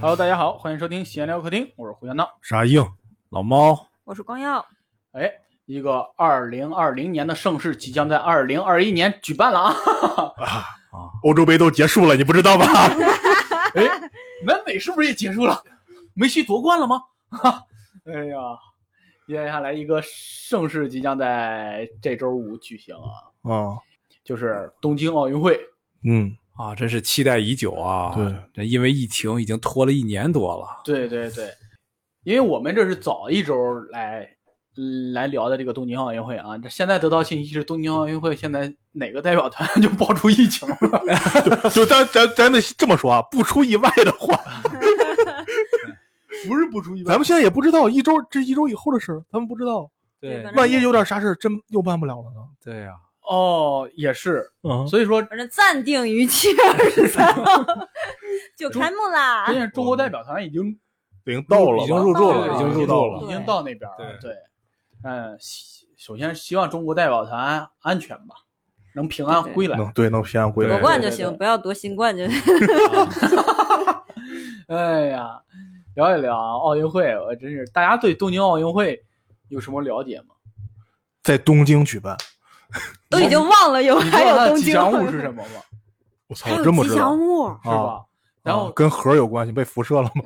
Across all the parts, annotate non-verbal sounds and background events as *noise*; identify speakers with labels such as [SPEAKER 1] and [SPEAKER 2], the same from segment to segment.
[SPEAKER 1] Hello，大家好，欢迎收听闲聊客厅，我是胡小闹。
[SPEAKER 2] 啥硬？老猫
[SPEAKER 3] 我是光耀，
[SPEAKER 1] 哎，一个二零二零年的盛世即将在二零二一年举办了啊！
[SPEAKER 2] 啊啊！欧洲杯都结束了，你不知道吧？
[SPEAKER 1] 哎，南美是不是也结束了？梅西夺冠了吗？ *laughs* 哈，哎呀，接下来一个盛世即将在这周五举行啊，
[SPEAKER 2] 啊，
[SPEAKER 1] 就是东京奥运会。
[SPEAKER 2] 嗯，
[SPEAKER 4] *laughs* 啊，真是期待已久啊！
[SPEAKER 2] 对，
[SPEAKER 4] 这因为疫情已经拖了一年多了。
[SPEAKER 1] 对对对，因为我们这是早一周来嗯来聊的这个东京奥运会啊，这现在得到信息是东京奥运会现在哪个代表团 *laughs* 就爆出疫情了。
[SPEAKER 2] *laughs* 就咱咱咱们这么说啊，不出意外的
[SPEAKER 4] *laughs*
[SPEAKER 2] 话，
[SPEAKER 1] 不是不出意
[SPEAKER 2] 咱们现在也不知道一周这一周以后的事儿，咱们不知道，
[SPEAKER 3] 对反正
[SPEAKER 2] 万一有点啥事儿，真又办不了了呢。
[SPEAKER 4] 对呀、
[SPEAKER 1] 哦，也是，
[SPEAKER 2] 嗯，
[SPEAKER 1] 所以说
[SPEAKER 3] 反正暂定于七月二十三号就开幕啦
[SPEAKER 1] 关。键中国代表团已经
[SPEAKER 2] 已经到了吧，啊
[SPEAKER 4] 嗯已经入驻
[SPEAKER 3] 了
[SPEAKER 4] 已经入
[SPEAKER 2] 到
[SPEAKER 4] 驻了
[SPEAKER 1] 已经到那边了。
[SPEAKER 4] 对
[SPEAKER 1] 对，嗯，希首先希望中国代表团安全吧，能平安
[SPEAKER 3] 对
[SPEAKER 1] 归来。
[SPEAKER 4] 嗯
[SPEAKER 2] 能对能平安回
[SPEAKER 3] 夺
[SPEAKER 2] 来
[SPEAKER 4] 对。
[SPEAKER 3] 冠就
[SPEAKER 1] 对对
[SPEAKER 3] 行，
[SPEAKER 1] 对
[SPEAKER 3] 不要夺新冠就。
[SPEAKER 1] 哎呀，聊一聊奥运会，我真是大家对东京奥运会有什么了解吗？
[SPEAKER 2] 在东京举办，
[SPEAKER 3] 都已经忘了有
[SPEAKER 1] 你知道
[SPEAKER 3] 还
[SPEAKER 1] 它
[SPEAKER 3] 有
[SPEAKER 1] 的
[SPEAKER 3] 东
[SPEAKER 1] 吉
[SPEAKER 3] 京
[SPEAKER 1] 祥
[SPEAKER 3] 奥
[SPEAKER 1] 物
[SPEAKER 3] 运
[SPEAKER 1] 是
[SPEAKER 3] *laughs* 会，
[SPEAKER 1] 什么
[SPEAKER 4] *laughs*
[SPEAKER 1] 吗？
[SPEAKER 2] 我操，我真哦不知道， *laughs*
[SPEAKER 3] 物。
[SPEAKER 1] 是
[SPEAKER 2] 啊
[SPEAKER 1] 吧？然后
[SPEAKER 2] 啊跟核有关系，被辐射了吗？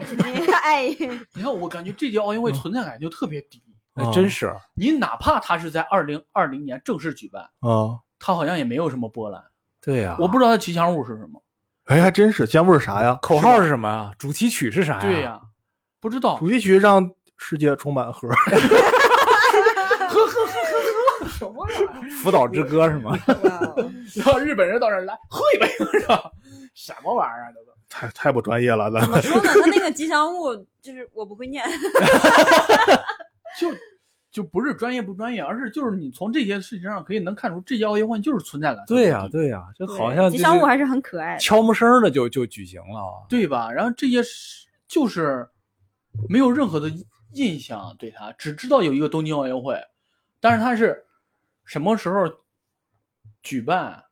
[SPEAKER 3] 哎， *laughs*
[SPEAKER 1] 你看，我感觉这届奥运会存在感就特别低。
[SPEAKER 4] 哎
[SPEAKER 2] 啊
[SPEAKER 4] 真是
[SPEAKER 1] 你哪怕它是在二零二零年正式举办，
[SPEAKER 2] 啊，
[SPEAKER 1] 它好像也没有什么波澜。
[SPEAKER 4] 对呀、
[SPEAKER 1] 我不知道它吉祥物是什么。
[SPEAKER 2] 哎，还真是。先问啥呀？
[SPEAKER 4] 口号是什么呀？主题曲哎是啥呀？
[SPEAKER 1] 对呀、不知道
[SPEAKER 2] 主。题曲让世界充
[SPEAKER 1] *laughs*
[SPEAKER 2] 满核，
[SPEAKER 1] 什么玩意啊
[SPEAKER 4] 福岛之歌是吗？
[SPEAKER 1] 儿？ *laughs* 然后日本人到这儿来喝一杯，是吧？什么玩意儿啊？这都
[SPEAKER 2] 太太不专业了，咱
[SPEAKER 3] 怎
[SPEAKER 1] 嗯
[SPEAKER 2] 们
[SPEAKER 3] 么说呢？他那个吉祥物就是我不会念，
[SPEAKER 1] 就就不是专业不专业，而是就是你从这些事情上可以能看出，这届奥运会就是存在感特别
[SPEAKER 4] 对
[SPEAKER 1] 低。
[SPEAKER 4] 呀、对呀、这好像、就是、
[SPEAKER 3] 吉祥物还是很可爱的。
[SPEAKER 4] 悄没声儿的 *laughs* 就就举行了。啊
[SPEAKER 1] 对吧？然后这些是就是没有任何的印象对他，只知道有一个东京奥运会，但是他是什么时候举办？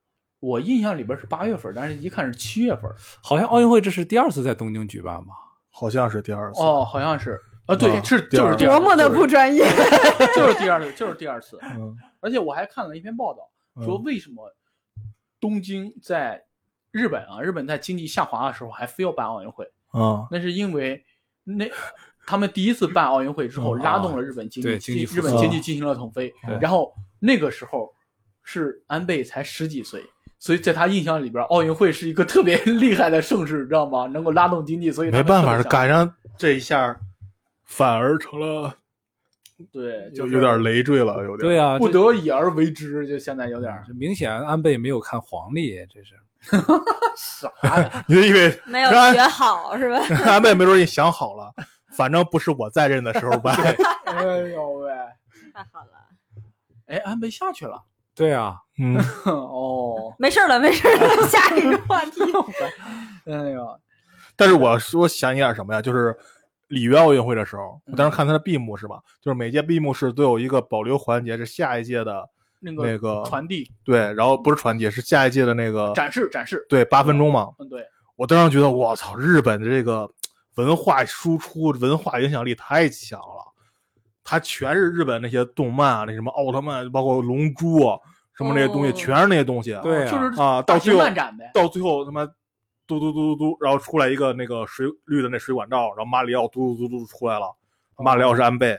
[SPEAKER 1] 我印象里边是八月份，但是一看是七月份。
[SPEAKER 4] 好像奥运会这是第二次在东京举办吧？
[SPEAKER 2] 好像是第二次。
[SPEAKER 1] 哦，好像是啊，对，
[SPEAKER 2] 啊
[SPEAKER 1] 是
[SPEAKER 2] 第
[SPEAKER 1] 就是
[SPEAKER 2] 二
[SPEAKER 1] 第二次
[SPEAKER 3] 专业。
[SPEAKER 1] 就是第二次，就是第二次。
[SPEAKER 2] 嗯，
[SPEAKER 1] 而且我还看了一篇报道，
[SPEAKER 2] 嗯
[SPEAKER 1] 说为什么东京在日本啊，日本在经济下滑的时候还非要办奥运会，
[SPEAKER 2] 啊，
[SPEAKER 1] 那是因为那他们第一次办奥运会之后，
[SPEAKER 4] 嗯啊
[SPEAKER 1] 拉动了日本经济，
[SPEAKER 4] 对经济复苏
[SPEAKER 1] 日本经济进行了腾飞
[SPEAKER 4] 对。
[SPEAKER 1] 然后那个时候是安倍才十几岁。所以在他印象里边，奥运会是一个特别 *laughs* 厉害的盛世，知道吗？能够拉动经济，所以他
[SPEAKER 2] 没
[SPEAKER 1] 们
[SPEAKER 2] 办法，
[SPEAKER 1] 特
[SPEAKER 2] 是
[SPEAKER 1] 别想
[SPEAKER 2] 赶上这一下，反而成了
[SPEAKER 1] 对，
[SPEAKER 2] 就是有点累赘了，有点。
[SPEAKER 4] 对、呀、
[SPEAKER 1] 啊不
[SPEAKER 4] 这
[SPEAKER 1] 得已而为之，就现在有点儿
[SPEAKER 4] 这明显安倍没有看黄历，这是
[SPEAKER 1] 傻呀
[SPEAKER 2] 啊你就以为
[SPEAKER 3] 没有
[SPEAKER 2] 然
[SPEAKER 3] 学好是吧？
[SPEAKER 2] 安倍没准也想好了，反正不是我在任的时
[SPEAKER 1] *laughs*
[SPEAKER 2] 候办。
[SPEAKER 1] 哎呦喂！
[SPEAKER 3] 太好了，
[SPEAKER 1] *laughs* 哎，安倍下去了。
[SPEAKER 4] 对呀、
[SPEAKER 2] 嗯，
[SPEAKER 1] *laughs* 哦，
[SPEAKER 3] 没事儿了，没事儿了， *laughs* 下一个话题。
[SPEAKER 1] 哎呀，
[SPEAKER 2] 但是我说想一点什么呀，就是里约奥运会的时候，
[SPEAKER 1] 嗯
[SPEAKER 2] 我当时看它的闭幕式吧，就是每届闭幕式都有一个保留环节，是下一届的
[SPEAKER 1] 那
[SPEAKER 2] 那
[SPEAKER 1] 个
[SPEAKER 2] 个
[SPEAKER 1] 传递、
[SPEAKER 2] 对，然后不是传递，是下一届的那个
[SPEAKER 1] 展示、展示。
[SPEAKER 2] 对八分钟嘛。
[SPEAKER 1] 嗯，对，
[SPEAKER 2] 我当时觉得，我操，日本的这个文化输出、文化影响力太强了，它全是日本那些动漫啊，那什么奥特曼，包括龙珠啊什么那些东西，
[SPEAKER 3] 哦
[SPEAKER 2] 全是那些东西。
[SPEAKER 4] 对呀、
[SPEAKER 1] 就是
[SPEAKER 2] 啊，
[SPEAKER 1] 大
[SPEAKER 2] 到
[SPEAKER 1] 型
[SPEAKER 2] 最后
[SPEAKER 1] 漫展呗。
[SPEAKER 2] 到最后他妈嘟嘟嘟嘟嘟，然后出来一个那个水绿的那水管罩，然后马里奥嘟嘟嘟嘟出来了，马里奥是安倍，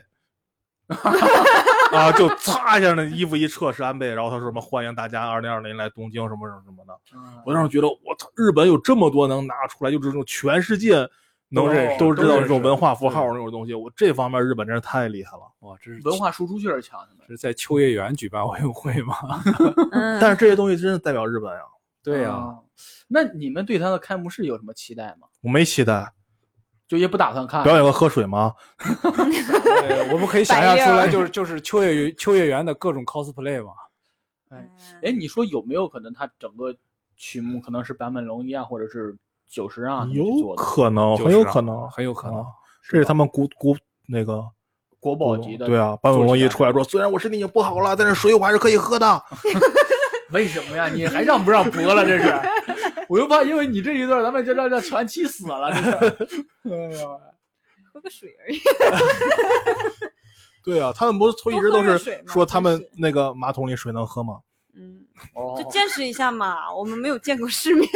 [SPEAKER 2] 啊，就擦一下那衣服一撤是安倍，然后他说什么欢迎大家二零二零来东京什么什么什么的，
[SPEAKER 1] 嗯
[SPEAKER 2] 我当时觉得我操，日本有这么多能拿出来，就是这种全世界。能
[SPEAKER 1] 都认
[SPEAKER 2] 认
[SPEAKER 1] 识
[SPEAKER 2] 都知道
[SPEAKER 4] 都认
[SPEAKER 2] 这
[SPEAKER 4] 识
[SPEAKER 2] 种文化符号那种东西，我这方面日本真是太厉害了。
[SPEAKER 4] 哇，这是
[SPEAKER 1] 文化输出确实强，他们
[SPEAKER 4] 是在秋叶原举办奥运会吗？
[SPEAKER 3] 嗯，
[SPEAKER 2] 但是这些东西真的代表日本呀，
[SPEAKER 4] 对呀、
[SPEAKER 2] 啊
[SPEAKER 1] 嗯那你们对他的开幕式有什么期待吗？
[SPEAKER 2] 我没期待
[SPEAKER 1] 就也不打算看。
[SPEAKER 2] 表演个喝水吗？
[SPEAKER 4] 对，我们可以想象
[SPEAKER 3] 白眼
[SPEAKER 4] 出
[SPEAKER 3] 儿
[SPEAKER 4] 来，就是就是秋叶原秋叶原的各种 cosplay 嘛。
[SPEAKER 3] 嗯
[SPEAKER 1] 哎，你说有没有可能他整个曲目可能是坂本龙一啊，或者是九十啊他们去
[SPEAKER 2] 哦有
[SPEAKER 1] 做的？
[SPEAKER 2] 可能，哦
[SPEAKER 4] 就是
[SPEAKER 2] 很有
[SPEAKER 4] 啊
[SPEAKER 2] 可能，
[SPEAKER 4] 很有可能
[SPEAKER 2] 啊这是他们古古那个
[SPEAKER 1] 国宝级的，
[SPEAKER 2] 对啊，坂本龙一出来说，虽然我身体已经不好了，但是水我还是可以喝的。
[SPEAKER 1] *laughs* 为什么呀？你还让不让播了？这是， *laughs* 我就怕因为你这一段，咱们就让这传奇死了。这是，哎呀，
[SPEAKER 3] 喝个水而已。
[SPEAKER 2] *laughs* 对啊，他们不是从一直都
[SPEAKER 3] 多喝热
[SPEAKER 2] 是
[SPEAKER 3] 水嘛
[SPEAKER 2] 说他们
[SPEAKER 3] 就是
[SPEAKER 2] 那个马桶里水能喝吗？
[SPEAKER 3] 嗯，
[SPEAKER 1] 哦
[SPEAKER 3] 就，见识一下嘛，我们没有见过世面。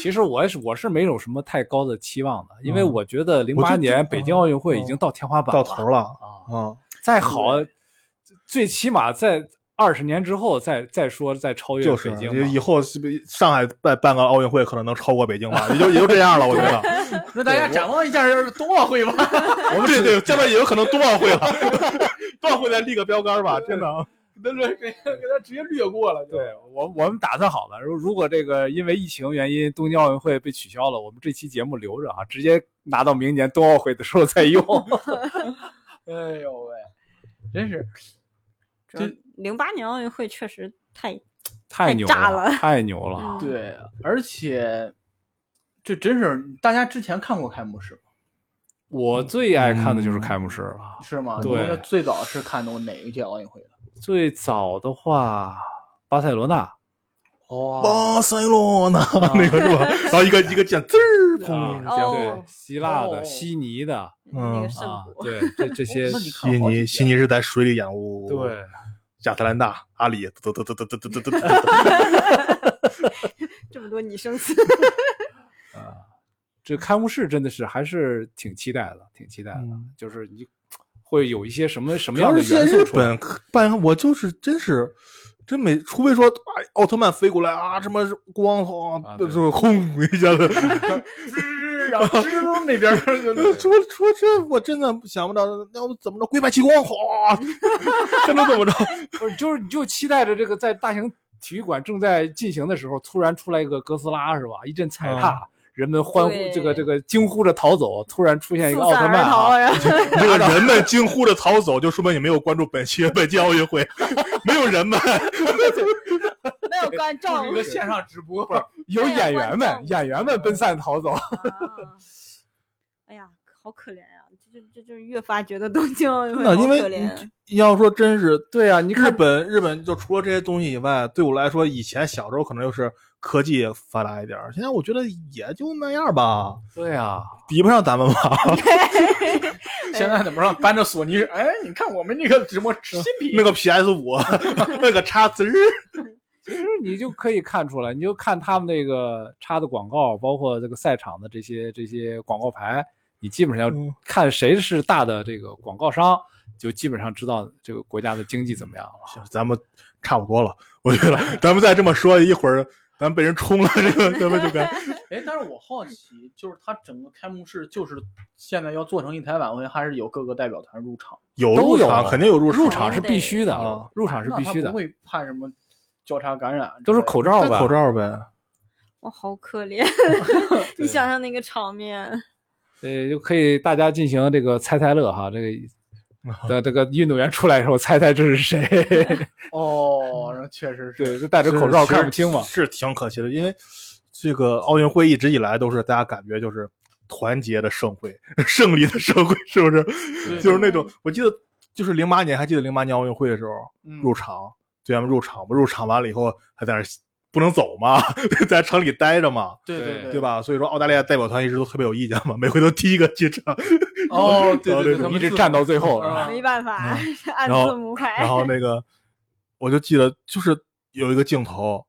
[SPEAKER 4] 其实我也是我是没有什么太高的期望的，因为
[SPEAKER 2] 嗯
[SPEAKER 4] 我觉得零
[SPEAKER 2] 我
[SPEAKER 4] 八
[SPEAKER 2] 就
[SPEAKER 4] 年北京奥运会已经到天花板
[SPEAKER 2] 到
[SPEAKER 4] 了，
[SPEAKER 2] 头了
[SPEAKER 4] 啊，
[SPEAKER 2] 啊！
[SPEAKER 4] 再好，最起码在二十年之后再再说再超越
[SPEAKER 2] 就是
[SPEAKER 4] 北京
[SPEAKER 2] 以
[SPEAKER 4] 嘛。
[SPEAKER 2] 后是不是上海办办个奥运会，可能能超过北京吧，也就也就这样了。我觉得，
[SPEAKER 1] 那大家展望一下冬奥会吧。
[SPEAKER 2] 我们对对，将来也有可能冬奥
[SPEAKER 4] *laughs*
[SPEAKER 2] 会了，冬奥会再立个标杆吧，真的。
[SPEAKER 1] 那那给给他直接略过了。
[SPEAKER 4] 对我我们打算好了，如如果这个因为疫情原因东京奥运会被取消了，我们这期节目留着啊，直接拿到明年冬奥会的时候再用。
[SPEAKER 1] *laughs*
[SPEAKER 4] *laughs*
[SPEAKER 1] 哎呦喂，真是这
[SPEAKER 3] 零八年奥运会确实太
[SPEAKER 4] 太牛
[SPEAKER 3] 太炸了
[SPEAKER 4] 太牛了！
[SPEAKER 3] 嗯
[SPEAKER 1] 对，而且这真是大家之前看过开幕式吗
[SPEAKER 4] 我最爱看的就是开幕式了。
[SPEAKER 1] 是吗？
[SPEAKER 4] 对
[SPEAKER 1] 那最早是看过哪一届奥运会的？
[SPEAKER 4] 最早的话，巴塞罗那，
[SPEAKER 1] 哦，
[SPEAKER 2] 巴塞罗那 *laughs* 那个是吧？然后一个一个箭滋儿砰
[SPEAKER 4] 啊
[SPEAKER 2] 一下，
[SPEAKER 3] 哦
[SPEAKER 4] 对，希腊的、
[SPEAKER 1] 哦
[SPEAKER 4] 悉尼的
[SPEAKER 3] 那个
[SPEAKER 2] 嗯
[SPEAKER 3] 圣
[SPEAKER 4] 啊，
[SPEAKER 3] 火，
[SPEAKER 4] 对，这 *laughs* 这些
[SPEAKER 1] 那你看好几
[SPEAKER 2] 悉尼
[SPEAKER 1] 届
[SPEAKER 2] 悉尼是在水里演，呜，
[SPEAKER 4] 对，
[SPEAKER 2] 亚特兰大阿里，得得得得得得得
[SPEAKER 4] *laughs*
[SPEAKER 2] 得，
[SPEAKER 3] 这么多拟声词。
[SPEAKER 4] 这开幕式真的是还是挺期待的，挺期待的，就是你会有一些什么什
[SPEAKER 2] 嗯
[SPEAKER 4] 么
[SPEAKER 2] 主
[SPEAKER 4] 样
[SPEAKER 2] 要
[SPEAKER 4] 的
[SPEAKER 2] 是现
[SPEAKER 4] 元
[SPEAKER 2] 在日
[SPEAKER 4] 素出来。
[SPEAKER 2] 本办，我就是真是真没，除非说啊奥特曼飞过来啊，什么光头啊
[SPEAKER 4] 啊，
[SPEAKER 2] 就
[SPEAKER 4] 对
[SPEAKER 2] 是轰一下子，
[SPEAKER 1] 吱然后吱那边儿
[SPEAKER 2] *laughs* 除除这我真的想不到，要不怎么着龟派气功，哗， *laughs* 真的怎 *laughs* 么着？
[SPEAKER 4] 不是，就是你就期待着这个在大型体育馆正在进行的时候，突然出来一个哥斯拉是吧？一阵踩踏，
[SPEAKER 2] 啊
[SPEAKER 4] 人们欢呼，这个
[SPEAKER 3] 对
[SPEAKER 4] 这个惊呼着逃走，突然出现一个
[SPEAKER 3] 四
[SPEAKER 4] 奥特
[SPEAKER 3] 散而
[SPEAKER 4] 曼、
[SPEAKER 3] 逃，
[SPEAKER 4] 啊，
[SPEAKER 3] 然后
[SPEAKER 2] 你这个人们惊呼着逃走，就说明你没有关注本期本届奥运会， *laughs* 没有人们。
[SPEAKER 3] 没有观众
[SPEAKER 1] 就是一个线上直播。
[SPEAKER 4] 有演员
[SPEAKER 3] 对观
[SPEAKER 4] 们
[SPEAKER 3] 众嗯
[SPEAKER 4] 演员们奔散逃走。 *laughs*
[SPEAKER 3] 啊哎呀，好可怜呀、这就这就是越发觉得东京奥运会
[SPEAKER 2] 那
[SPEAKER 3] 好
[SPEAKER 2] 因为
[SPEAKER 3] 可怜。啊
[SPEAKER 2] 你要说真是对啊，你
[SPEAKER 4] 看
[SPEAKER 2] 日本日本就除了这些东西以外，对我来说，以前小时候可能就是科技发达一点儿，现在我觉得也就那样吧，
[SPEAKER 4] 对啊，
[SPEAKER 2] 比不上咱们 *laughs* 吧。
[SPEAKER 1] 现在怎么让搬着索尼？哎，你看我们那个直播新品
[SPEAKER 2] 那个 PS 五， *laughs* 那个叉子日，
[SPEAKER 4] 其实你就可以看出来，你就看他们那个插的广告，包括这个赛场的这些这些广告牌，你基本上
[SPEAKER 2] 嗯
[SPEAKER 4] 看谁是大的这个广告商，就基本上知道这个国家的经济怎么样了。
[SPEAKER 2] 行咱们差不多了，我觉得咱们再这么说一会儿，咱们被人冲了，这个咱们就
[SPEAKER 1] *laughs*
[SPEAKER 2] 该
[SPEAKER 1] 哎，但是我好奇，就是它整个开幕式，就是现在要做成一台晚会，还是有各个代表团入场？
[SPEAKER 2] 有
[SPEAKER 4] 都
[SPEAKER 2] 入
[SPEAKER 4] 有
[SPEAKER 2] 场，肯定有入
[SPEAKER 4] 入
[SPEAKER 2] 场
[SPEAKER 4] 场是必须的，
[SPEAKER 2] 啊
[SPEAKER 4] 入场是必须
[SPEAKER 1] 那它
[SPEAKER 4] 的
[SPEAKER 1] 不，会怕什么交叉感染之类的？
[SPEAKER 4] 都是口罩
[SPEAKER 2] 戴
[SPEAKER 4] 吧？
[SPEAKER 2] 口罩呗。
[SPEAKER 3] 哇，好可怜！你想想那个场面，
[SPEAKER 4] 对，就可以大家进行这个猜猜乐哈，这
[SPEAKER 2] *laughs*
[SPEAKER 4] 个的这个运动员出来的时候猜猜这是谁？
[SPEAKER 1] 哦，
[SPEAKER 4] 嗯
[SPEAKER 1] 那确实是。
[SPEAKER 4] 对，就戴着口罩
[SPEAKER 2] 是
[SPEAKER 4] 看不清嘛。
[SPEAKER 2] 是挺可惜的，因为这个奥运会一直以来都是大家感觉就是团结的盛会， *laughs* 胜利的盛会，是不
[SPEAKER 1] 对
[SPEAKER 2] 是？就是那种，我记得就是零八年，还记得零八年奥运会的时候
[SPEAKER 1] 嗯
[SPEAKER 2] 入场，队员们入场不入场完了以后还在那儿不能走嘛， *laughs* 在城里待着嘛。
[SPEAKER 1] 对
[SPEAKER 4] 对
[SPEAKER 1] 对
[SPEAKER 2] 对？吧？所以说，澳大利亚代表团一直都特别有意见嘛，每回都第一个进场，
[SPEAKER 1] 哦，对对对，他们
[SPEAKER 4] 一直
[SPEAKER 1] 自
[SPEAKER 4] 站到最后
[SPEAKER 1] 啊
[SPEAKER 3] 没办法，按
[SPEAKER 2] 然后
[SPEAKER 3] 字母排。
[SPEAKER 2] 然后那个，我就记得就是有一个镜头，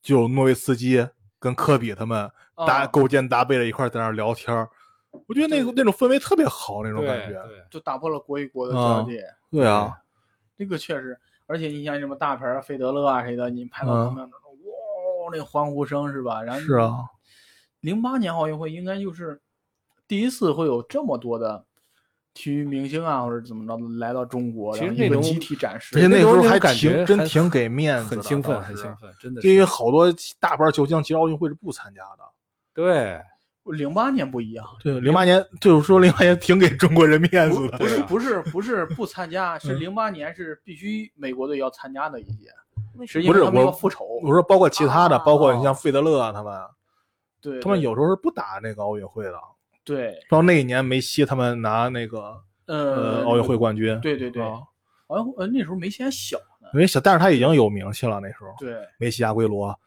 [SPEAKER 2] 就有诺维斯基跟科比他们搭、
[SPEAKER 1] 啊
[SPEAKER 2] 构建搭配了一块儿在那儿聊天儿我觉得那个那种氛围特别好，那种
[SPEAKER 4] 对
[SPEAKER 2] 感
[SPEAKER 4] 对
[SPEAKER 2] 觉。
[SPEAKER 1] 就打破了国与国的交界。
[SPEAKER 2] 对啊，
[SPEAKER 1] 这个确实，而且你像什么大牌儿费德勒啊谁的，你拍到
[SPEAKER 2] 嗯
[SPEAKER 1] 他们那种哇那欢呼声是吧？然后
[SPEAKER 2] 是啊，
[SPEAKER 1] 零八年奥运会应该就是第一次会有这么多的体育明星啊，或者怎么着来到中国，
[SPEAKER 4] 其
[SPEAKER 1] 然后
[SPEAKER 4] 实那
[SPEAKER 1] 一个
[SPEAKER 4] 种
[SPEAKER 1] 集体展示
[SPEAKER 2] 而且。那
[SPEAKER 4] 那
[SPEAKER 2] 时
[SPEAKER 4] 种
[SPEAKER 2] 候
[SPEAKER 4] 那种
[SPEAKER 2] 还
[SPEAKER 4] 感
[SPEAKER 2] 挺
[SPEAKER 4] 觉
[SPEAKER 2] 真
[SPEAKER 4] 很
[SPEAKER 2] 挺给面子的，
[SPEAKER 4] 很兴奋，
[SPEAKER 2] 当
[SPEAKER 4] 很
[SPEAKER 2] 时
[SPEAKER 4] 兴。奋，真的
[SPEAKER 2] 因为
[SPEAKER 4] 是。
[SPEAKER 2] 好多大牌球星其实奥运会是不参加的。
[SPEAKER 4] 啊对，
[SPEAKER 1] 零八年不一样，
[SPEAKER 2] 对，零八年就是说零八年挺给中国人面子的。
[SPEAKER 1] 不是
[SPEAKER 4] 对啊嗯
[SPEAKER 1] 不是不是不参
[SPEAKER 4] *laughs*
[SPEAKER 1] 加，是零八年是必须美国队要参加的一届，
[SPEAKER 3] 为什
[SPEAKER 1] 是
[SPEAKER 3] 么
[SPEAKER 1] 因为
[SPEAKER 2] 不是
[SPEAKER 1] 他们
[SPEAKER 2] 我
[SPEAKER 1] 要复仇。
[SPEAKER 2] 我说包括其他的，
[SPEAKER 3] 哦
[SPEAKER 2] 包括你像费德勒啊他们，
[SPEAKER 1] 对，
[SPEAKER 2] 他们
[SPEAKER 1] 对
[SPEAKER 2] 有时候是不打那个奥运会的。
[SPEAKER 1] 对
[SPEAKER 2] 到那一年梅西他们拿那个
[SPEAKER 1] 呃，
[SPEAKER 2] 奥运会冠军，
[SPEAKER 1] 对对对，
[SPEAKER 2] 啊
[SPEAKER 1] 奥运会呃那时候梅西还小呢，
[SPEAKER 2] 因为小，但是他已经有名气了，那时候
[SPEAKER 1] 对，
[SPEAKER 2] 梅西、阿圭罗，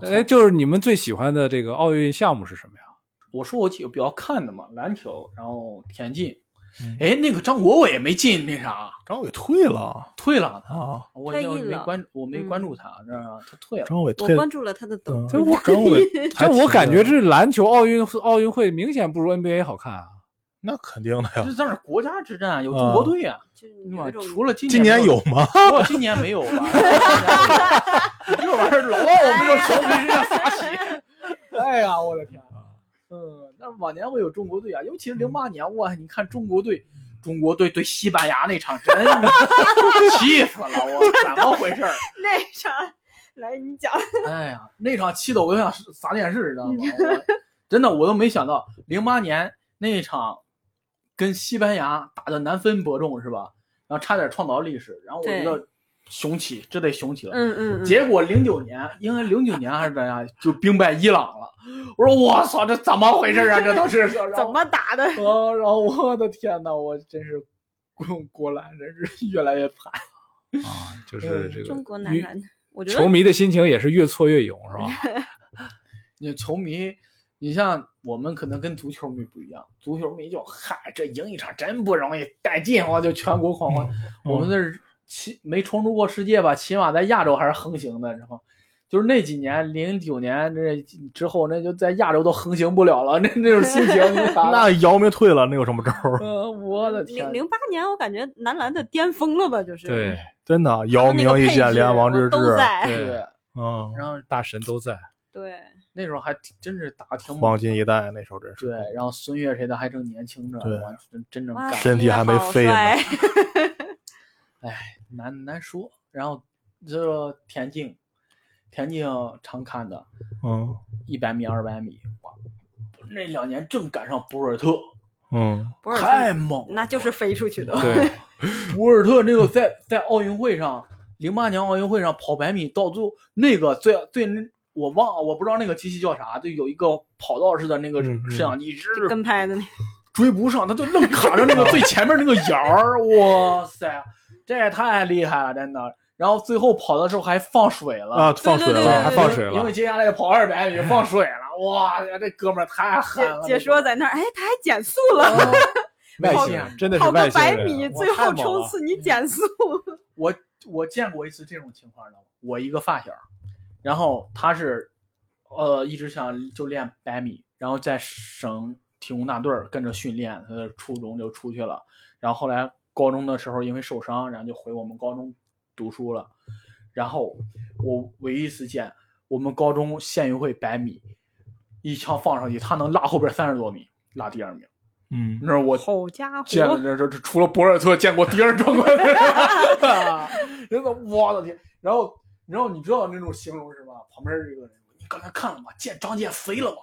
[SPEAKER 4] 哎，就是你们最喜欢的这个奥运项目是什么呀？
[SPEAKER 1] 我说我几个比较看的嘛，篮球，然后田径
[SPEAKER 2] 嗯。
[SPEAKER 1] 哎，那个张国伟没进那啥，
[SPEAKER 2] 张伟退了
[SPEAKER 1] 退了，
[SPEAKER 2] 啊，
[SPEAKER 1] 我
[SPEAKER 3] 退
[SPEAKER 1] 我
[SPEAKER 3] 役
[SPEAKER 1] 没
[SPEAKER 3] 了
[SPEAKER 1] 关我没
[SPEAKER 3] 嗯
[SPEAKER 1] 关注他，这样他退了。
[SPEAKER 2] 张伟
[SPEAKER 3] 我
[SPEAKER 2] 退了
[SPEAKER 3] 关，注了他的抖
[SPEAKER 2] 嗯
[SPEAKER 3] 音，
[SPEAKER 4] 这 *laughs* 我，
[SPEAKER 2] 张伟
[SPEAKER 4] 但我感觉这篮球奥运奥运会明显不如 NBA 好看啊。
[SPEAKER 2] 那肯定的呀
[SPEAKER 1] 这。是那国家之战，有中国队啊，
[SPEAKER 3] 就是
[SPEAKER 1] 对吧
[SPEAKER 3] 嗯有一？种
[SPEAKER 1] 除了今
[SPEAKER 2] 今年
[SPEAKER 1] 有
[SPEAKER 2] 有，吗？
[SPEAKER 1] 我今年没有吧？ *laughs* 今年没有你这玩意儿老往我们这个球迷身上撒血。 *laughs* 哎呀，我的天！
[SPEAKER 3] 啊
[SPEAKER 1] 嗯，那往年会有中国队啊，尤
[SPEAKER 3] 嗯
[SPEAKER 1] 其是零八年，哇，你看中国队，中国队对西班牙那场真的 *laughs* 气死了，
[SPEAKER 3] *laughs*
[SPEAKER 1] 我怎么回事儿？
[SPEAKER 3] *laughs* 那啥，来你讲，
[SPEAKER 1] 哎呀，那场气的我都想砸电视，你知道吗？
[SPEAKER 3] *laughs*
[SPEAKER 1] 我真的，我都没想到，零八年那一场跟西班牙打的难分伯仲是吧？然后差点创造历史，然后我觉
[SPEAKER 3] 对
[SPEAKER 1] 得雄起，这得雄起了。
[SPEAKER 3] 嗯嗯嗯，
[SPEAKER 1] 结果零九年，应该零九年还是怎样，就兵败伊朗了。我说我操，这怎么回事啊？这都是
[SPEAKER 3] *laughs* 怎么打的？
[SPEAKER 1] 啊，然后我的天呐，我真是国国篮真是越来越惨。
[SPEAKER 4] 啊，就是这
[SPEAKER 3] 中
[SPEAKER 4] 个
[SPEAKER 3] 国男篮，我觉
[SPEAKER 4] 球
[SPEAKER 3] 得
[SPEAKER 4] 迷的心情也是越挫越勇，啊
[SPEAKER 3] *laughs*
[SPEAKER 4] 是吧？
[SPEAKER 1] 你球迷，你像我们可能跟足球迷不一样，足球迷就嗨，这赢一场真不容易，带劲我就全国狂欢。
[SPEAKER 2] 嗯
[SPEAKER 1] 我们那儿起没冲出过世界吧，起码在亚洲还是横行的，然后。就是那几年，零九年这之后，那就在亚洲都横行不了了，那那种心情，你咋
[SPEAKER 2] *laughs* 那姚明退了，那有什么招儿？ *laughs*
[SPEAKER 1] 呃，我的天
[SPEAKER 3] 零，零八年，我感觉男篮的巅峰了吧？就是
[SPEAKER 4] 对，
[SPEAKER 2] 真的，姚明一
[SPEAKER 3] 那个配
[SPEAKER 2] 线
[SPEAKER 3] 置
[SPEAKER 2] 连王治郅，
[SPEAKER 3] 都在，
[SPEAKER 4] 对
[SPEAKER 1] 对，
[SPEAKER 2] 嗯，
[SPEAKER 1] 然后
[SPEAKER 4] 大神都在。
[SPEAKER 3] *laughs* 对，
[SPEAKER 1] 那时候还挺真是打得挺猛
[SPEAKER 2] 黄，金一代那时候真是
[SPEAKER 1] 对，然后孙悦谁的还正年轻着，
[SPEAKER 2] 对
[SPEAKER 1] 哇真真正
[SPEAKER 3] 哇
[SPEAKER 1] 干，
[SPEAKER 2] 身体还没飞呢
[SPEAKER 3] 好帅
[SPEAKER 1] 难难说。然后这田径，田径常看的，
[SPEAKER 2] 嗯
[SPEAKER 1] 一百米、二百米，哇，那两年正赶上博尔特，
[SPEAKER 2] 嗯，
[SPEAKER 3] 博尔特
[SPEAKER 1] 太猛了，
[SPEAKER 3] 那就是飞出去的，
[SPEAKER 4] 对，
[SPEAKER 1] 博尔特那个在在奥运会上，零八年奥运会上跑百米，到最后那个最最那我忘了，我不知道那个机器叫啥，就有一个跑道似的那个
[SPEAKER 2] 嗯嗯
[SPEAKER 1] 摄像机，一直
[SPEAKER 3] 就跟拍的那
[SPEAKER 1] 追不上，他就愣卡着那个最前面那个沿儿，哇塞，这也太厉害了，真的。然后最后跑的时候还放水了
[SPEAKER 2] 啊，放水
[SPEAKER 3] 对对对
[SPEAKER 2] 了，
[SPEAKER 3] 对
[SPEAKER 2] 还
[SPEAKER 3] 对
[SPEAKER 2] 放水
[SPEAKER 1] 因为
[SPEAKER 2] 了，
[SPEAKER 1] 接下来跑二百米放水了，哇塞，这哥们儿太狠了。
[SPEAKER 3] 解解说在那儿，哎，他还减速了，
[SPEAKER 4] 外
[SPEAKER 1] 跑
[SPEAKER 4] 星
[SPEAKER 1] 个
[SPEAKER 4] 人真的是
[SPEAKER 3] 跑
[SPEAKER 4] 外
[SPEAKER 3] 个
[SPEAKER 4] 星
[SPEAKER 3] 百
[SPEAKER 4] 人
[SPEAKER 3] 米，
[SPEAKER 4] 啊
[SPEAKER 3] 最
[SPEAKER 4] 太
[SPEAKER 3] 后
[SPEAKER 4] 猛
[SPEAKER 3] 冲
[SPEAKER 4] 了
[SPEAKER 3] 刺你减速，
[SPEAKER 1] 我我见过一次这种情况的，我一个发小，然后他是，呃，一直想就练百米，然后在省体工大队儿跟着训练，他的初中就出去了，然后后来高中的时候因为受伤，然后就回我们高中读书了，然后我唯一一次见我们高中县运会百米，一枪放上去，他能拉后边三十多米，拉第二名，
[SPEAKER 2] 嗯， *laughs*
[SPEAKER 1] 那是我
[SPEAKER 3] 好家
[SPEAKER 1] 见了
[SPEAKER 3] *laughs* 伙，
[SPEAKER 1] 这这这除了博尔特见过第二壮观的人， *laughs* 真的，我的天！然后然后你知道那种形容是吧？旁边这个人，你刚才看了吗？ *laughs* 见张健肥了吗？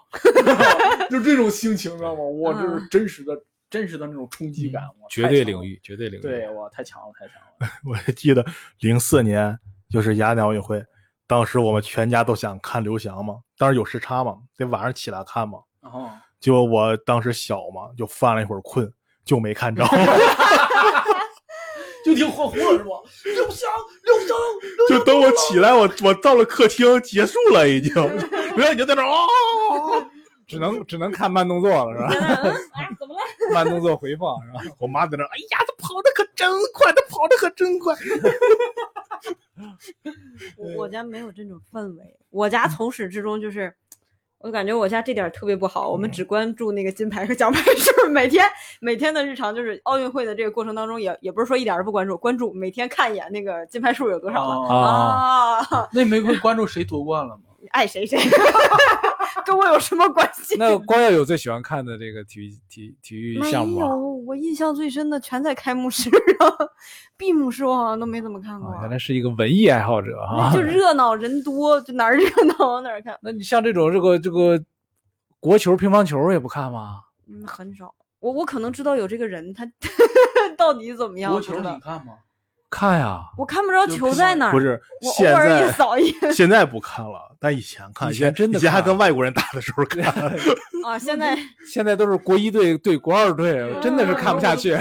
[SPEAKER 1] 就这种心情，知道吗？我这是真实的、真实的那种冲击感，我
[SPEAKER 4] 绝对领
[SPEAKER 1] 嗯领域，
[SPEAKER 3] *laughs*
[SPEAKER 4] 域，绝对领域。
[SPEAKER 1] 对我太强了，太强了！
[SPEAKER 2] 我还记得零四年就是雅典奥运会，当时我们全家都想看刘翔嘛，当时有时差嘛，得晚上起来看嘛。
[SPEAKER 1] 然后
[SPEAKER 2] 结果我当时小嘛，就犯了一会儿困，就没看着。
[SPEAKER 1] *laughs* 就挺火火是吧？刘翔，刘翔，刘翔
[SPEAKER 2] 就等我起来，我我到了客厅，结束了已经，刘翔已经在那儿啊，
[SPEAKER 4] 只能只能看慢动作了，
[SPEAKER 3] *laughs*
[SPEAKER 4] 是吧？
[SPEAKER 3] 在那儿嗯哎，怎么了？
[SPEAKER 4] 慢动作回放， *laughs* 是吧？
[SPEAKER 2] 我妈在那儿，哎呀，他跑的可真快，他跑的可真快。
[SPEAKER 3] 我我家没有这种氛围，我
[SPEAKER 4] 嗯
[SPEAKER 3] 家从始至终就是，我感觉我家这点儿特别不好，我
[SPEAKER 4] 嗯
[SPEAKER 3] 们只关注那个金牌和奖牌， *laughs* 就是每天每天的日常，就是奥运会的这个过程当中也，也不是说一点儿都不关注，关注每天看一眼那个金牌数有多少
[SPEAKER 4] 哦
[SPEAKER 3] 了。
[SPEAKER 1] 啊，
[SPEAKER 3] 啊，
[SPEAKER 1] 那玫瑰关注谁夺冠了吗？
[SPEAKER 3] 爱谁 *laughs* 谁，跟我有什么关系？
[SPEAKER 4] 那光耀有最喜欢看的这个体育体体育
[SPEAKER 3] 没
[SPEAKER 4] 项目啊吗？
[SPEAKER 3] 有，我印象最深的全在开幕式 *laughs* 上，闭幕式我好像都没怎么看过。
[SPEAKER 4] 啊，原来是一个文艺爱好者啊！
[SPEAKER 3] 就热闹人多，就哪儿热闹往哪儿看。
[SPEAKER 4] 那你像这种这个这个国球、乒乓球也不看吗？
[SPEAKER 3] 嗯，很少。我我可能知道有这个人，他 *laughs* 到底怎么样？
[SPEAKER 1] 国
[SPEAKER 3] 不
[SPEAKER 1] 球
[SPEAKER 3] 知
[SPEAKER 1] 你
[SPEAKER 3] 道
[SPEAKER 1] 看吗？
[SPEAKER 4] 看呀，
[SPEAKER 3] 我看不着
[SPEAKER 1] 就
[SPEAKER 3] 球
[SPEAKER 1] 看
[SPEAKER 3] 在哪儿。
[SPEAKER 2] 不，是，
[SPEAKER 3] 我偶
[SPEAKER 2] 现
[SPEAKER 3] 尔也
[SPEAKER 2] 在
[SPEAKER 3] 扫一眼
[SPEAKER 2] 现在不看了，但以前看，
[SPEAKER 4] 以前真的
[SPEAKER 2] 以前还
[SPEAKER 4] 看
[SPEAKER 2] 跟外国人打的时候
[SPEAKER 3] *laughs*
[SPEAKER 2] 看。 *laughs*
[SPEAKER 3] 啊！现在嗯
[SPEAKER 4] 现在都是国一队对国二队，真的是看不下去。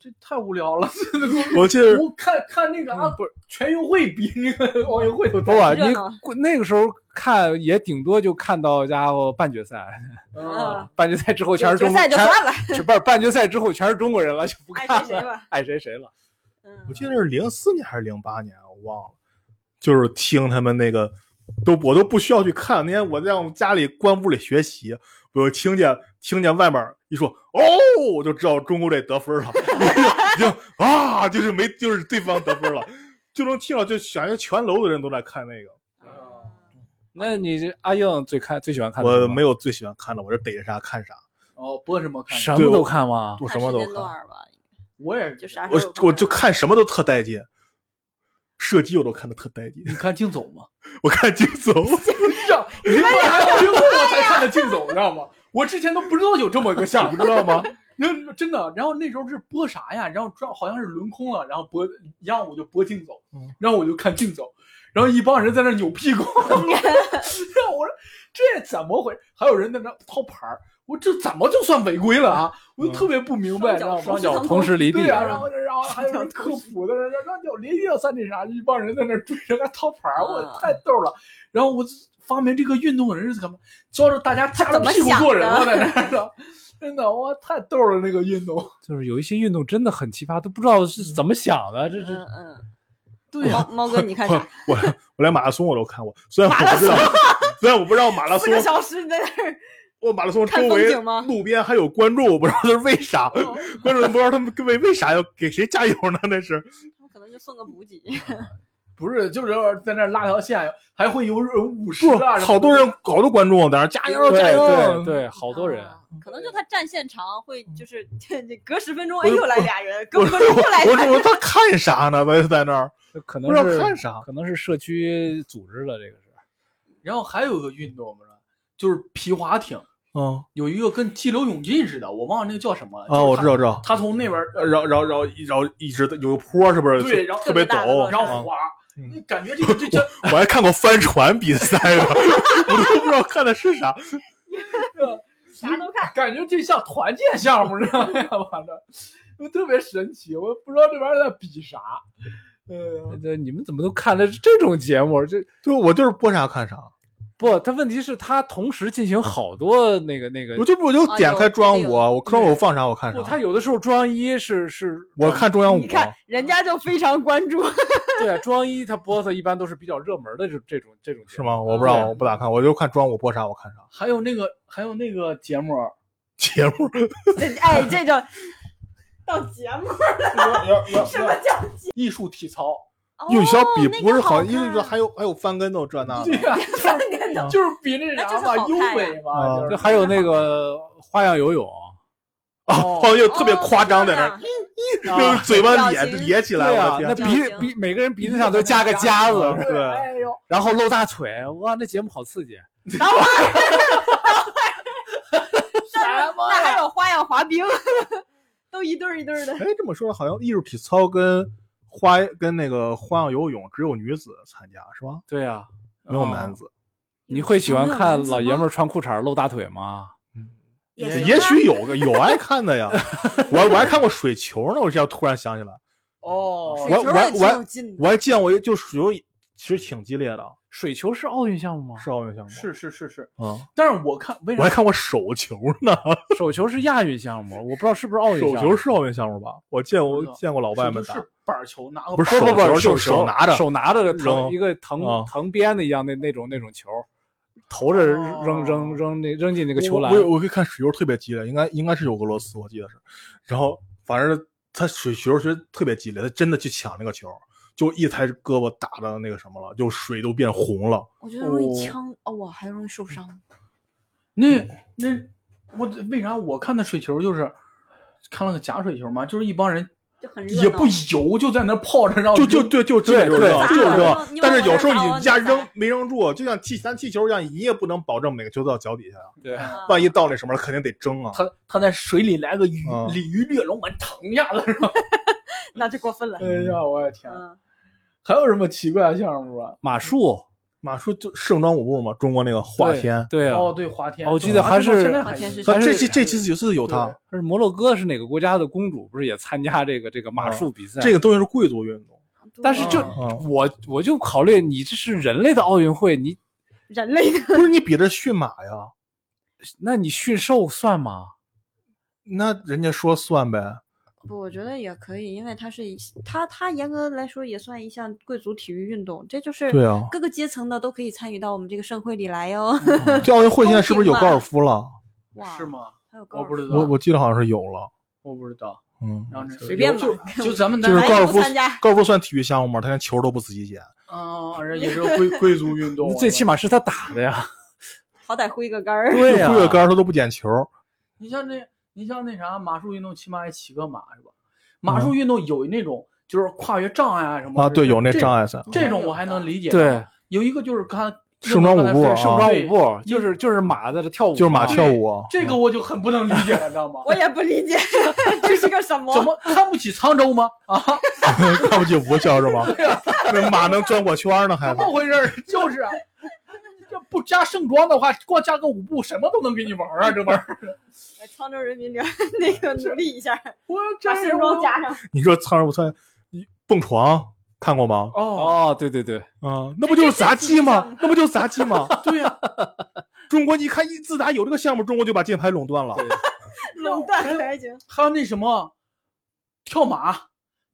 [SPEAKER 1] 这太无聊了。 *laughs*
[SPEAKER 2] 我记得
[SPEAKER 1] 我看看那个啊，
[SPEAKER 4] 不是
[SPEAKER 1] 全运会比那个奥运会都
[SPEAKER 4] 不啊，
[SPEAKER 1] 大。
[SPEAKER 3] 热
[SPEAKER 4] 你
[SPEAKER 3] 闹
[SPEAKER 4] 那个时候看也顶多就看到家伙半决赛，
[SPEAKER 1] 嗯，
[SPEAKER 4] 半决赛之后全是
[SPEAKER 3] 决
[SPEAKER 4] 中国，
[SPEAKER 3] 赛就
[SPEAKER 4] 全
[SPEAKER 3] 算了，哎
[SPEAKER 4] 是不是半决赛之后全是中国人了，就不
[SPEAKER 3] 爱
[SPEAKER 2] *laughs*
[SPEAKER 4] 看
[SPEAKER 3] 谁谁
[SPEAKER 4] 了，
[SPEAKER 3] 吧。
[SPEAKER 4] 爱谁谁了。
[SPEAKER 2] 我
[SPEAKER 3] 嗯，
[SPEAKER 2] 记得是零四年还是零八年，我忘了。就是听他们那个，都我都不需要去看。那天我在我们家里关屋里学习，我就听见听见外面一说哦，我就知道中国队得分了， *laughs* 已经啊，就是没就是对方得分了，就能听到就感觉全楼的人都在看那个。
[SPEAKER 4] 那你这阿硬最看最喜欢看的是什
[SPEAKER 2] 我
[SPEAKER 4] 么？
[SPEAKER 2] 没有最喜欢看的，我是逮着啥看啥，
[SPEAKER 1] 哦，播什么看？
[SPEAKER 4] 什么都看吗？
[SPEAKER 2] 我什
[SPEAKER 3] 看
[SPEAKER 2] 么
[SPEAKER 3] 时
[SPEAKER 2] 都
[SPEAKER 3] 间段
[SPEAKER 2] 看，
[SPEAKER 3] 儿吧，
[SPEAKER 1] 我也
[SPEAKER 2] *laughs*
[SPEAKER 3] 就啥时候有
[SPEAKER 2] 我
[SPEAKER 3] 空
[SPEAKER 2] 我就看什么都特带劲，射击我都看的特带劲， *laughs*
[SPEAKER 1] 你看竞走吗？
[SPEAKER 2] 我看竞走。
[SPEAKER 1] 因为奥运会我才看的竞走，你知道吗？我之前都不知道有这么一个项目，知道吗？ *laughs* 那真的，然后那时候是播啥呀？然后知道好像是轮空了，然后播，然后我就播竞走
[SPEAKER 2] 嗯，
[SPEAKER 1] 然后我就看竞走，然后一帮人在那扭屁股，
[SPEAKER 3] 嗯
[SPEAKER 1] *laughs* 然后我说这怎么回？还有人在那掏牌儿，我这怎么就算违规了啊？我就特别不明白，
[SPEAKER 3] 嗯
[SPEAKER 1] 你知道吗？
[SPEAKER 3] 双
[SPEAKER 4] 脚
[SPEAKER 3] 双
[SPEAKER 4] 同时离地啊
[SPEAKER 1] 对
[SPEAKER 4] 是吧，
[SPEAKER 3] 啊
[SPEAKER 1] 呀、然后然后还有人科普的，然后让叫连要三那啥，一帮人在那追着他掏牌儿，我
[SPEAKER 3] 啊
[SPEAKER 1] 太逗了。然后我发明这个运动的人是怎么教着大家夹着
[SPEAKER 3] 怎么
[SPEAKER 1] 屁股
[SPEAKER 3] 想
[SPEAKER 1] 做人
[SPEAKER 3] 的
[SPEAKER 1] 了，在那儿呢。真的，哇，太逗了那个运动。
[SPEAKER 4] 就是有一些运动真的很奇葩，都不知道是怎么想的。这
[SPEAKER 3] 嗯
[SPEAKER 4] 这
[SPEAKER 3] 嗯，
[SPEAKER 1] 对呀、
[SPEAKER 3] 猫猫哥
[SPEAKER 2] *laughs*
[SPEAKER 3] 你看啥？
[SPEAKER 2] 我我我连马拉松我都看过，虽然我不知道，虽然我不知道马拉
[SPEAKER 3] 四
[SPEAKER 2] 松
[SPEAKER 3] 个，小时你
[SPEAKER 2] *laughs*
[SPEAKER 3] 在那儿，
[SPEAKER 2] 我马拉松周
[SPEAKER 3] 看风
[SPEAKER 2] 围
[SPEAKER 3] 景吗
[SPEAKER 2] 路边还有观众，我不知道这是为啥，
[SPEAKER 3] 哦
[SPEAKER 2] 观众不知道他们为为啥要给谁加油呢？那是
[SPEAKER 3] 我可能就送个补给。
[SPEAKER 1] 不是，就是在那儿拉条线，还会有舞狮
[SPEAKER 2] 不
[SPEAKER 1] 啊，
[SPEAKER 2] 好多人，好多观众在那儿加油
[SPEAKER 4] 对
[SPEAKER 2] 加
[SPEAKER 4] 对
[SPEAKER 2] 油，
[SPEAKER 4] 对，好多人。
[SPEAKER 3] 啊可能就他战线长，会就是 *laughs* 这隔十分
[SPEAKER 2] 嗯
[SPEAKER 3] 钟，
[SPEAKER 2] 我
[SPEAKER 3] 哎，又来俩人，隔
[SPEAKER 2] 我
[SPEAKER 3] 五
[SPEAKER 2] 说
[SPEAKER 3] 分钟又来
[SPEAKER 2] 我说
[SPEAKER 3] 俩人。
[SPEAKER 2] 我他看啥呢？我就在那儿
[SPEAKER 3] 嗯
[SPEAKER 4] 这可
[SPEAKER 2] 不
[SPEAKER 4] 能
[SPEAKER 2] 知道
[SPEAKER 4] 是
[SPEAKER 2] 看啥，
[SPEAKER 4] 可能是社区组织的这个是。
[SPEAKER 1] 然后还有一个运动，我们说就是皮划艇，
[SPEAKER 2] 嗯
[SPEAKER 1] 有一个跟激流勇进似的，我忘了那个叫什么了。
[SPEAKER 2] 啊，我知
[SPEAKER 1] 道。
[SPEAKER 2] 道知道，
[SPEAKER 1] 他从那边儿
[SPEAKER 2] 呃然后然后然后一然后一直有个坡是不是？
[SPEAKER 1] 对然后
[SPEAKER 2] 特别
[SPEAKER 3] 特别大的
[SPEAKER 2] 陡，
[SPEAKER 3] 坡
[SPEAKER 1] 然
[SPEAKER 2] 啊
[SPEAKER 1] 后滑，
[SPEAKER 2] 嗯
[SPEAKER 1] 你感觉这个这这
[SPEAKER 2] 我还看过帆船比赛呢， *laughs* 我都不知道看的是啥。
[SPEAKER 3] 啥都看，
[SPEAKER 1] 感觉这像团建项目，知道吗？完了，就特别神奇，我不知道这玩意儿在比啥。嗯，
[SPEAKER 4] 这你们怎么都看了这种节目？这
[SPEAKER 2] 对，我就是播啥看啥。
[SPEAKER 4] 不，他问题是他同时进行好多那个那个
[SPEAKER 2] 我，就我就
[SPEAKER 3] 啊
[SPEAKER 2] 点
[SPEAKER 3] 有
[SPEAKER 2] 开中央
[SPEAKER 3] 这个
[SPEAKER 2] 五啊，我中央五放啥我看
[SPEAKER 4] 不，
[SPEAKER 2] 啥。
[SPEAKER 4] 他有的时候中央一是是，
[SPEAKER 2] 我看中央五
[SPEAKER 3] 你，看人家就非常关注。 *laughs*
[SPEAKER 4] 对啊，中央一他播的一般都是比较热门的这这种这种节
[SPEAKER 2] 是
[SPEAKER 4] 目？
[SPEAKER 2] 吗？我不知道，
[SPEAKER 4] 对
[SPEAKER 2] 我不咋看，我就看中央五播啥我看啥。
[SPEAKER 1] 还有那个还有那个节目，
[SPEAKER 2] 节目 *laughs*
[SPEAKER 3] 哎，这叫到节目什么叫？
[SPEAKER 1] 艺术体操，
[SPEAKER 2] 用小比
[SPEAKER 3] 哦
[SPEAKER 2] 不是好，因
[SPEAKER 3] 那
[SPEAKER 2] 为
[SPEAKER 3] 个哦
[SPEAKER 2] 还有还有翻跟头这那
[SPEAKER 1] 对
[SPEAKER 2] 的。
[SPEAKER 1] 呀、就是就是比那啥嘛优
[SPEAKER 3] 那，就是好看呀
[SPEAKER 1] 美嘛，
[SPEAKER 2] 啊
[SPEAKER 1] 就是
[SPEAKER 4] 那还有那个花样游泳，
[SPEAKER 1] 哦
[SPEAKER 2] 哦，又特别
[SPEAKER 3] 哦
[SPEAKER 2] 夸张在那儿，
[SPEAKER 3] 这
[SPEAKER 2] 就是嘴巴
[SPEAKER 3] 表
[SPEAKER 2] 咧
[SPEAKER 3] 情
[SPEAKER 2] 咧起来，
[SPEAKER 4] 对啊
[SPEAKER 2] 我，的
[SPEAKER 4] 那
[SPEAKER 2] 天！
[SPEAKER 3] 天
[SPEAKER 4] 鼻
[SPEAKER 3] 表情
[SPEAKER 4] 鼻每个人鼻子上都加个夹子，
[SPEAKER 2] 对
[SPEAKER 1] 对，哎呦，
[SPEAKER 4] 然后露大腿，哇，那节目好刺激！啊
[SPEAKER 1] 什么
[SPEAKER 3] 哦那还
[SPEAKER 1] 呀？
[SPEAKER 3] 有花样滑冰， *laughs* 都一对儿一对儿的。
[SPEAKER 2] 哎，这么说好像艺术体操跟花跟那个花样游泳只有女子参加是吧？
[SPEAKER 4] 对啊，
[SPEAKER 2] 没有男子，
[SPEAKER 3] 哦
[SPEAKER 4] 你会喜欢看老爷
[SPEAKER 3] 儿
[SPEAKER 4] 们儿穿裤衩露大腿吗？
[SPEAKER 1] 也
[SPEAKER 2] 也
[SPEAKER 3] 啊
[SPEAKER 2] 许有个有爱看的呀。我我还看过水球呢，我这样突然想起来，
[SPEAKER 1] 哦，
[SPEAKER 2] 我我我
[SPEAKER 3] 我
[SPEAKER 2] 我还见过一就水球，其实挺激烈的，
[SPEAKER 4] 水球是奥运项目吗？
[SPEAKER 2] 是奥运项目。
[SPEAKER 1] 啊是是是是，
[SPEAKER 4] 嗯
[SPEAKER 2] 啊，
[SPEAKER 1] 但是我看为
[SPEAKER 2] 我
[SPEAKER 1] 啥
[SPEAKER 2] 还看过手球呢，
[SPEAKER 4] 手球是亚运项目，我不知道是不是奥运项
[SPEAKER 2] 手
[SPEAKER 4] 目。
[SPEAKER 2] 球是奥运项目吧？我见
[SPEAKER 1] 不
[SPEAKER 2] 我
[SPEAKER 1] 知道
[SPEAKER 2] 见过老外们打，
[SPEAKER 1] 是板球拿个
[SPEAKER 2] 不是
[SPEAKER 4] 不
[SPEAKER 1] 板
[SPEAKER 4] 不
[SPEAKER 2] 手球
[SPEAKER 4] 不，
[SPEAKER 2] 就是
[SPEAKER 4] 手
[SPEAKER 2] 手拿着
[SPEAKER 4] 手拿着的
[SPEAKER 2] 扔
[SPEAKER 4] 藤一个藤
[SPEAKER 2] 啊
[SPEAKER 4] 藤编的一样的那种那种球，投着
[SPEAKER 1] 哦
[SPEAKER 4] 扔扔扔那扔进那个球篮
[SPEAKER 2] 我。我我可以看水球特别激烈，应该应该是有俄罗斯，我记得是。然后反正他水水球其实特别激烈，他真的去抢那个球，就一抬胳膊打到那个什么了，就水都变红了。
[SPEAKER 3] 我觉得容易呛，哦，我还容易受伤。
[SPEAKER 1] 那那我为啥我看的水球就是看了个假水球嘛，就是一帮人
[SPEAKER 3] 就很热闹
[SPEAKER 1] 也不游，就在那儿泡着，然后
[SPEAKER 2] 就就对就
[SPEAKER 4] 对
[SPEAKER 2] 真的就是
[SPEAKER 4] 对
[SPEAKER 2] 这样
[SPEAKER 4] 砸
[SPEAKER 2] 就是
[SPEAKER 4] 了
[SPEAKER 2] 这
[SPEAKER 3] 然后
[SPEAKER 2] 样
[SPEAKER 3] 你。
[SPEAKER 2] 但是
[SPEAKER 3] 往我
[SPEAKER 2] 有
[SPEAKER 3] 这
[SPEAKER 2] 时候
[SPEAKER 3] 砸
[SPEAKER 2] 你
[SPEAKER 3] 我
[SPEAKER 2] 人家
[SPEAKER 3] 这砸
[SPEAKER 2] 扔没扔住，就像踢咱踢球一样，你也不能保证每个球都到脚底下呀。
[SPEAKER 4] 对，
[SPEAKER 3] 啊
[SPEAKER 1] 啊
[SPEAKER 2] 万一到那什么了，肯定得争啊。
[SPEAKER 1] 他他在水里来个鱼
[SPEAKER 2] 啊
[SPEAKER 1] 鲤鱼跃龙门，腾一下子是吧？
[SPEAKER 3] *laughs* 那就过分了。
[SPEAKER 2] 啊
[SPEAKER 1] 哎呀，我的天！
[SPEAKER 3] 嗯，
[SPEAKER 1] 还有什么奇怪的项目啊？
[SPEAKER 4] 马术
[SPEAKER 2] 马术就盛装舞步嘛，中国那个华天，
[SPEAKER 4] 对啊，
[SPEAKER 1] 哦，对，华天，
[SPEAKER 4] 哦我记得还是
[SPEAKER 1] 现在
[SPEAKER 3] 华天是
[SPEAKER 1] 有
[SPEAKER 3] 对
[SPEAKER 2] 他
[SPEAKER 4] 还
[SPEAKER 2] 这
[SPEAKER 4] 是
[SPEAKER 2] 期这期就是有他
[SPEAKER 1] 对，
[SPEAKER 4] 还是摩洛哥是哪个国家的公主，不是也参加这个这个马术比赛？
[SPEAKER 2] 啊这个东西是贵族运动，
[SPEAKER 4] 但是
[SPEAKER 3] 啊
[SPEAKER 4] 就、
[SPEAKER 2] 嗯
[SPEAKER 4] 我我就考虑你这是人类的奥运会，你
[SPEAKER 3] 人类的
[SPEAKER 2] 不是你比这驯马呀？
[SPEAKER 4] 那你驯兽算吗？
[SPEAKER 2] 那人家说算呗，
[SPEAKER 3] 不，我觉得也可以，因为它是一，它它严格来说也算一项贵族体育运动，这就是
[SPEAKER 2] 对啊
[SPEAKER 3] 各个阶层的都可以参与到我们这个盛会里来哟。
[SPEAKER 2] 这奥运会现在是不是有高尔夫了？
[SPEAKER 1] *laughs*
[SPEAKER 3] 哇，
[SPEAKER 1] 是？吗？
[SPEAKER 3] 还有高
[SPEAKER 1] 我
[SPEAKER 3] 尔
[SPEAKER 1] 不
[SPEAKER 3] 夫，
[SPEAKER 1] 知道，
[SPEAKER 2] 我我记得好像是有了，
[SPEAKER 1] 我不知道。
[SPEAKER 2] 嗯，
[SPEAKER 1] 然后这
[SPEAKER 3] 随便吧
[SPEAKER 1] 就就咱们
[SPEAKER 2] 就
[SPEAKER 1] 单
[SPEAKER 2] 是
[SPEAKER 3] 咱
[SPEAKER 2] 高
[SPEAKER 3] 也
[SPEAKER 2] 尔
[SPEAKER 3] 不
[SPEAKER 2] 夫
[SPEAKER 3] 参加，
[SPEAKER 2] 高尔夫算体育项目吗？他连球都不自己捡，
[SPEAKER 1] 啊，人也是个
[SPEAKER 3] *laughs*
[SPEAKER 1] 贵贵族运动，啊
[SPEAKER 4] 最起码是他打的呀。
[SPEAKER 3] 好歹挥个杆儿。
[SPEAKER 4] 对呀、
[SPEAKER 2] 就挥个杆儿他都不捡球，
[SPEAKER 1] 你像那，你像那啥，马术运动起码也骑个马是吧？马术运动有那种就是跨越障碍啊什么
[SPEAKER 2] 啊，
[SPEAKER 1] 的
[SPEAKER 2] 对，有那
[SPEAKER 1] 这
[SPEAKER 2] 障碍赛，
[SPEAKER 1] 这
[SPEAKER 3] 嗯
[SPEAKER 1] 种我还能理解。，
[SPEAKER 4] 对，
[SPEAKER 1] 有一个就是刚才
[SPEAKER 2] 盛装舞步啊
[SPEAKER 4] 盛装舞，步
[SPEAKER 1] 对
[SPEAKER 4] 就是就是马在这跳舞嘛，
[SPEAKER 2] 就是马跳舞，啊
[SPEAKER 1] 这个我就很不能理解了，你知道吗？
[SPEAKER 3] *laughs* 我也不理解这是个什么？
[SPEAKER 1] 怎么看不起沧州吗？啊，
[SPEAKER 2] *laughs* 看不起吴枭是吗？那马能转过圈儿呢，还
[SPEAKER 1] 怎么回事儿？ *laughs* 就是啊，这不加盛装的话，光加个舞步，什么都能给你玩儿啊，这玩意儿。
[SPEAKER 3] 哎沧州人民了 *laughs* 那个努力一下，
[SPEAKER 1] 我
[SPEAKER 3] 把
[SPEAKER 1] 真是
[SPEAKER 3] 盛装加上。 *laughs*
[SPEAKER 2] 你说苍蝇不算蹦床看过吗？
[SPEAKER 1] 哦，
[SPEAKER 4] 哦，对对对，
[SPEAKER 2] 啊，那不就是杂技吗？那不就是杂技吗？ *laughs*
[SPEAKER 1] 对呀、
[SPEAKER 2] 中国，你看一自打有这个项目，中国就把金牌垄断了
[SPEAKER 3] 垄断还行，
[SPEAKER 1] 还有那什么跳马，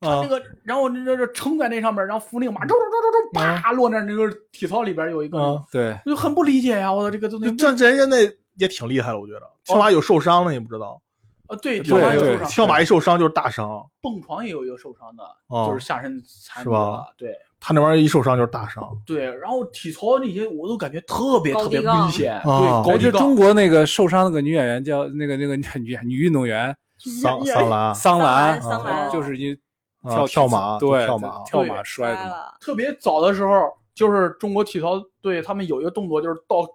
[SPEAKER 1] 那
[SPEAKER 2] 啊！
[SPEAKER 1] 个，然后这这这撑在那上面，然后扶那个马，
[SPEAKER 2] 嗯
[SPEAKER 1] 嗖嗖嗖嗖嗖，啪落那儿那个体操里边有一个，
[SPEAKER 2] 啊
[SPEAKER 1] 我
[SPEAKER 4] 对，
[SPEAKER 1] 就很不理解呀，我操，这个东西
[SPEAKER 2] 这人家那也挺厉害了，我觉得跳马有受伤了，你不知道？
[SPEAKER 1] 啊，对，
[SPEAKER 4] 对
[SPEAKER 1] 跳哦马有
[SPEAKER 4] 对
[SPEAKER 1] 受伤，
[SPEAKER 2] 跳马一受伤就是大伤，
[SPEAKER 1] 蹦床也有一个受伤的，
[SPEAKER 2] 哦
[SPEAKER 1] 就是下身残
[SPEAKER 2] 是
[SPEAKER 1] 疾
[SPEAKER 2] 吧
[SPEAKER 1] 了，对
[SPEAKER 2] 他那玩意儿一受伤就是大伤。
[SPEAKER 1] 对，然后体操那些我都感觉特别
[SPEAKER 3] 高
[SPEAKER 1] 特别
[SPEAKER 3] 低杠
[SPEAKER 1] 危险，
[SPEAKER 2] 啊
[SPEAKER 1] 对，高
[SPEAKER 4] 而
[SPEAKER 1] 低
[SPEAKER 4] 且
[SPEAKER 1] 杠
[SPEAKER 4] 中国那个受伤那个女演员叫那个那个女女运动员
[SPEAKER 2] 桑桑兰
[SPEAKER 4] 桑兰，
[SPEAKER 3] 桑
[SPEAKER 1] 兰
[SPEAKER 4] 就是因
[SPEAKER 2] 啊
[SPEAKER 4] 啊哦跳
[SPEAKER 2] 跳马
[SPEAKER 4] 对
[SPEAKER 2] 跳马
[SPEAKER 4] 跳
[SPEAKER 1] 对
[SPEAKER 4] 马摔的嘛，
[SPEAKER 3] 了，
[SPEAKER 1] 特别早的时候，就是中国体操队他们有一个动作就是到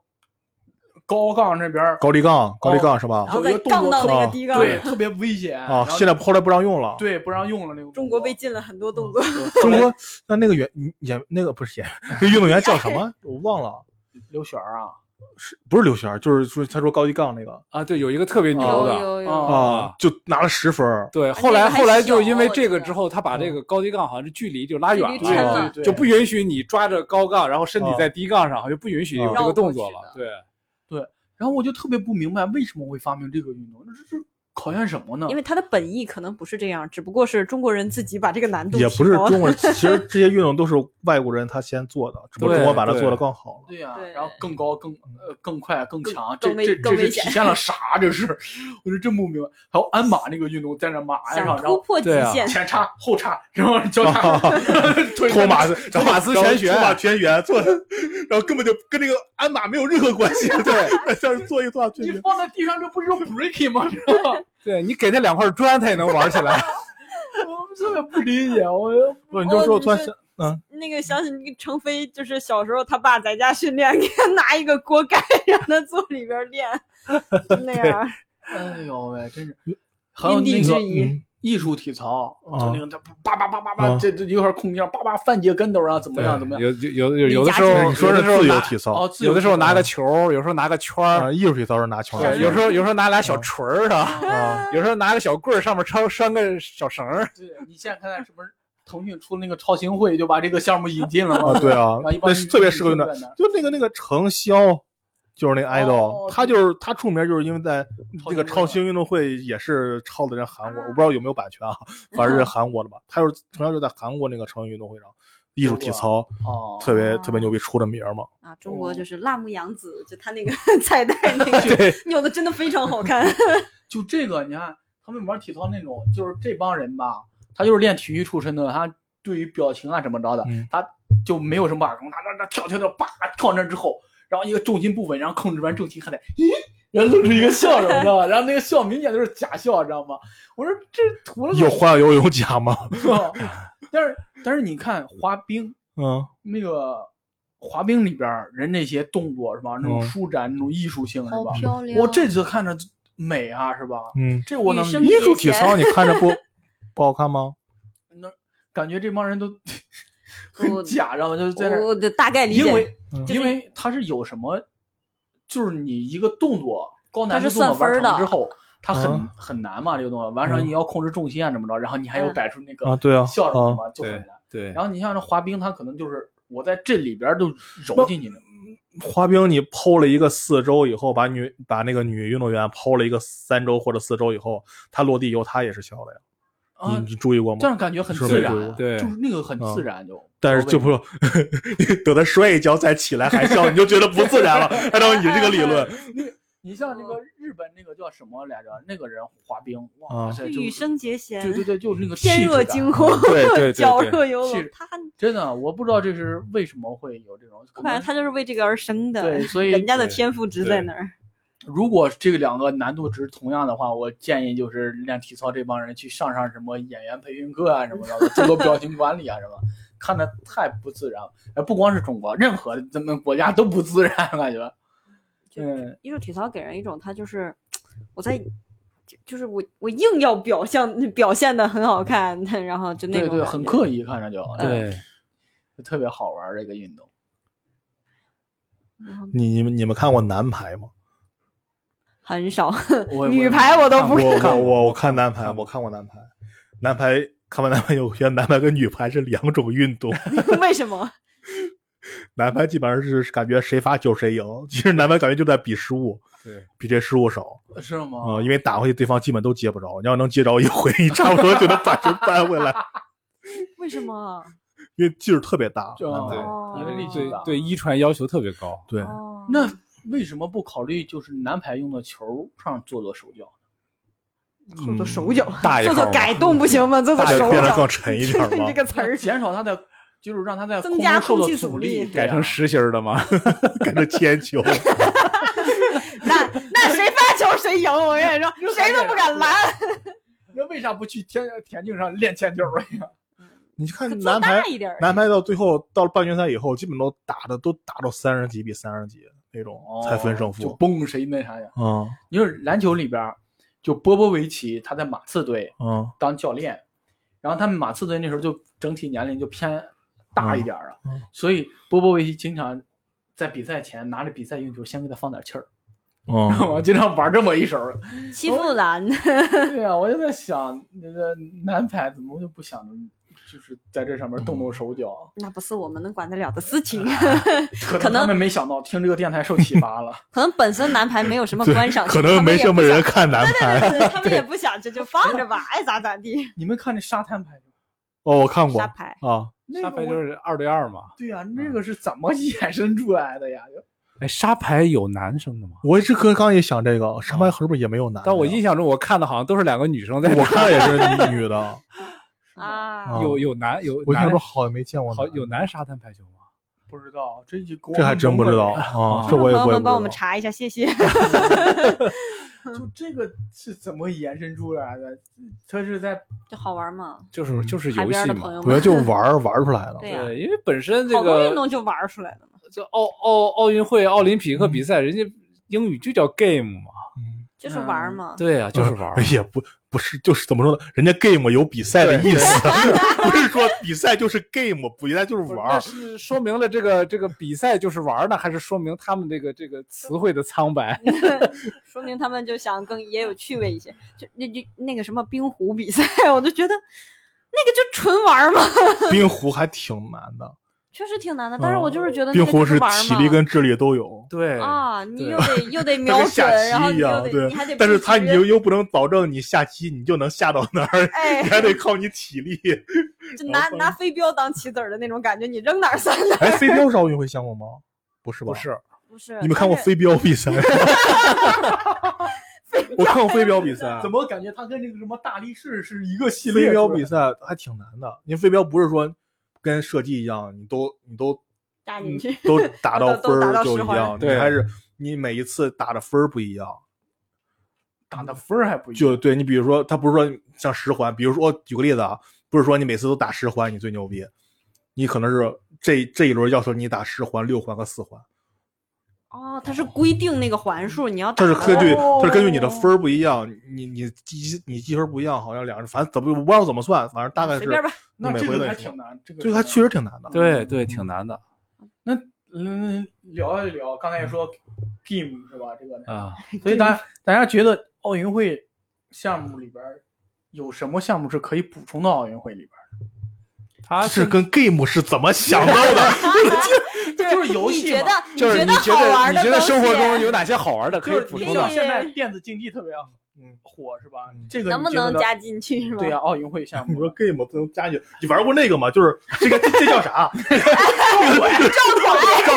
[SPEAKER 1] 高杠那边儿，
[SPEAKER 2] 高低杠，高
[SPEAKER 1] 哦
[SPEAKER 2] 低杠是
[SPEAKER 3] 然
[SPEAKER 2] 吧？
[SPEAKER 3] 后再杠到那个低杠，
[SPEAKER 1] 对，特别危险，
[SPEAKER 2] 啊
[SPEAKER 1] 啊然，后
[SPEAKER 2] 现在后来不让用了。
[SPEAKER 1] 对不让用了那个
[SPEAKER 3] 中国被
[SPEAKER 1] 被
[SPEAKER 3] 禁了很多动作，
[SPEAKER 2] 中国那那个演演那个不是演那运动员叫什么？我忘了，
[SPEAKER 1] 刘璇儿啊，
[SPEAKER 2] 是不是刘璇儿？就是说他说高低杠那个
[SPEAKER 4] 啊，对，有一个特别牛的，
[SPEAKER 3] 哦有
[SPEAKER 1] 啊
[SPEAKER 2] 啊，就拿了十分儿，
[SPEAKER 4] 对，
[SPEAKER 3] 个
[SPEAKER 4] 后来
[SPEAKER 3] 还
[SPEAKER 4] 后来
[SPEAKER 3] 小
[SPEAKER 4] 就因为这
[SPEAKER 3] 我
[SPEAKER 4] 个
[SPEAKER 3] 记得
[SPEAKER 4] 之后，他把这个高低杠好像是距离就拉
[SPEAKER 3] 距
[SPEAKER 4] 远
[SPEAKER 3] 离
[SPEAKER 1] 对
[SPEAKER 3] 抻
[SPEAKER 4] 了啊
[SPEAKER 3] 了。
[SPEAKER 1] 对对，
[SPEAKER 4] 就不允许你抓着高杠，然后身体
[SPEAKER 2] 啊
[SPEAKER 4] 在低杠上，就不允许有这个动作了
[SPEAKER 3] 绕。过
[SPEAKER 4] 对，
[SPEAKER 1] 然后我就特别不明白为什么会发明这个运动，这这这考验什么呢？
[SPEAKER 3] 因为它的本意可能不是这样，只不过是中国人自己把这个难度
[SPEAKER 2] 也不是
[SPEAKER 3] 提高了
[SPEAKER 2] 中国人，其实这些运动都是外国人他先做的，只不过
[SPEAKER 4] 对
[SPEAKER 2] 中国把它
[SPEAKER 4] 对
[SPEAKER 2] 做得更好了。
[SPEAKER 1] 对呀、
[SPEAKER 3] 对
[SPEAKER 1] 然后更高、更呃、更快、更
[SPEAKER 3] 更
[SPEAKER 1] 强，
[SPEAKER 3] 更
[SPEAKER 1] 这
[SPEAKER 3] 危
[SPEAKER 1] 这
[SPEAKER 3] 更
[SPEAKER 1] 这
[SPEAKER 3] 危
[SPEAKER 1] 是
[SPEAKER 3] 险
[SPEAKER 1] 体现了啥？这是，我是真不明白。还有鞍马那个运动，在那马鞍
[SPEAKER 3] 想
[SPEAKER 1] 上，然
[SPEAKER 3] 突
[SPEAKER 1] 后
[SPEAKER 3] 破极
[SPEAKER 4] 对啊
[SPEAKER 3] 限，
[SPEAKER 1] 前叉、后叉，然后交叉，腿
[SPEAKER 2] *laughs* 托哦马斯，
[SPEAKER 4] 托马斯全旋
[SPEAKER 2] 托马斯全旋做的，然后根本就跟这个鞍马没有任何关系。 *laughs* 对，像是做一个托马斯全
[SPEAKER 1] 你
[SPEAKER 2] 旋。
[SPEAKER 1] 放在地上，这不是用 breaking 吗？你知道吗？
[SPEAKER 4] 对你给他两块砖，他也能玩起 *laughs* 来。
[SPEAKER 1] *laughs* 我特别不理解，我
[SPEAKER 2] 不，你
[SPEAKER 3] 哦
[SPEAKER 2] 就说，我
[SPEAKER 3] 你
[SPEAKER 2] 突然
[SPEAKER 3] 是
[SPEAKER 2] 想，嗯，
[SPEAKER 3] 那个想起那个程飞，就是小时候他爸在家训练，给他拿一个锅盖 *laughs* 让他坐里边练，就那样。
[SPEAKER 1] *laughs* 哎呦喂，真是。还有
[SPEAKER 3] 因地
[SPEAKER 1] 那
[SPEAKER 3] 制宜
[SPEAKER 1] 个
[SPEAKER 2] 嗯
[SPEAKER 1] 艺术体操，
[SPEAKER 2] 啊
[SPEAKER 1] 就那个他叭叭叭叭叭，
[SPEAKER 2] 啊
[SPEAKER 1] 这这一会儿空间叭叭翻节跟斗啊，怎么样怎么样？
[SPEAKER 4] 嗯有有有
[SPEAKER 3] 离
[SPEAKER 4] 有的
[SPEAKER 3] 家
[SPEAKER 4] 时
[SPEAKER 3] 近
[SPEAKER 4] 候，
[SPEAKER 2] 你说
[SPEAKER 4] 有
[SPEAKER 2] 是
[SPEAKER 4] 的时候
[SPEAKER 2] 自由
[SPEAKER 4] 拿
[SPEAKER 2] 体操
[SPEAKER 1] 哦，自由
[SPEAKER 4] 有的时候
[SPEAKER 1] 体操
[SPEAKER 4] 拿个球儿，有时候拿个圈儿，
[SPEAKER 2] 啊，艺术体操是拿球儿
[SPEAKER 4] 对有时候有时候拿俩小锤儿的，
[SPEAKER 2] 啊，
[SPEAKER 4] 有时候拿个小棍儿，上面拴拴个小绳儿。
[SPEAKER 1] 对你现在看看什么腾讯出的那个超行会，就把这个项目引进了嘛？
[SPEAKER 2] 啊，对啊
[SPEAKER 1] 啊一，般
[SPEAKER 2] 那是特别适合运动
[SPEAKER 1] 运动员。
[SPEAKER 2] 就那个那个程潇，就是那个 idol，、
[SPEAKER 1] 哦
[SPEAKER 2] 他就是他出名就是因为在
[SPEAKER 1] 超
[SPEAKER 2] 那个
[SPEAKER 1] 级
[SPEAKER 2] 超
[SPEAKER 1] 运动
[SPEAKER 2] 新运动会也是抄的人韩国，我不知道有没有版权啊，反正是韩国的吧。他就是程潇就在韩国那个超新运动会上，艺术体操
[SPEAKER 1] 哦，
[SPEAKER 2] 特别
[SPEAKER 3] 哦
[SPEAKER 2] 特别牛逼，出的名儿嘛。
[SPEAKER 3] 啊，中国就是辣目洋子，就他那个 *laughs* 彩带那
[SPEAKER 4] 对
[SPEAKER 3] 个扭的真的非常
[SPEAKER 1] *laughs*
[SPEAKER 3] 好看。
[SPEAKER 1] 就这个，你看他们玩体操那种，就是这帮人吧，他就是练体育出身的，他对于表情啊怎么着的，
[SPEAKER 2] 嗯
[SPEAKER 1] 他就没有什么把控，他他他跳跳跳，叭跳那之后，然后一个重心不稳，然后控制完重心还得咦。然后露出一个笑容，你知道吧？然后那个笑明显就是假笑，你知道吗？我说这图了个
[SPEAKER 2] 有花样游泳奖吗？
[SPEAKER 1] 什么但是但是你看滑冰，
[SPEAKER 2] 嗯，
[SPEAKER 1] 那个滑冰里边儿人那些动作是吧？那种
[SPEAKER 2] 嗯
[SPEAKER 1] 舒展、那种艺术性是吧？
[SPEAKER 3] 漂
[SPEAKER 1] 我这次看着美啊，是吧？
[SPEAKER 2] 嗯，
[SPEAKER 1] 这我能
[SPEAKER 3] 女生
[SPEAKER 1] 理
[SPEAKER 2] 艺
[SPEAKER 1] 解
[SPEAKER 2] 术体操你看着不不好看吗？
[SPEAKER 1] 感觉这帮人都很
[SPEAKER 3] 我
[SPEAKER 1] 假，知道吗？就是在那儿
[SPEAKER 3] 我的大概理
[SPEAKER 1] 因
[SPEAKER 3] 解，
[SPEAKER 1] 为、嗯
[SPEAKER 3] 就是
[SPEAKER 1] 因为它是有什么，就是你一个动作高难
[SPEAKER 3] 它
[SPEAKER 1] 度
[SPEAKER 3] 是
[SPEAKER 1] 动作完
[SPEAKER 3] 算分儿
[SPEAKER 1] 成
[SPEAKER 3] 的
[SPEAKER 1] 之后，它很、
[SPEAKER 2] 啊
[SPEAKER 1] 很难嘛，这个动作完成
[SPEAKER 2] 嗯
[SPEAKER 1] 你要控制重心啊怎么着，然后你还有
[SPEAKER 3] 嗯
[SPEAKER 1] 摆出那
[SPEAKER 2] 啊
[SPEAKER 1] 个
[SPEAKER 2] 对啊
[SPEAKER 1] 笑容
[SPEAKER 2] 啊
[SPEAKER 1] 嘛，就很
[SPEAKER 4] 对
[SPEAKER 1] 难。
[SPEAKER 4] 对，
[SPEAKER 1] 然后你像这滑冰，它可能就是我在这里边儿都揉进去了，
[SPEAKER 2] 滑冰你抛了一个四周以后，把女把那个女运动员抛了一个三周或者四周以后，她落地以后她也是笑的呀，
[SPEAKER 1] 啊
[SPEAKER 2] 你，你注意过
[SPEAKER 1] 这
[SPEAKER 2] 吗？
[SPEAKER 1] 样感觉很
[SPEAKER 2] 嗯是
[SPEAKER 1] 自
[SPEAKER 2] 没
[SPEAKER 1] 然
[SPEAKER 2] 注意
[SPEAKER 1] 啊，
[SPEAKER 4] 对
[SPEAKER 1] 就是那个很自
[SPEAKER 2] 嗯
[SPEAKER 1] 然就。
[SPEAKER 2] 但是就不 *laughs* 等她摔一跤再起来还笑，你就觉得不自然了。按照你这个理论，
[SPEAKER 1] 你像那
[SPEAKER 3] 嗯
[SPEAKER 1] 个日本那个叫什么来着？那个人滑冰，哇
[SPEAKER 2] 啊
[SPEAKER 1] 塞，就
[SPEAKER 3] 羽
[SPEAKER 1] 是
[SPEAKER 3] 生结弦
[SPEAKER 1] 对对对，就是那个气
[SPEAKER 3] 翩若
[SPEAKER 1] 质感
[SPEAKER 3] 惊 *laughs* 鸿，
[SPEAKER 4] 对对对对
[SPEAKER 3] 矫若游
[SPEAKER 1] 气
[SPEAKER 3] 龙
[SPEAKER 1] 质。
[SPEAKER 3] 他
[SPEAKER 1] 真的，我不知道这是为什么会有这种。可
[SPEAKER 3] 我感
[SPEAKER 1] 能
[SPEAKER 3] 觉他就是为这个而生的， *laughs*
[SPEAKER 1] 对所以
[SPEAKER 3] 人家的
[SPEAKER 4] 对
[SPEAKER 3] 天赋值在那儿。
[SPEAKER 1] 如果这两个难度值同样的话，我建议就是练体操这帮人去上上什么演员培训课啊什么的，做做表情管理啊什么，看的太不自然了。哎，不光是中国，任何咱们国家都不自然，感觉。
[SPEAKER 3] 就
[SPEAKER 1] 嗯，
[SPEAKER 3] 艺术体操给人一种他就是我在，就就是我我硬要表现表现的很好看， *laughs* 然后就那
[SPEAKER 1] 对
[SPEAKER 3] 种
[SPEAKER 1] 对，
[SPEAKER 3] 感
[SPEAKER 1] 很
[SPEAKER 3] 觉
[SPEAKER 1] 刻意，看着就，
[SPEAKER 4] 对，
[SPEAKER 1] 就特别好玩儿这个运动。
[SPEAKER 3] 然后
[SPEAKER 2] 你你们你们看过男排吗？
[SPEAKER 3] 很少 *laughs*
[SPEAKER 1] 我，
[SPEAKER 3] 女排我都不
[SPEAKER 1] 看过看
[SPEAKER 2] 我
[SPEAKER 3] 是
[SPEAKER 1] 过
[SPEAKER 2] 看我我看男排，我看过男排，男排看完男排以后，我觉得男排跟女排是两种运动。
[SPEAKER 3] 为什么。
[SPEAKER 2] 男排基本上是感觉谁发球谁赢， *laughs* 其实男排感觉就在比失误，
[SPEAKER 4] 对，
[SPEAKER 2] 比谁失误少。
[SPEAKER 1] 是
[SPEAKER 3] 哦
[SPEAKER 2] 啊、
[SPEAKER 1] 吗？
[SPEAKER 2] 因为打回去对方基本都接不着，你要能接着一回，你差不多就能把球扳回
[SPEAKER 3] *laughs*
[SPEAKER 2] 来，
[SPEAKER 3] 为什
[SPEAKER 1] 啊
[SPEAKER 3] 么？
[SPEAKER 2] 因为劲儿特别大。
[SPEAKER 1] 就
[SPEAKER 2] 男排
[SPEAKER 4] 对
[SPEAKER 3] 哦
[SPEAKER 1] 因为力气
[SPEAKER 4] 对
[SPEAKER 1] 大。
[SPEAKER 4] 对，一传要求特别高。
[SPEAKER 2] 对，
[SPEAKER 3] *laughs* 哦
[SPEAKER 1] 那为什么不考虑就是男排用的球上做做手
[SPEAKER 3] *laughs*
[SPEAKER 1] 脚？
[SPEAKER 3] 做
[SPEAKER 2] 嗯
[SPEAKER 3] 做手脚，
[SPEAKER 4] 大一
[SPEAKER 3] 做做
[SPEAKER 4] 号嘛
[SPEAKER 3] 改动不行吗？做做
[SPEAKER 2] 大
[SPEAKER 3] 手
[SPEAKER 2] 脚
[SPEAKER 3] 脚
[SPEAKER 2] 变得更沉一点
[SPEAKER 3] 你
[SPEAKER 2] 吗
[SPEAKER 3] *laughs* 这？个词儿
[SPEAKER 1] 减少他的，就是让他在
[SPEAKER 3] 增
[SPEAKER 1] 空
[SPEAKER 3] 加
[SPEAKER 1] 中受
[SPEAKER 3] 空
[SPEAKER 1] 到
[SPEAKER 3] 气阻
[SPEAKER 1] 阻
[SPEAKER 3] 力
[SPEAKER 1] 对
[SPEAKER 4] 改
[SPEAKER 1] 啊
[SPEAKER 4] 成实心儿的吗？
[SPEAKER 2] *laughs* 改成铅
[SPEAKER 3] *laughs*
[SPEAKER 2] 球，
[SPEAKER 3] 那 *laughs* 那谁发球谁赢，我跟你 *laughs* 说，谁都不敢拦。
[SPEAKER 1] 那为啥不去田田径上练铅球 *laughs* 儿啊呀？
[SPEAKER 2] 你看
[SPEAKER 3] 做
[SPEAKER 2] 男排
[SPEAKER 3] 大，一点儿，
[SPEAKER 2] 男排到最后到了半决赛以后，基本都打的都打到三十几比三十几那种
[SPEAKER 3] 哦
[SPEAKER 2] 才分胜
[SPEAKER 1] 哦就
[SPEAKER 2] 负。
[SPEAKER 1] 崩谁那啥呀？
[SPEAKER 2] 嗯
[SPEAKER 1] 你说篮球里边儿，就波波维奇他在马刺队
[SPEAKER 2] 嗯
[SPEAKER 1] 当教练，然后他们马刺队那时候就整体年龄就偏大一点儿了，
[SPEAKER 2] 嗯嗯
[SPEAKER 1] 所以波波维奇经常在比赛前拿着比赛用球先给他放点气儿， *laughs*
[SPEAKER 3] *laughs*
[SPEAKER 2] 嗯，
[SPEAKER 1] 我经常玩这么一手儿。
[SPEAKER 3] 欺负
[SPEAKER 1] *laughs*
[SPEAKER 3] 篮，
[SPEAKER 1] 对呀、我就在想那个男排怎么就不想着就是在这上面动动手 *laughs* 脚？
[SPEAKER 3] 那不是我们能管得了的事情。
[SPEAKER 2] *laughs*
[SPEAKER 1] 可
[SPEAKER 3] 可能
[SPEAKER 1] 他们没想到听这个电台受启发 *laughs* 了。
[SPEAKER 3] 可能本身男排没有什么
[SPEAKER 2] 对
[SPEAKER 3] 观赏性，
[SPEAKER 2] 可能没什么人看男
[SPEAKER 3] 他
[SPEAKER 2] 排。
[SPEAKER 3] 们也不想。他们也不想，这就放着吧，爱咋咋地。
[SPEAKER 1] 你们看这沙滩排球，
[SPEAKER 2] 哦， *laughs* 我看过
[SPEAKER 3] 沙排
[SPEAKER 2] 啊，
[SPEAKER 1] 那
[SPEAKER 4] 沙
[SPEAKER 1] 个
[SPEAKER 4] 排
[SPEAKER 1] 我
[SPEAKER 4] 就是二对二嘛。
[SPEAKER 1] 对呀、那个是怎么 *laughs* 衍生出来的呀？就
[SPEAKER 4] 哎，沙排有男生的吗？
[SPEAKER 2] 我是刚刚也想这个，沙排是不是也没有男的呀？
[SPEAKER 4] 哦但我印象中我看的好像都是两个女生在
[SPEAKER 2] 我看也是
[SPEAKER 4] *laughs*
[SPEAKER 2] 女的，
[SPEAKER 3] 啊
[SPEAKER 2] 啊，
[SPEAKER 4] 有有男有
[SPEAKER 2] 我印象
[SPEAKER 4] 男
[SPEAKER 2] 中好像没见过男
[SPEAKER 4] 好
[SPEAKER 2] 的。
[SPEAKER 4] 有男沙滩排球吗？
[SPEAKER 1] 不知道，这就
[SPEAKER 2] 这还真不知道。啊，这
[SPEAKER 3] 听众
[SPEAKER 2] 我
[SPEAKER 3] 朋
[SPEAKER 2] 也
[SPEAKER 3] 友
[SPEAKER 2] 我也
[SPEAKER 3] 们
[SPEAKER 2] 不
[SPEAKER 3] 帮我们
[SPEAKER 2] 知道
[SPEAKER 3] 查一下，谢谢。
[SPEAKER 2] *laughs*
[SPEAKER 1] *laughs* 就这个是怎么延伸出来的？它是在
[SPEAKER 3] 就好玩嘛，
[SPEAKER 4] 就是
[SPEAKER 2] 嗯
[SPEAKER 4] 就是
[SPEAKER 3] 海
[SPEAKER 4] 游
[SPEAKER 3] 边
[SPEAKER 4] 戏
[SPEAKER 3] 的朋
[SPEAKER 4] 嘛。
[SPEAKER 3] 友
[SPEAKER 2] 我觉得
[SPEAKER 3] 们，
[SPEAKER 2] 就玩儿玩儿出来的。
[SPEAKER 3] 对呀，
[SPEAKER 4] 对，因为本身这
[SPEAKER 3] 好多运
[SPEAKER 4] 个
[SPEAKER 3] 动就玩出来的嘛，
[SPEAKER 4] 这奥奥奥运会、奥林匹克比赛，人家英语就叫 game 嘛。
[SPEAKER 2] 嗯
[SPEAKER 3] 就是玩嘛。
[SPEAKER 4] 对啊，就是玩儿。
[SPEAKER 2] 也不不是，就是怎么说呢？人家 game 有比赛的意思， *laughs* 不是说比赛就是 game，比赛就是玩
[SPEAKER 4] 那
[SPEAKER 2] 儿。
[SPEAKER 4] 是说明了这个这个比赛就是玩儿呢，还是说明他们这个这个词汇的苍白？ *laughs*
[SPEAKER 3] *laughs* 说明他们就想更也有趣味一些。就那就那个什么冰壶比赛，我就觉得那个就纯玩儿嘛，
[SPEAKER 2] 冰壶还挺难的，
[SPEAKER 3] 确实挺难的。但是我就是觉得那
[SPEAKER 2] 嗯冰
[SPEAKER 3] 个就
[SPEAKER 2] 壶是
[SPEAKER 3] 玩儿
[SPEAKER 2] 体
[SPEAKER 3] 嘛
[SPEAKER 2] 力跟智力都有，
[SPEAKER 4] 对
[SPEAKER 3] 啊，你
[SPEAKER 4] 对
[SPEAKER 3] 又得
[SPEAKER 2] *laughs* 它
[SPEAKER 3] 又得瞄
[SPEAKER 2] 跟
[SPEAKER 3] 准
[SPEAKER 2] 下，
[SPEAKER 3] 然后
[SPEAKER 2] 棋
[SPEAKER 3] 你
[SPEAKER 2] 一
[SPEAKER 3] 又
[SPEAKER 2] 样，
[SPEAKER 3] 得
[SPEAKER 2] 对
[SPEAKER 3] 你还得。
[SPEAKER 2] 但是
[SPEAKER 3] 平
[SPEAKER 2] 它
[SPEAKER 3] 时
[SPEAKER 2] 你又又不能保证你下棋你就能下到哪儿， *laughs*
[SPEAKER 3] 哎
[SPEAKER 2] 你，还哦得靠你体力。
[SPEAKER 3] 就拿
[SPEAKER 2] 然后
[SPEAKER 3] 拿飞镖当棋子儿的那种感觉，你扔哪儿算哪儿。
[SPEAKER 2] 哎，飞镖是奥运会项目吗？不是吧？
[SPEAKER 4] 不是，
[SPEAKER 3] 不是
[SPEAKER 2] 你们看过飞镖比
[SPEAKER 3] *laughs*
[SPEAKER 2] 赛吗？我看过飞镖比赛，
[SPEAKER 1] 怎么感觉它跟那个什么大力士是一个系列
[SPEAKER 2] 飞镖
[SPEAKER 1] 出来
[SPEAKER 2] 比
[SPEAKER 1] 的？
[SPEAKER 2] 赛还挺难的，因为飞镖不是说跟射击一样，你都你
[SPEAKER 3] *laughs*
[SPEAKER 2] 都
[SPEAKER 3] 打进
[SPEAKER 2] 你
[SPEAKER 3] 去？
[SPEAKER 2] 都打到
[SPEAKER 3] 都
[SPEAKER 2] 分
[SPEAKER 3] 都打到
[SPEAKER 2] 儿就
[SPEAKER 3] 十
[SPEAKER 2] 一
[SPEAKER 3] 环
[SPEAKER 2] 样，你
[SPEAKER 4] 对
[SPEAKER 2] 还是你每一次打的分儿不一样。
[SPEAKER 1] 打的分儿还不一样。
[SPEAKER 2] 就对你比如说，他不是说像十环，比如说我举个例子啊，不是说你每次都打十环你最牛逼，你可能是这这一轮要求你打十环、六环和四环，
[SPEAKER 3] 哦，它是规定那个环数，你要打
[SPEAKER 2] 它是
[SPEAKER 3] 到
[SPEAKER 2] 根据
[SPEAKER 1] 哦
[SPEAKER 2] 它是根据你的分儿不一样，你你积你积分儿不一样，好像两人反正怎么我不知道怎么算，反正大概
[SPEAKER 3] 随
[SPEAKER 2] 是
[SPEAKER 3] 便吧，
[SPEAKER 1] 那
[SPEAKER 2] 每
[SPEAKER 1] 这
[SPEAKER 2] 回
[SPEAKER 1] 个
[SPEAKER 2] 的
[SPEAKER 1] 还
[SPEAKER 2] 时候
[SPEAKER 1] 挺难，这个
[SPEAKER 2] 对它确
[SPEAKER 1] 实
[SPEAKER 2] 实挺难的。
[SPEAKER 4] 对对，挺难的
[SPEAKER 1] 那嗯，聊一聊，刚才也
[SPEAKER 2] 嗯
[SPEAKER 1] 说 game 是吧？这个，
[SPEAKER 4] 啊。
[SPEAKER 1] 所以大家大家觉得奥运会项目里边儿有什么项目是可以补充到奥运会里边儿
[SPEAKER 4] 他
[SPEAKER 2] 是跟 game 是怎么想到的？
[SPEAKER 1] 的？就是游
[SPEAKER 3] 你
[SPEAKER 1] 戏
[SPEAKER 3] 觉
[SPEAKER 1] 嘛
[SPEAKER 3] 得，
[SPEAKER 4] 就是你觉
[SPEAKER 3] 好
[SPEAKER 4] 得
[SPEAKER 3] 玩
[SPEAKER 4] 你
[SPEAKER 3] 的
[SPEAKER 4] 觉得
[SPEAKER 3] 东
[SPEAKER 4] 生活
[SPEAKER 3] 西
[SPEAKER 4] 中有哪些好玩的可
[SPEAKER 1] 就
[SPEAKER 4] 以
[SPEAKER 1] 是
[SPEAKER 4] 补
[SPEAKER 1] 你
[SPEAKER 4] 充
[SPEAKER 1] 知
[SPEAKER 4] 的
[SPEAKER 1] 道
[SPEAKER 3] 对？
[SPEAKER 1] 现在电子竞技特别
[SPEAKER 2] 嗯
[SPEAKER 1] 火是吧
[SPEAKER 2] 嗯？
[SPEAKER 1] 这个
[SPEAKER 3] 能
[SPEAKER 1] 你
[SPEAKER 3] 不
[SPEAKER 1] 觉
[SPEAKER 3] 能
[SPEAKER 1] 得
[SPEAKER 3] 加进去是吧？
[SPEAKER 1] 对呀、奥运会项
[SPEAKER 2] 你
[SPEAKER 1] 目
[SPEAKER 2] 说 game 不能加进去，你玩过那个吗？就是这个这叫啥？
[SPEAKER 4] *laughs* 转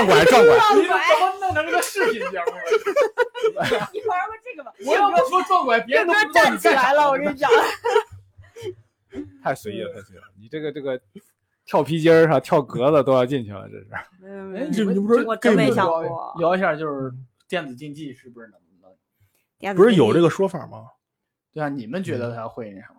[SPEAKER 4] 拐转拐，
[SPEAKER 1] *laughs* 你怎么弄成这个视频节目
[SPEAKER 3] *laughs*
[SPEAKER 1] 了？
[SPEAKER 3] 你玩过这个吧？
[SPEAKER 1] 我要不说撞拐，别人都不知道
[SPEAKER 3] 站
[SPEAKER 1] 你
[SPEAKER 3] 起
[SPEAKER 1] 干啥
[SPEAKER 3] 来了，我跟你讲，
[SPEAKER 4] *laughs* 太随意了，太随意了。你这个这 *laughs* 个跳皮筋儿上跳格子都要进去了，这是。
[SPEAKER 3] 没有
[SPEAKER 1] 哎，
[SPEAKER 3] 没有，
[SPEAKER 1] 们
[SPEAKER 2] 你不是
[SPEAKER 3] 我真没
[SPEAKER 2] 跟
[SPEAKER 3] 想
[SPEAKER 1] 聊
[SPEAKER 3] 过。
[SPEAKER 1] 聊一下，就是电子竞技是不是能能？
[SPEAKER 2] 不是有这个说法吗？
[SPEAKER 1] 对啊，你们觉得他会那什么？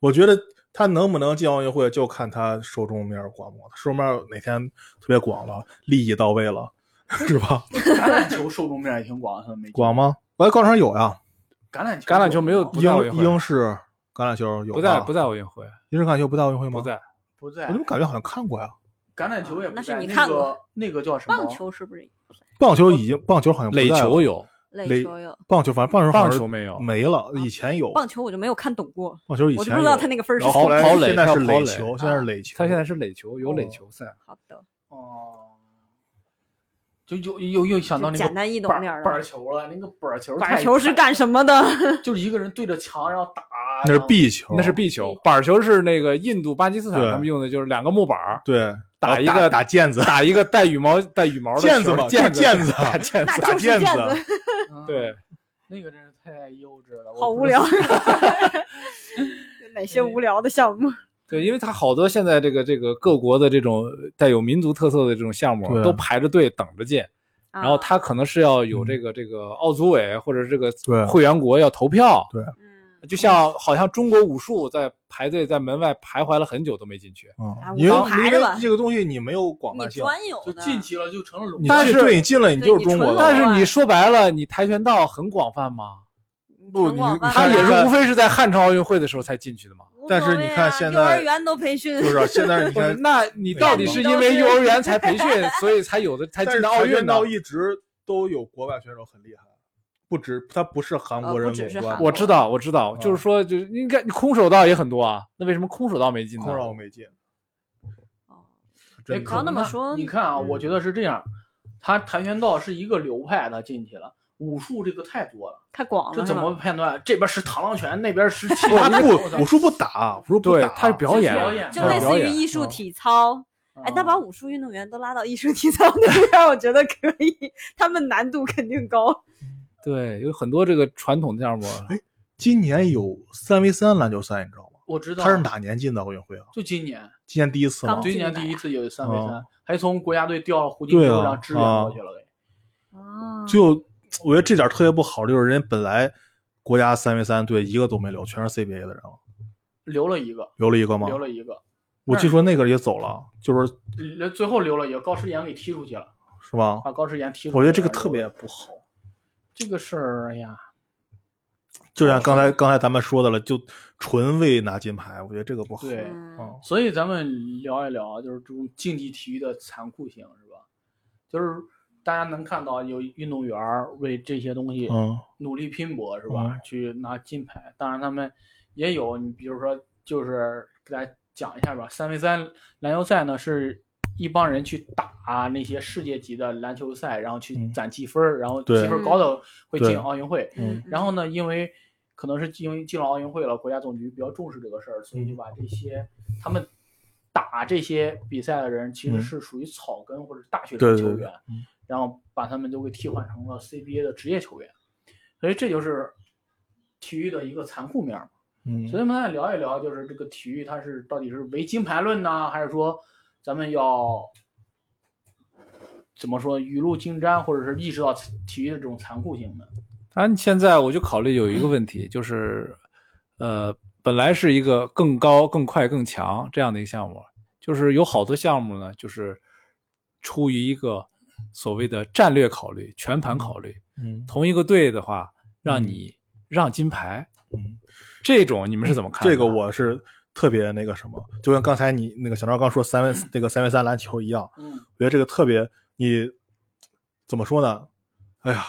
[SPEAKER 2] 我觉得他能不能进奥运会，就看他受众面广不广。受众面哪天特别广了，利益到位了， *laughs* 是吧？
[SPEAKER 1] 橄榄球受众面也挺广，他没
[SPEAKER 2] 广吗？我在高上有呀，
[SPEAKER 1] *laughs* 橄榄球
[SPEAKER 4] 橄榄球没有不在奥运
[SPEAKER 2] 英
[SPEAKER 4] 会
[SPEAKER 2] 英式橄榄球有
[SPEAKER 4] 不在
[SPEAKER 2] 吧
[SPEAKER 4] 不在奥运会，
[SPEAKER 2] 英式橄榄球不在奥运会吗？
[SPEAKER 4] 不。在
[SPEAKER 1] 不
[SPEAKER 2] 我
[SPEAKER 1] 在
[SPEAKER 2] 怎么感觉好像看过呀？
[SPEAKER 1] 橄榄球也不
[SPEAKER 3] 啊那是
[SPEAKER 1] 在
[SPEAKER 3] 你
[SPEAKER 1] 那
[SPEAKER 3] 看
[SPEAKER 1] 个
[SPEAKER 3] 过
[SPEAKER 1] 那个叫什么
[SPEAKER 3] 棒球是不是？
[SPEAKER 2] 棒球已经棒球好像不在
[SPEAKER 4] 垒
[SPEAKER 2] 了
[SPEAKER 4] 球有，
[SPEAKER 3] 垒
[SPEAKER 2] 垒
[SPEAKER 3] 球有，
[SPEAKER 2] 棒球，反正棒球好
[SPEAKER 4] 棒
[SPEAKER 2] 像
[SPEAKER 4] 球没有，
[SPEAKER 2] 没了，以前有
[SPEAKER 3] 棒球我就没有看懂过，
[SPEAKER 2] 棒球以
[SPEAKER 3] 我就
[SPEAKER 2] 前
[SPEAKER 3] 不知道他那个分儿是
[SPEAKER 4] 然后
[SPEAKER 2] 后
[SPEAKER 3] 多
[SPEAKER 2] 来
[SPEAKER 3] 少
[SPEAKER 4] 跑垒
[SPEAKER 2] 现在
[SPEAKER 4] 他
[SPEAKER 2] 是
[SPEAKER 4] 跑
[SPEAKER 2] 垒
[SPEAKER 4] 垒
[SPEAKER 2] 球，现在是垒球，
[SPEAKER 4] 他现在是垒球，有垒
[SPEAKER 1] 哦
[SPEAKER 4] 球赛。
[SPEAKER 3] 好的，
[SPEAKER 1] 哦，就又又又想到那
[SPEAKER 3] 就
[SPEAKER 1] 个
[SPEAKER 3] 简单易懂
[SPEAKER 1] 板
[SPEAKER 3] 点儿
[SPEAKER 1] 板儿
[SPEAKER 3] 的。
[SPEAKER 1] 球了，那个板儿球
[SPEAKER 3] 板
[SPEAKER 1] 太
[SPEAKER 3] 球是
[SPEAKER 1] 太
[SPEAKER 3] 干什么的？
[SPEAKER 2] *laughs*
[SPEAKER 1] 就是一个人对着墙然后
[SPEAKER 3] *laughs*
[SPEAKER 1] 打，
[SPEAKER 2] 啊那是
[SPEAKER 1] 然后
[SPEAKER 2] B 球，
[SPEAKER 4] 那是壁球，板球是那个印度、巴基斯坦
[SPEAKER 2] 对
[SPEAKER 4] 他们用的，就是两个木板儿
[SPEAKER 2] 对，
[SPEAKER 4] 哦打一
[SPEAKER 2] 然后
[SPEAKER 4] 个
[SPEAKER 2] 打毽子，
[SPEAKER 4] *laughs* 打一个带羽毛带羽毛的
[SPEAKER 2] 毽子
[SPEAKER 4] 球
[SPEAKER 2] 嘛
[SPEAKER 4] 毽子
[SPEAKER 2] 就毽子
[SPEAKER 4] 打毽
[SPEAKER 3] 那
[SPEAKER 4] 子，啊
[SPEAKER 2] 打
[SPEAKER 3] 就是
[SPEAKER 2] 毽
[SPEAKER 3] 毽
[SPEAKER 2] 子，
[SPEAKER 1] 嗯，
[SPEAKER 4] 对，
[SPEAKER 1] 那个真是太幼稚了，我
[SPEAKER 3] 好
[SPEAKER 1] 不
[SPEAKER 3] 无
[SPEAKER 1] 知
[SPEAKER 3] 聊
[SPEAKER 1] 道。
[SPEAKER 3] *laughs* 哪些无聊的项 *laughs* 目？
[SPEAKER 4] 对，因为它好多现在这个这个各国的这种带有民族特色的这种项目啊
[SPEAKER 2] 对啊
[SPEAKER 4] 都排着队等着进，然后
[SPEAKER 3] 他，
[SPEAKER 4] 它可能是要有这个这个奥组委或者是这个
[SPEAKER 2] 嗯对
[SPEAKER 4] 会员国要投票，
[SPEAKER 3] 嗯
[SPEAKER 4] 就像好像中国武术在排队在门外徘徊了很久都没进去，
[SPEAKER 3] 啊
[SPEAKER 2] 嗯，
[SPEAKER 3] 我
[SPEAKER 2] 因为
[SPEAKER 3] 都排
[SPEAKER 2] 因
[SPEAKER 3] 着吧
[SPEAKER 2] 为这个东西你没有广
[SPEAKER 3] 你
[SPEAKER 2] 泛性，
[SPEAKER 3] 专有
[SPEAKER 1] 就
[SPEAKER 3] 的，
[SPEAKER 1] 晋级了就成了龙
[SPEAKER 2] 你
[SPEAKER 4] 但
[SPEAKER 2] 进
[SPEAKER 4] 是
[SPEAKER 2] 对你进了你就是中国
[SPEAKER 3] 对你纯
[SPEAKER 2] 的，
[SPEAKER 4] 但
[SPEAKER 3] 但
[SPEAKER 4] 是
[SPEAKER 3] 是
[SPEAKER 4] 你
[SPEAKER 3] 你
[SPEAKER 4] 说白了，你跆拳道很广泛吗？
[SPEAKER 2] 不
[SPEAKER 3] 全广
[SPEAKER 2] 你
[SPEAKER 3] 泛
[SPEAKER 4] 它
[SPEAKER 2] 看
[SPEAKER 4] 也
[SPEAKER 3] 的啊
[SPEAKER 4] 是无非是在汉城奥运会的时候才进去的嘛。
[SPEAKER 3] 无
[SPEAKER 2] 但
[SPEAKER 3] 所
[SPEAKER 2] 是你
[SPEAKER 3] 谓啊
[SPEAKER 2] 看现
[SPEAKER 3] 幼儿
[SPEAKER 2] 在
[SPEAKER 3] 园都培训，
[SPEAKER 2] 就是啊现在你
[SPEAKER 4] 不是
[SPEAKER 2] 看，
[SPEAKER 4] 那你到底是因为幼儿园才培训，所以才有的才
[SPEAKER 2] 但
[SPEAKER 4] 进
[SPEAKER 2] 是
[SPEAKER 4] 的奥
[SPEAKER 2] 跆
[SPEAKER 4] 运
[SPEAKER 2] 拳
[SPEAKER 4] 呢？
[SPEAKER 2] 道一直都有国外选手很厉害，不止他不是韩国
[SPEAKER 3] 呃
[SPEAKER 2] 人
[SPEAKER 3] 不只是
[SPEAKER 2] 垄断
[SPEAKER 3] 韩
[SPEAKER 2] 的，
[SPEAKER 4] 我知道，我知道，
[SPEAKER 2] 嗯
[SPEAKER 4] 就是说，就是应该空手道也很多啊，那为什么空手道没进呢？
[SPEAKER 2] 空手我没进，
[SPEAKER 3] 哦
[SPEAKER 1] 哎，
[SPEAKER 2] 真
[SPEAKER 1] 可
[SPEAKER 2] 的
[SPEAKER 3] 要那
[SPEAKER 1] 能
[SPEAKER 3] 么
[SPEAKER 1] 呢
[SPEAKER 3] 说
[SPEAKER 1] 你看啊，我
[SPEAKER 3] 嗯
[SPEAKER 1] 觉得是这样，他跆拳道是一个流派，他进去了。武术这个太多了，
[SPEAKER 3] 太广了，
[SPEAKER 1] 这
[SPEAKER 3] 是
[SPEAKER 1] 怎
[SPEAKER 3] 吧
[SPEAKER 1] 么判断？这边是螳螂拳，那边是
[SPEAKER 3] *laughs*
[SPEAKER 1] 其
[SPEAKER 2] 他
[SPEAKER 1] 他
[SPEAKER 2] 不武术不打，武术不
[SPEAKER 4] 对
[SPEAKER 2] 打，，
[SPEAKER 4] 他是表演，
[SPEAKER 1] 表演
[SPEAKER 3] 就
[SPEAKER 1] 嗯
[SPEAKER 3] 类似
[SPEAKER 4] 表
[SPEAKER 3] 于
[SPEAKER 4] 演
[SPEAKER 3] 艺术
[SPEAKER 2] 嗯
[SPEAKER 3] 体操。哎，那把
[SPEAKER 1] 把
[SPEAKER 3] 武术运动员都拉到艺术体操那边儿， *laughs* 我觉得可以，他们难度肯定高。
[SPEAKER 4] 对，有很多这个传统项目，
[SPEAKER 2] 今年有三 v 三篮球赛，你知道吗？
[SPEAKER 1] 我知道啊
[SPEAKER 2] 他是哪年进的奥运会啊？
[SPEAKER 1] 就今年，
[SPEAKER 2] 今年第一次吗
[SPEAKER 3] 刚？
[SPEAKER 1] 今
[SPEAKER 3] 进
[SPEAKER 1] 年
[SPEAKER 3] 的
[SPEAKER 1] 第一
[SPEAKER 3] 呀
[SPEAKER 1] 次有三 v
[SPEAKER 2] 哦
[SPEAKER 1] 三，还从国家队调了胡金
[SPEAKER 2] 对
[SPEAKER 1] 秋，
[SPEAKER 2] 啊
[SPEAKER 1] 然后支援过去了。给
[SPEAKER 3] 哦
[SPEAKER 2] 就我觉得这点儿特别不好，就是人家本来国家三 v 三队一个都没留，全是 CBA 的人了，
[SPEAKER 1] 留了一个，
[SPEAKER 2] 留了一个吗？
[SPEAKER 1] 留了一个，
[SPEAKER 2] 我据说那个也走了，就是
[SPEAKER 1] 留最后留了一个，高诗岩给踢出去了，
[SPEAKER 2] 是吧？
[SPEAKER 1] 把高诗岩踢出去了。
[SPEAKER 2] 我觉得这个
[SPEAKER 1] 然后
[SPEAKER 2] 特别不好。
[SPEAKER 1] 这个事儿，哎呀，
[SPEAKER 2] 就像刚才刚才咱们说的了，就纯为拿金牌，我觉得这个不好。
[SPEAKER 1] 对
[SPEAKER 2] 嗯，
[SPEAKER 1] 所以咱们聊一聊啊，就是这种竞技体育的残酷性，是吧？就是大家能看到有运动员儿为这些东西
[SPEAKER 2] 嗯，
[SPEAKER 1] 努力拼搏，是吧
[SPEAKER 2] 嗯？
[SPEAKER 1] 去拿金牌。当然，他们也有，你比如说，就是给大家讲一下吧，三 v 三篮球赛呢是。一帮人去打那些世界级的篮球赛，然后去
[SPEAKER 2] 嗯
[SPEAKER 1] 攒积分儿，然后
[SPEAKER 2] 对
[SPEAKER 1] 积分高的会
[SPEAKER 2] 对
[SPEAKER 1] 进奥运会。
[SPEAKER 2] 嗯
[SPEAKER 1] 然后呢，因为可能是因为进了奥运会了，国家总局比较重视这个事儿，所以
[SPEAKER 2] 嗯
[SPEAKER 1] 就把这些他们打这些比赛的人其实
[SPEAKER 2] 嗯
[SPEAKER 1] 是属于草根或者是大学
[SPEAKER 2] 对
[SPEAKER 1] 生
[SPEAKER 2] 对
[SPEAKER 1] 球
[SPEAKER 2] 对嗯
[SPEAKER 1] 员，然后把他们都给替换成了 CBA 的职业球员，所以这就是体育的一个残酷面儿。
[SPEAKER 2] 嗯
[SPEAKER 1] 所以我们来聊一聊，就是这个体育它是到底是唯金牌论呢，还是说咱们要怎么说雨露均沾，或者是意识到体育的这种残酷性呢？
[SPEAKER 4] 但现在我就考虑有一个问题，就是，呃，本来是一个更高、更快、更强这样的一个项目，就是有好多项目呢，就是出于一个所谓的战略考虑、全盘考虑，
[SPEAKER 2] 嗯
[SPEAKER 4] 同一个队的话，让你让金牌，
[SPEAKER 2] 嗯，
[SPEAKER 4] 这种你们是怎么看的？
[SPEAKER 2] 这个我是特别那个什么，就跟刚才你那个小赵刚说三 v 那个三 v 三篮球一样，
[SPEAKER 1] 嗯，
[SPEAKER 2] 我觉得这个特别，你怎么说呢？哎呀，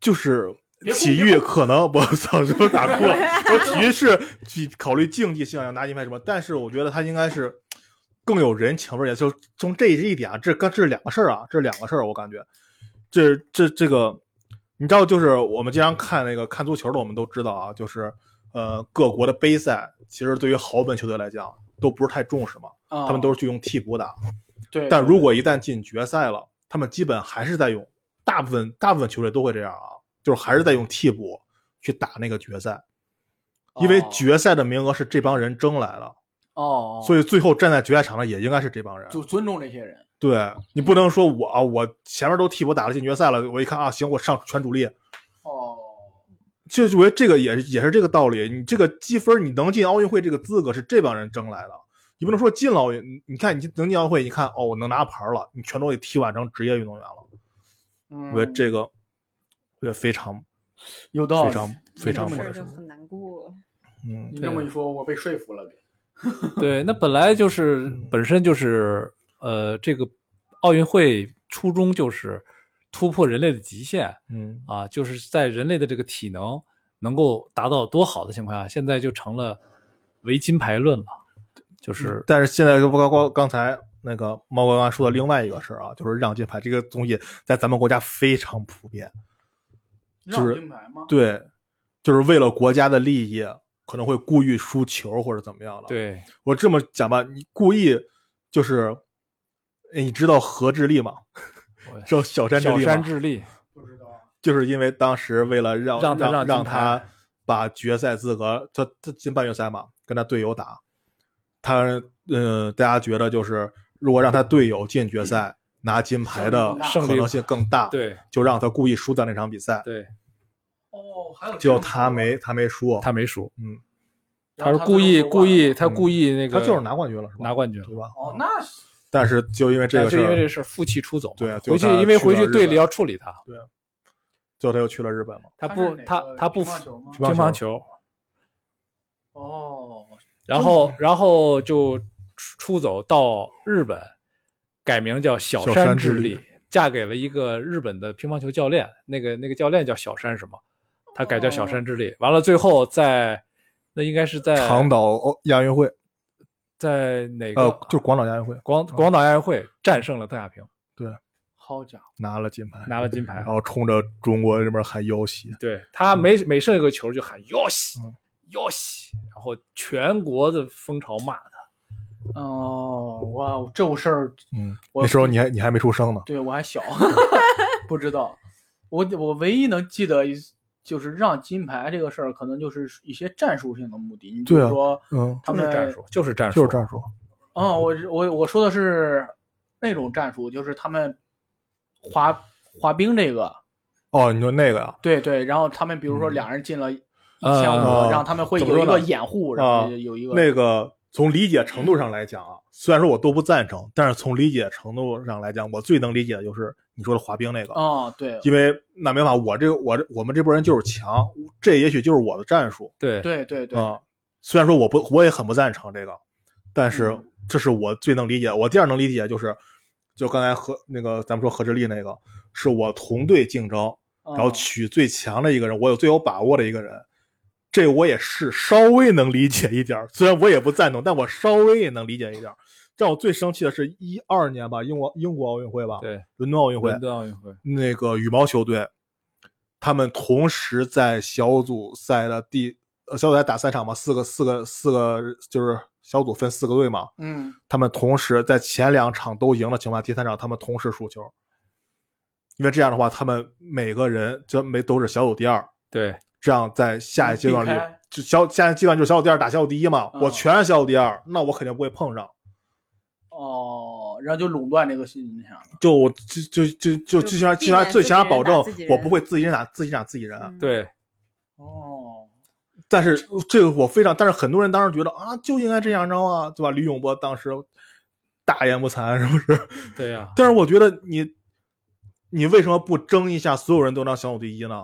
[SPEAKER 2] 就是
[SPEAKER 1] 别哭
[SPEAKER 2] 体
[SPEAKER 1] 别
[SPEAKER 2] 育可能 *laughs* 我操，这么
[SPEAKER 1] *laughs*
[SPEAKER 2] 打哭了。我体育是去考虑竞技性，要拿金牌什么，但是我觉得他应该是更有人情味儿，也就从这一点啊，这刚这是两个事儿啊，这是两个事儿，我感觉这这这个，你知道，就是我们经常看那个看足球的，我们都知道啊，就是呃各国的杯赛，其实对于豪门球队来讲都不是太重视嘛，
[SPEAKER 1] 啊
[SPEAKER 2] 他们都是去用替补打。
[SPEAKER 1] 对，
[SPEAKER 2] 但如果一旦进决赛了，他们基本还是在用，大部分大部分球队都会这样啊，就是还是在用替补去打那个决赛，因为
[SPEAKER 1] 哦
[SPEAKER 2] 决赛的名额是这帮人争来了，
[SPEAKER 1] 哦，
[SPEAKER 2] 所
[SPEAKER 1] 以
[SPEAKER 2] 以最后站在决赛场上也应该是这帮人。
[SPEAKER 1] 就尊重这些人，
[SPEAKER 2] 对你不能说我啊，我前面都替补打了进决赛了，我一看啊，行，我上全主力，
[SPEAKER 1] 哦，
[SPEAKER 2] 就是我觉得这个也是也是这个道理。你这个积分，你能进奥运会这个资格是这帮人争来的，你不能说进了奥运，你你看你能进奥运会，你看哦，我能拿牌了，你全都给踢完成职业运动员了。
[SPEAKER 1] 嗯，
[SPEAKER 2] 我觉得这个，我觉得非常
[SPEAKER 1] 有道
[SPEAKER 2] 非
[SPEAKER 1] 理，
[SPEAKER 2] 常非
[SPEAKER 1] 这
[SPEAKER 2] 常不
[SPEAKER 1] 么着
[SPEAKER 3] 嗯事儿
[SPEAKER 2] 合
[SPEAKER 3] 就
[SPEAKER 2] 适。
[SPEAKER 3] 很难过。
[SPEAKER 2] 嗯，
[SPEAKER 1] 你这么一说，我被说服了。
[SPEAKER 4] 对，那本来就是本身就是呃，这个奥运会初衷就是突破人类的极限
[SPEAKER 2] 嗯
[SPEAKER 4] 啊，就是在人类的这个体能能够达到多好的情况下，现在就成了唯金牌论了，就是
[SPEAKER 2] 但是现在就包括刚才那个猫哥刚才说的另外一个事儿啊，就是让金牌这个东西在咱们国家非常普遍。
[SPEAKER 1] 让金牌吗？
[SPEAKER 2] 对，就是为了国家的利益，可能会故意输球或者怎么样的。，
[SPEAKER 4] 对
[SPEAKER 2] 我这么讲吧，你故意就是，哎你知道何智力吗？
[SPEAKER 4] 我
[SPEAKER 2] 知道小山智
[SPEAKER 4] 小
[SPEAKER 2] 力
[SPEAKER 4] 山
[SPEAKER 2] 吗？
[SPEAKER 4] 智力，
[SPEAKER 1] 不知道。
[SPEAKER 2] 就是因为当时为了让
[SPEAKER 4] 让他
[SPEAKER 2] 让
[SPEAKER 4] 让金
[SPEAKER 2] 他
[SPEAKER 4] 牌
[SPEAKER 2] 把决赛资格，他他进半决赛嘛，跟他队友打，他呃，大家觉得就是如果让他队友进决赛拿金牌的
[SPEAKER 4] 胜率
[SPEAKER 2] 可能性更大，，
[SPEAKER 4] 对
[SPEAKER 2] 就让他故意输掉那场比赛，
[SPEAKER 4] 对，
[SPEAKER 1] 哦，还有这
[SPEAKER 2] 结果
[SPEAKER 1] 种
[SPEAKER 2] 他没他没输，
[SPEAKER 4] 他没输，
[SPEAKER 2] 嗯，
[SPEAKER 1] 然后
[SPEAKER 4] 他是
[SPEAKER 1] 他
[SPEAKER 4] 故意
[SPEAKER 1] 最后
[SPEAKER 4] 故意
[SPEAKER 1] 完了
[SPEAKER 4] 他故意那
[SPEAKER 2] 他
[SPEAKER 4] 个
[SPEAKER 2] 就是拿冠军了，是吧？
[SPEAKER 4] 拿冠军了。
[SPEAKER 2] 对吧？
[SPEAKER 1] 哦，那是
[SPEAKER 2] 但是就因为这
[SPEAKER 4] 但
[SPEAKER 2] 个事
[SPEAKER 4] 就因为这
[SPEAKER 2] 儿，
[SPEAKER 4] 事儿负气出走嘛，
[SPEAKER 2] 对啊就
[SPEAKER 4] 回去
[SPEAKER 2] 他
[SPEAKER 4] 因为
[SPEAKER 2] 去
[SPEAKER 4] 回
[SPEAKER 2] 了
[SPEAKER 4] 去
[SPEAKER 2] 日
[SPEAKER 4] 队
[SPEAKER 2] 本
[SPEAKER 4] 里要处理他，
[SPEAKER 2] 最后他又去了日本嘛。
[SPEAKER 4] 他
[SPEAKER 1] 他
[SPEAKER 4] 不
[SPEAKER 1] 是哪
[SPEAKER 4] 他
[SPEAKER 1] 个
[SPEAKER 4] 他不
[SPEAKER 1] 乒乓
[SPEAKER 4] 服
[SPEAKER 1] 球吗
[SPEAKER 2] 乒乓
[SPEAKER 4] 乒乓
[SPEAKER 2] 球
[SPEAKER 4] 球，
[SPEAKER 1] 哦，
[SPEAKER 4] 然后然后就出出走到日本，改名叫小
[SPEAKER 2] 小山
[SPEAKER 4] 山
[SPEAKER 2] 智
[SPEAKER 4] 智
[SPEAKER 2] 利
[SPEAKER 4] 利，嫁给了一个日本的乒乓球教练，那个那个教练叫小山什么，他改叫小
[SPEAKER 2] 哦
[SPEAKER 4] 山智利，完了最后在那应该是在
[SPEAKER 2] 长岛哦亚运会，
[SPEAKER 4] 在哪个
[SPEAKER 2] 呃，就是哦广岛亚运会
[SPEAKER 4] 广广岛亚运会战胜了邓亚萍，
[SPEAKER 1] 好家伙，
[SPEAKER 2] 拿了金牌，
[SPEAKER 4] 拿了金牌
[SPEAKER 2] 然。后冲着中国这边喊要挟，
[SPEAKER 4] 对他每每胜一个球就喊哟西
[SPEAKER 2] 嗯
[SPEAKER 4] 哟西，然后全国的风潮骂他。
[SPEAKER 1] 哦，哇，这事儿
[SPEAKER 2] 嗯，
[SPEAKER 1] 我
[SPEAKER 2] 那时候你还你还没出生呢。
[SPEAKER 1] 对我还
[SPEAKER 2] *laughs*
[SPEAKER 1] 小，不知道。我我唯一能记得一就是让金牌这个事儿，可能就是一些战术性的目的。你比
[SPEAKER 2] 对
[SPEAKER 1] 如
[SPEAKER 2] 啊
[SPEAKER 1] 说，
[SPEAKER 2] 嗯，
[SPEAKER 1] 他
[SPEAKER 4] 就
[SPEAKER 1] 们
[SPEAKER 4] 是战术，就是战术，
[SPEAKER 2] 就是战术。
[SPEAKER 1] 啊、我是我我说的是那种战术，就是他们滑滑冰这个，
[SPEAKER 2] 哦，你说那个呀、
[SPEAKER 1] 对对。然后他们比如说两人进了一
[SPEAKER 4] 呃
[SPEAKER 1] 千
[SPEAKER 2] 啊
[SPEAKER 1] 五，让他们会
[SPEAKER 2] 怎么
[SPEAKER 1] 有
[SPEAKER 2] 说
[SPEAKER 1] 一个
[SPEAKER 2] 呢
[SPEAKER 1] 掩护，然后
[SPEAKER 2] 啊
[SPEAKER 1] 有一个
[SPEAKER 2] 那个从理解程度上来讲啊，虽然说我都不赞成，但是从理解程度上来讲，我最能理解的就是你说的滑冰那个，
[SPEAKER 1] 哦，对
[SPEAKER 2] 因为那没办法，我这我这我们这波人就是强，这也许就是我的战术
[SPEAKER 4] 对
[SPEAKER 1] 对对对，
[SPEAKER 2] 啊、虽然说我不我也很不赞成这个，但是
[SPEAKER 1] 嗯
[SPEAKER 2] 这是我最能理解的。我第二能理解就是，就刚才和那个咱们说何智力那个，是我同队竞争，然后
[SPEAKER 1] 嗯
[SPEAKER 2] 取最强的一个人，我有最有把握的一个人，这我也是稍微能理解一点儿，虽然我也不赞同，但我稍微也能理解一点儿。让我最生气的是一二年吧，英国英国奥运会吧，
[SPEAKER 4] 对，
[SPEAKER 2] 伦敦奥运会
[SPEAKER 4] 伦，敦奥运会，
[SPEAKER 2] 那个羽毛球队，他们同时在小组赛的第呃小组赛打三场嘛，四个四个四个就是小组分四个队嘛，
[SPEAKER 1] 嗯，
[SPEAKER 2] 他们同时在前两场都赢的情况下，第三场他们同时输球，因为这样的话，他们每个人就没都是小组第二，
[SPEAKER 4] 对
[SPEAKER 2] 这样在下一阶段
[SPEAKER 1] 避开
[SPEAKER 2] 里，就小下一阶段就是小组第二打小组第一嘛，
[SPEAKER 1] 嗯
[SPEAKER 2] 我全是小组第二，那我肯定不会碰上，
[SPEAKER 1] 哦，然后就垄断这个信息场。
[SPEAKER 2] 就我就就就就
[SPEAKER 3] 就
[SPEAKER 2] 最起码
[SPEAKER 3] 避
[SPEAKER 2] 最起码
[SPEAKER 3] 免
[SPEAKER 2] 最起码
[SPEAKER 3] 自己人
[SPEAKER 2] 保
[SPEAKER 3] 打
[SPEAKER 2] 证
[SPEAKER 3] 自己人
[SPEAKER 2] 我不会自己人打自己人打自己人，
[SPEAKER 3] 嗯，
[SPEAKER 4] 对，
[SPEAKER 1] 哦，
[SPEAKER 2] 但是这个我非常，但是很多人当时觉得啊就应该这样着啊，对吧？李永波当时大言不惭，是不是？
[SPEAKER 4] 对呀，
[SPEAKER 2] 但是我觉得你，你为什么不争一下所有人都当小组第一呢？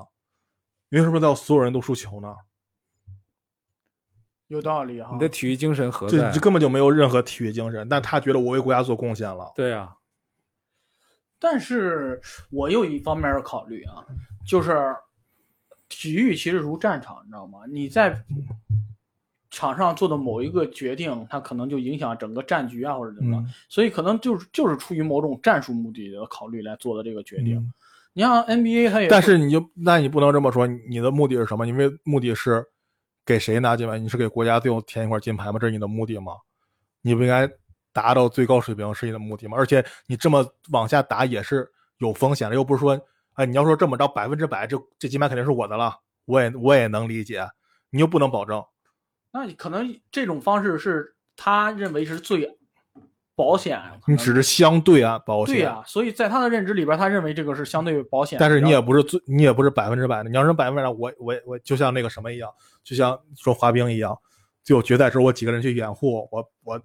[SPEAKER 2] 你为什么要所有人都输球呢？
[SPEAKER 1] 有道理哈。
[SPEAKER 4] 你的体育精神何
[SPEAKER 2] 这
[SPEAKER 4] 在啊
[SPEAKER 2] 这？根本就没有任何体育精神。但他觉得我为国家做贡献了，
[SPEAKER 4] 对啊，
[SPEAKER 1] 但是我有一方面儿考虑啊，就是体育其实如战场，你知道吗？你在场上做的某一个决定，它可能就影响整个战局啊，或者怎么样。
[SPEAKER 2] 嗯
[SPEAKER 1] 所以可能就是就是出于某种战术目的的考虑来做的这个决定。
[SPEAKER 2] 嗯
[SPEAKER 1] 你像 NBA，它也
[SPEAKER 2] 但是你就那你不能这么说，你的目的是什么？因为目的是给谁拿金牌？你是给国家最后添一块金牌吗？这是你的目的吗？你不应该达到最高水平是你的目的吗？而且你这么往下打也是有风险的，又不是说，哎，你要说这么着百分之百，这这金牌肯定是我的了，我也我也能理解，你又不能保证。
[SPEAKER 1] 那可能这种方式是他认为是最保险，啊可
[SPEAKER 2] 你
[SPEAKER 1] 能
[SPEAKER 2] 只是相对啊保险，
[SPEAKER 1] 对呀、所以在他的认知里边，他认为这个是相对保险的。
[SPEAKER 2] 但是
[SPEAKER 1] 然
[SPEAKER 2] 你也
[SPEAKER 1] 后
[SPEAKER 2] 不是最，你也不是百分之百的。你要是百分之百的，我我我就像那个什么一样，就像说滑冰一样，就决赛时候我几个人去掩护，我我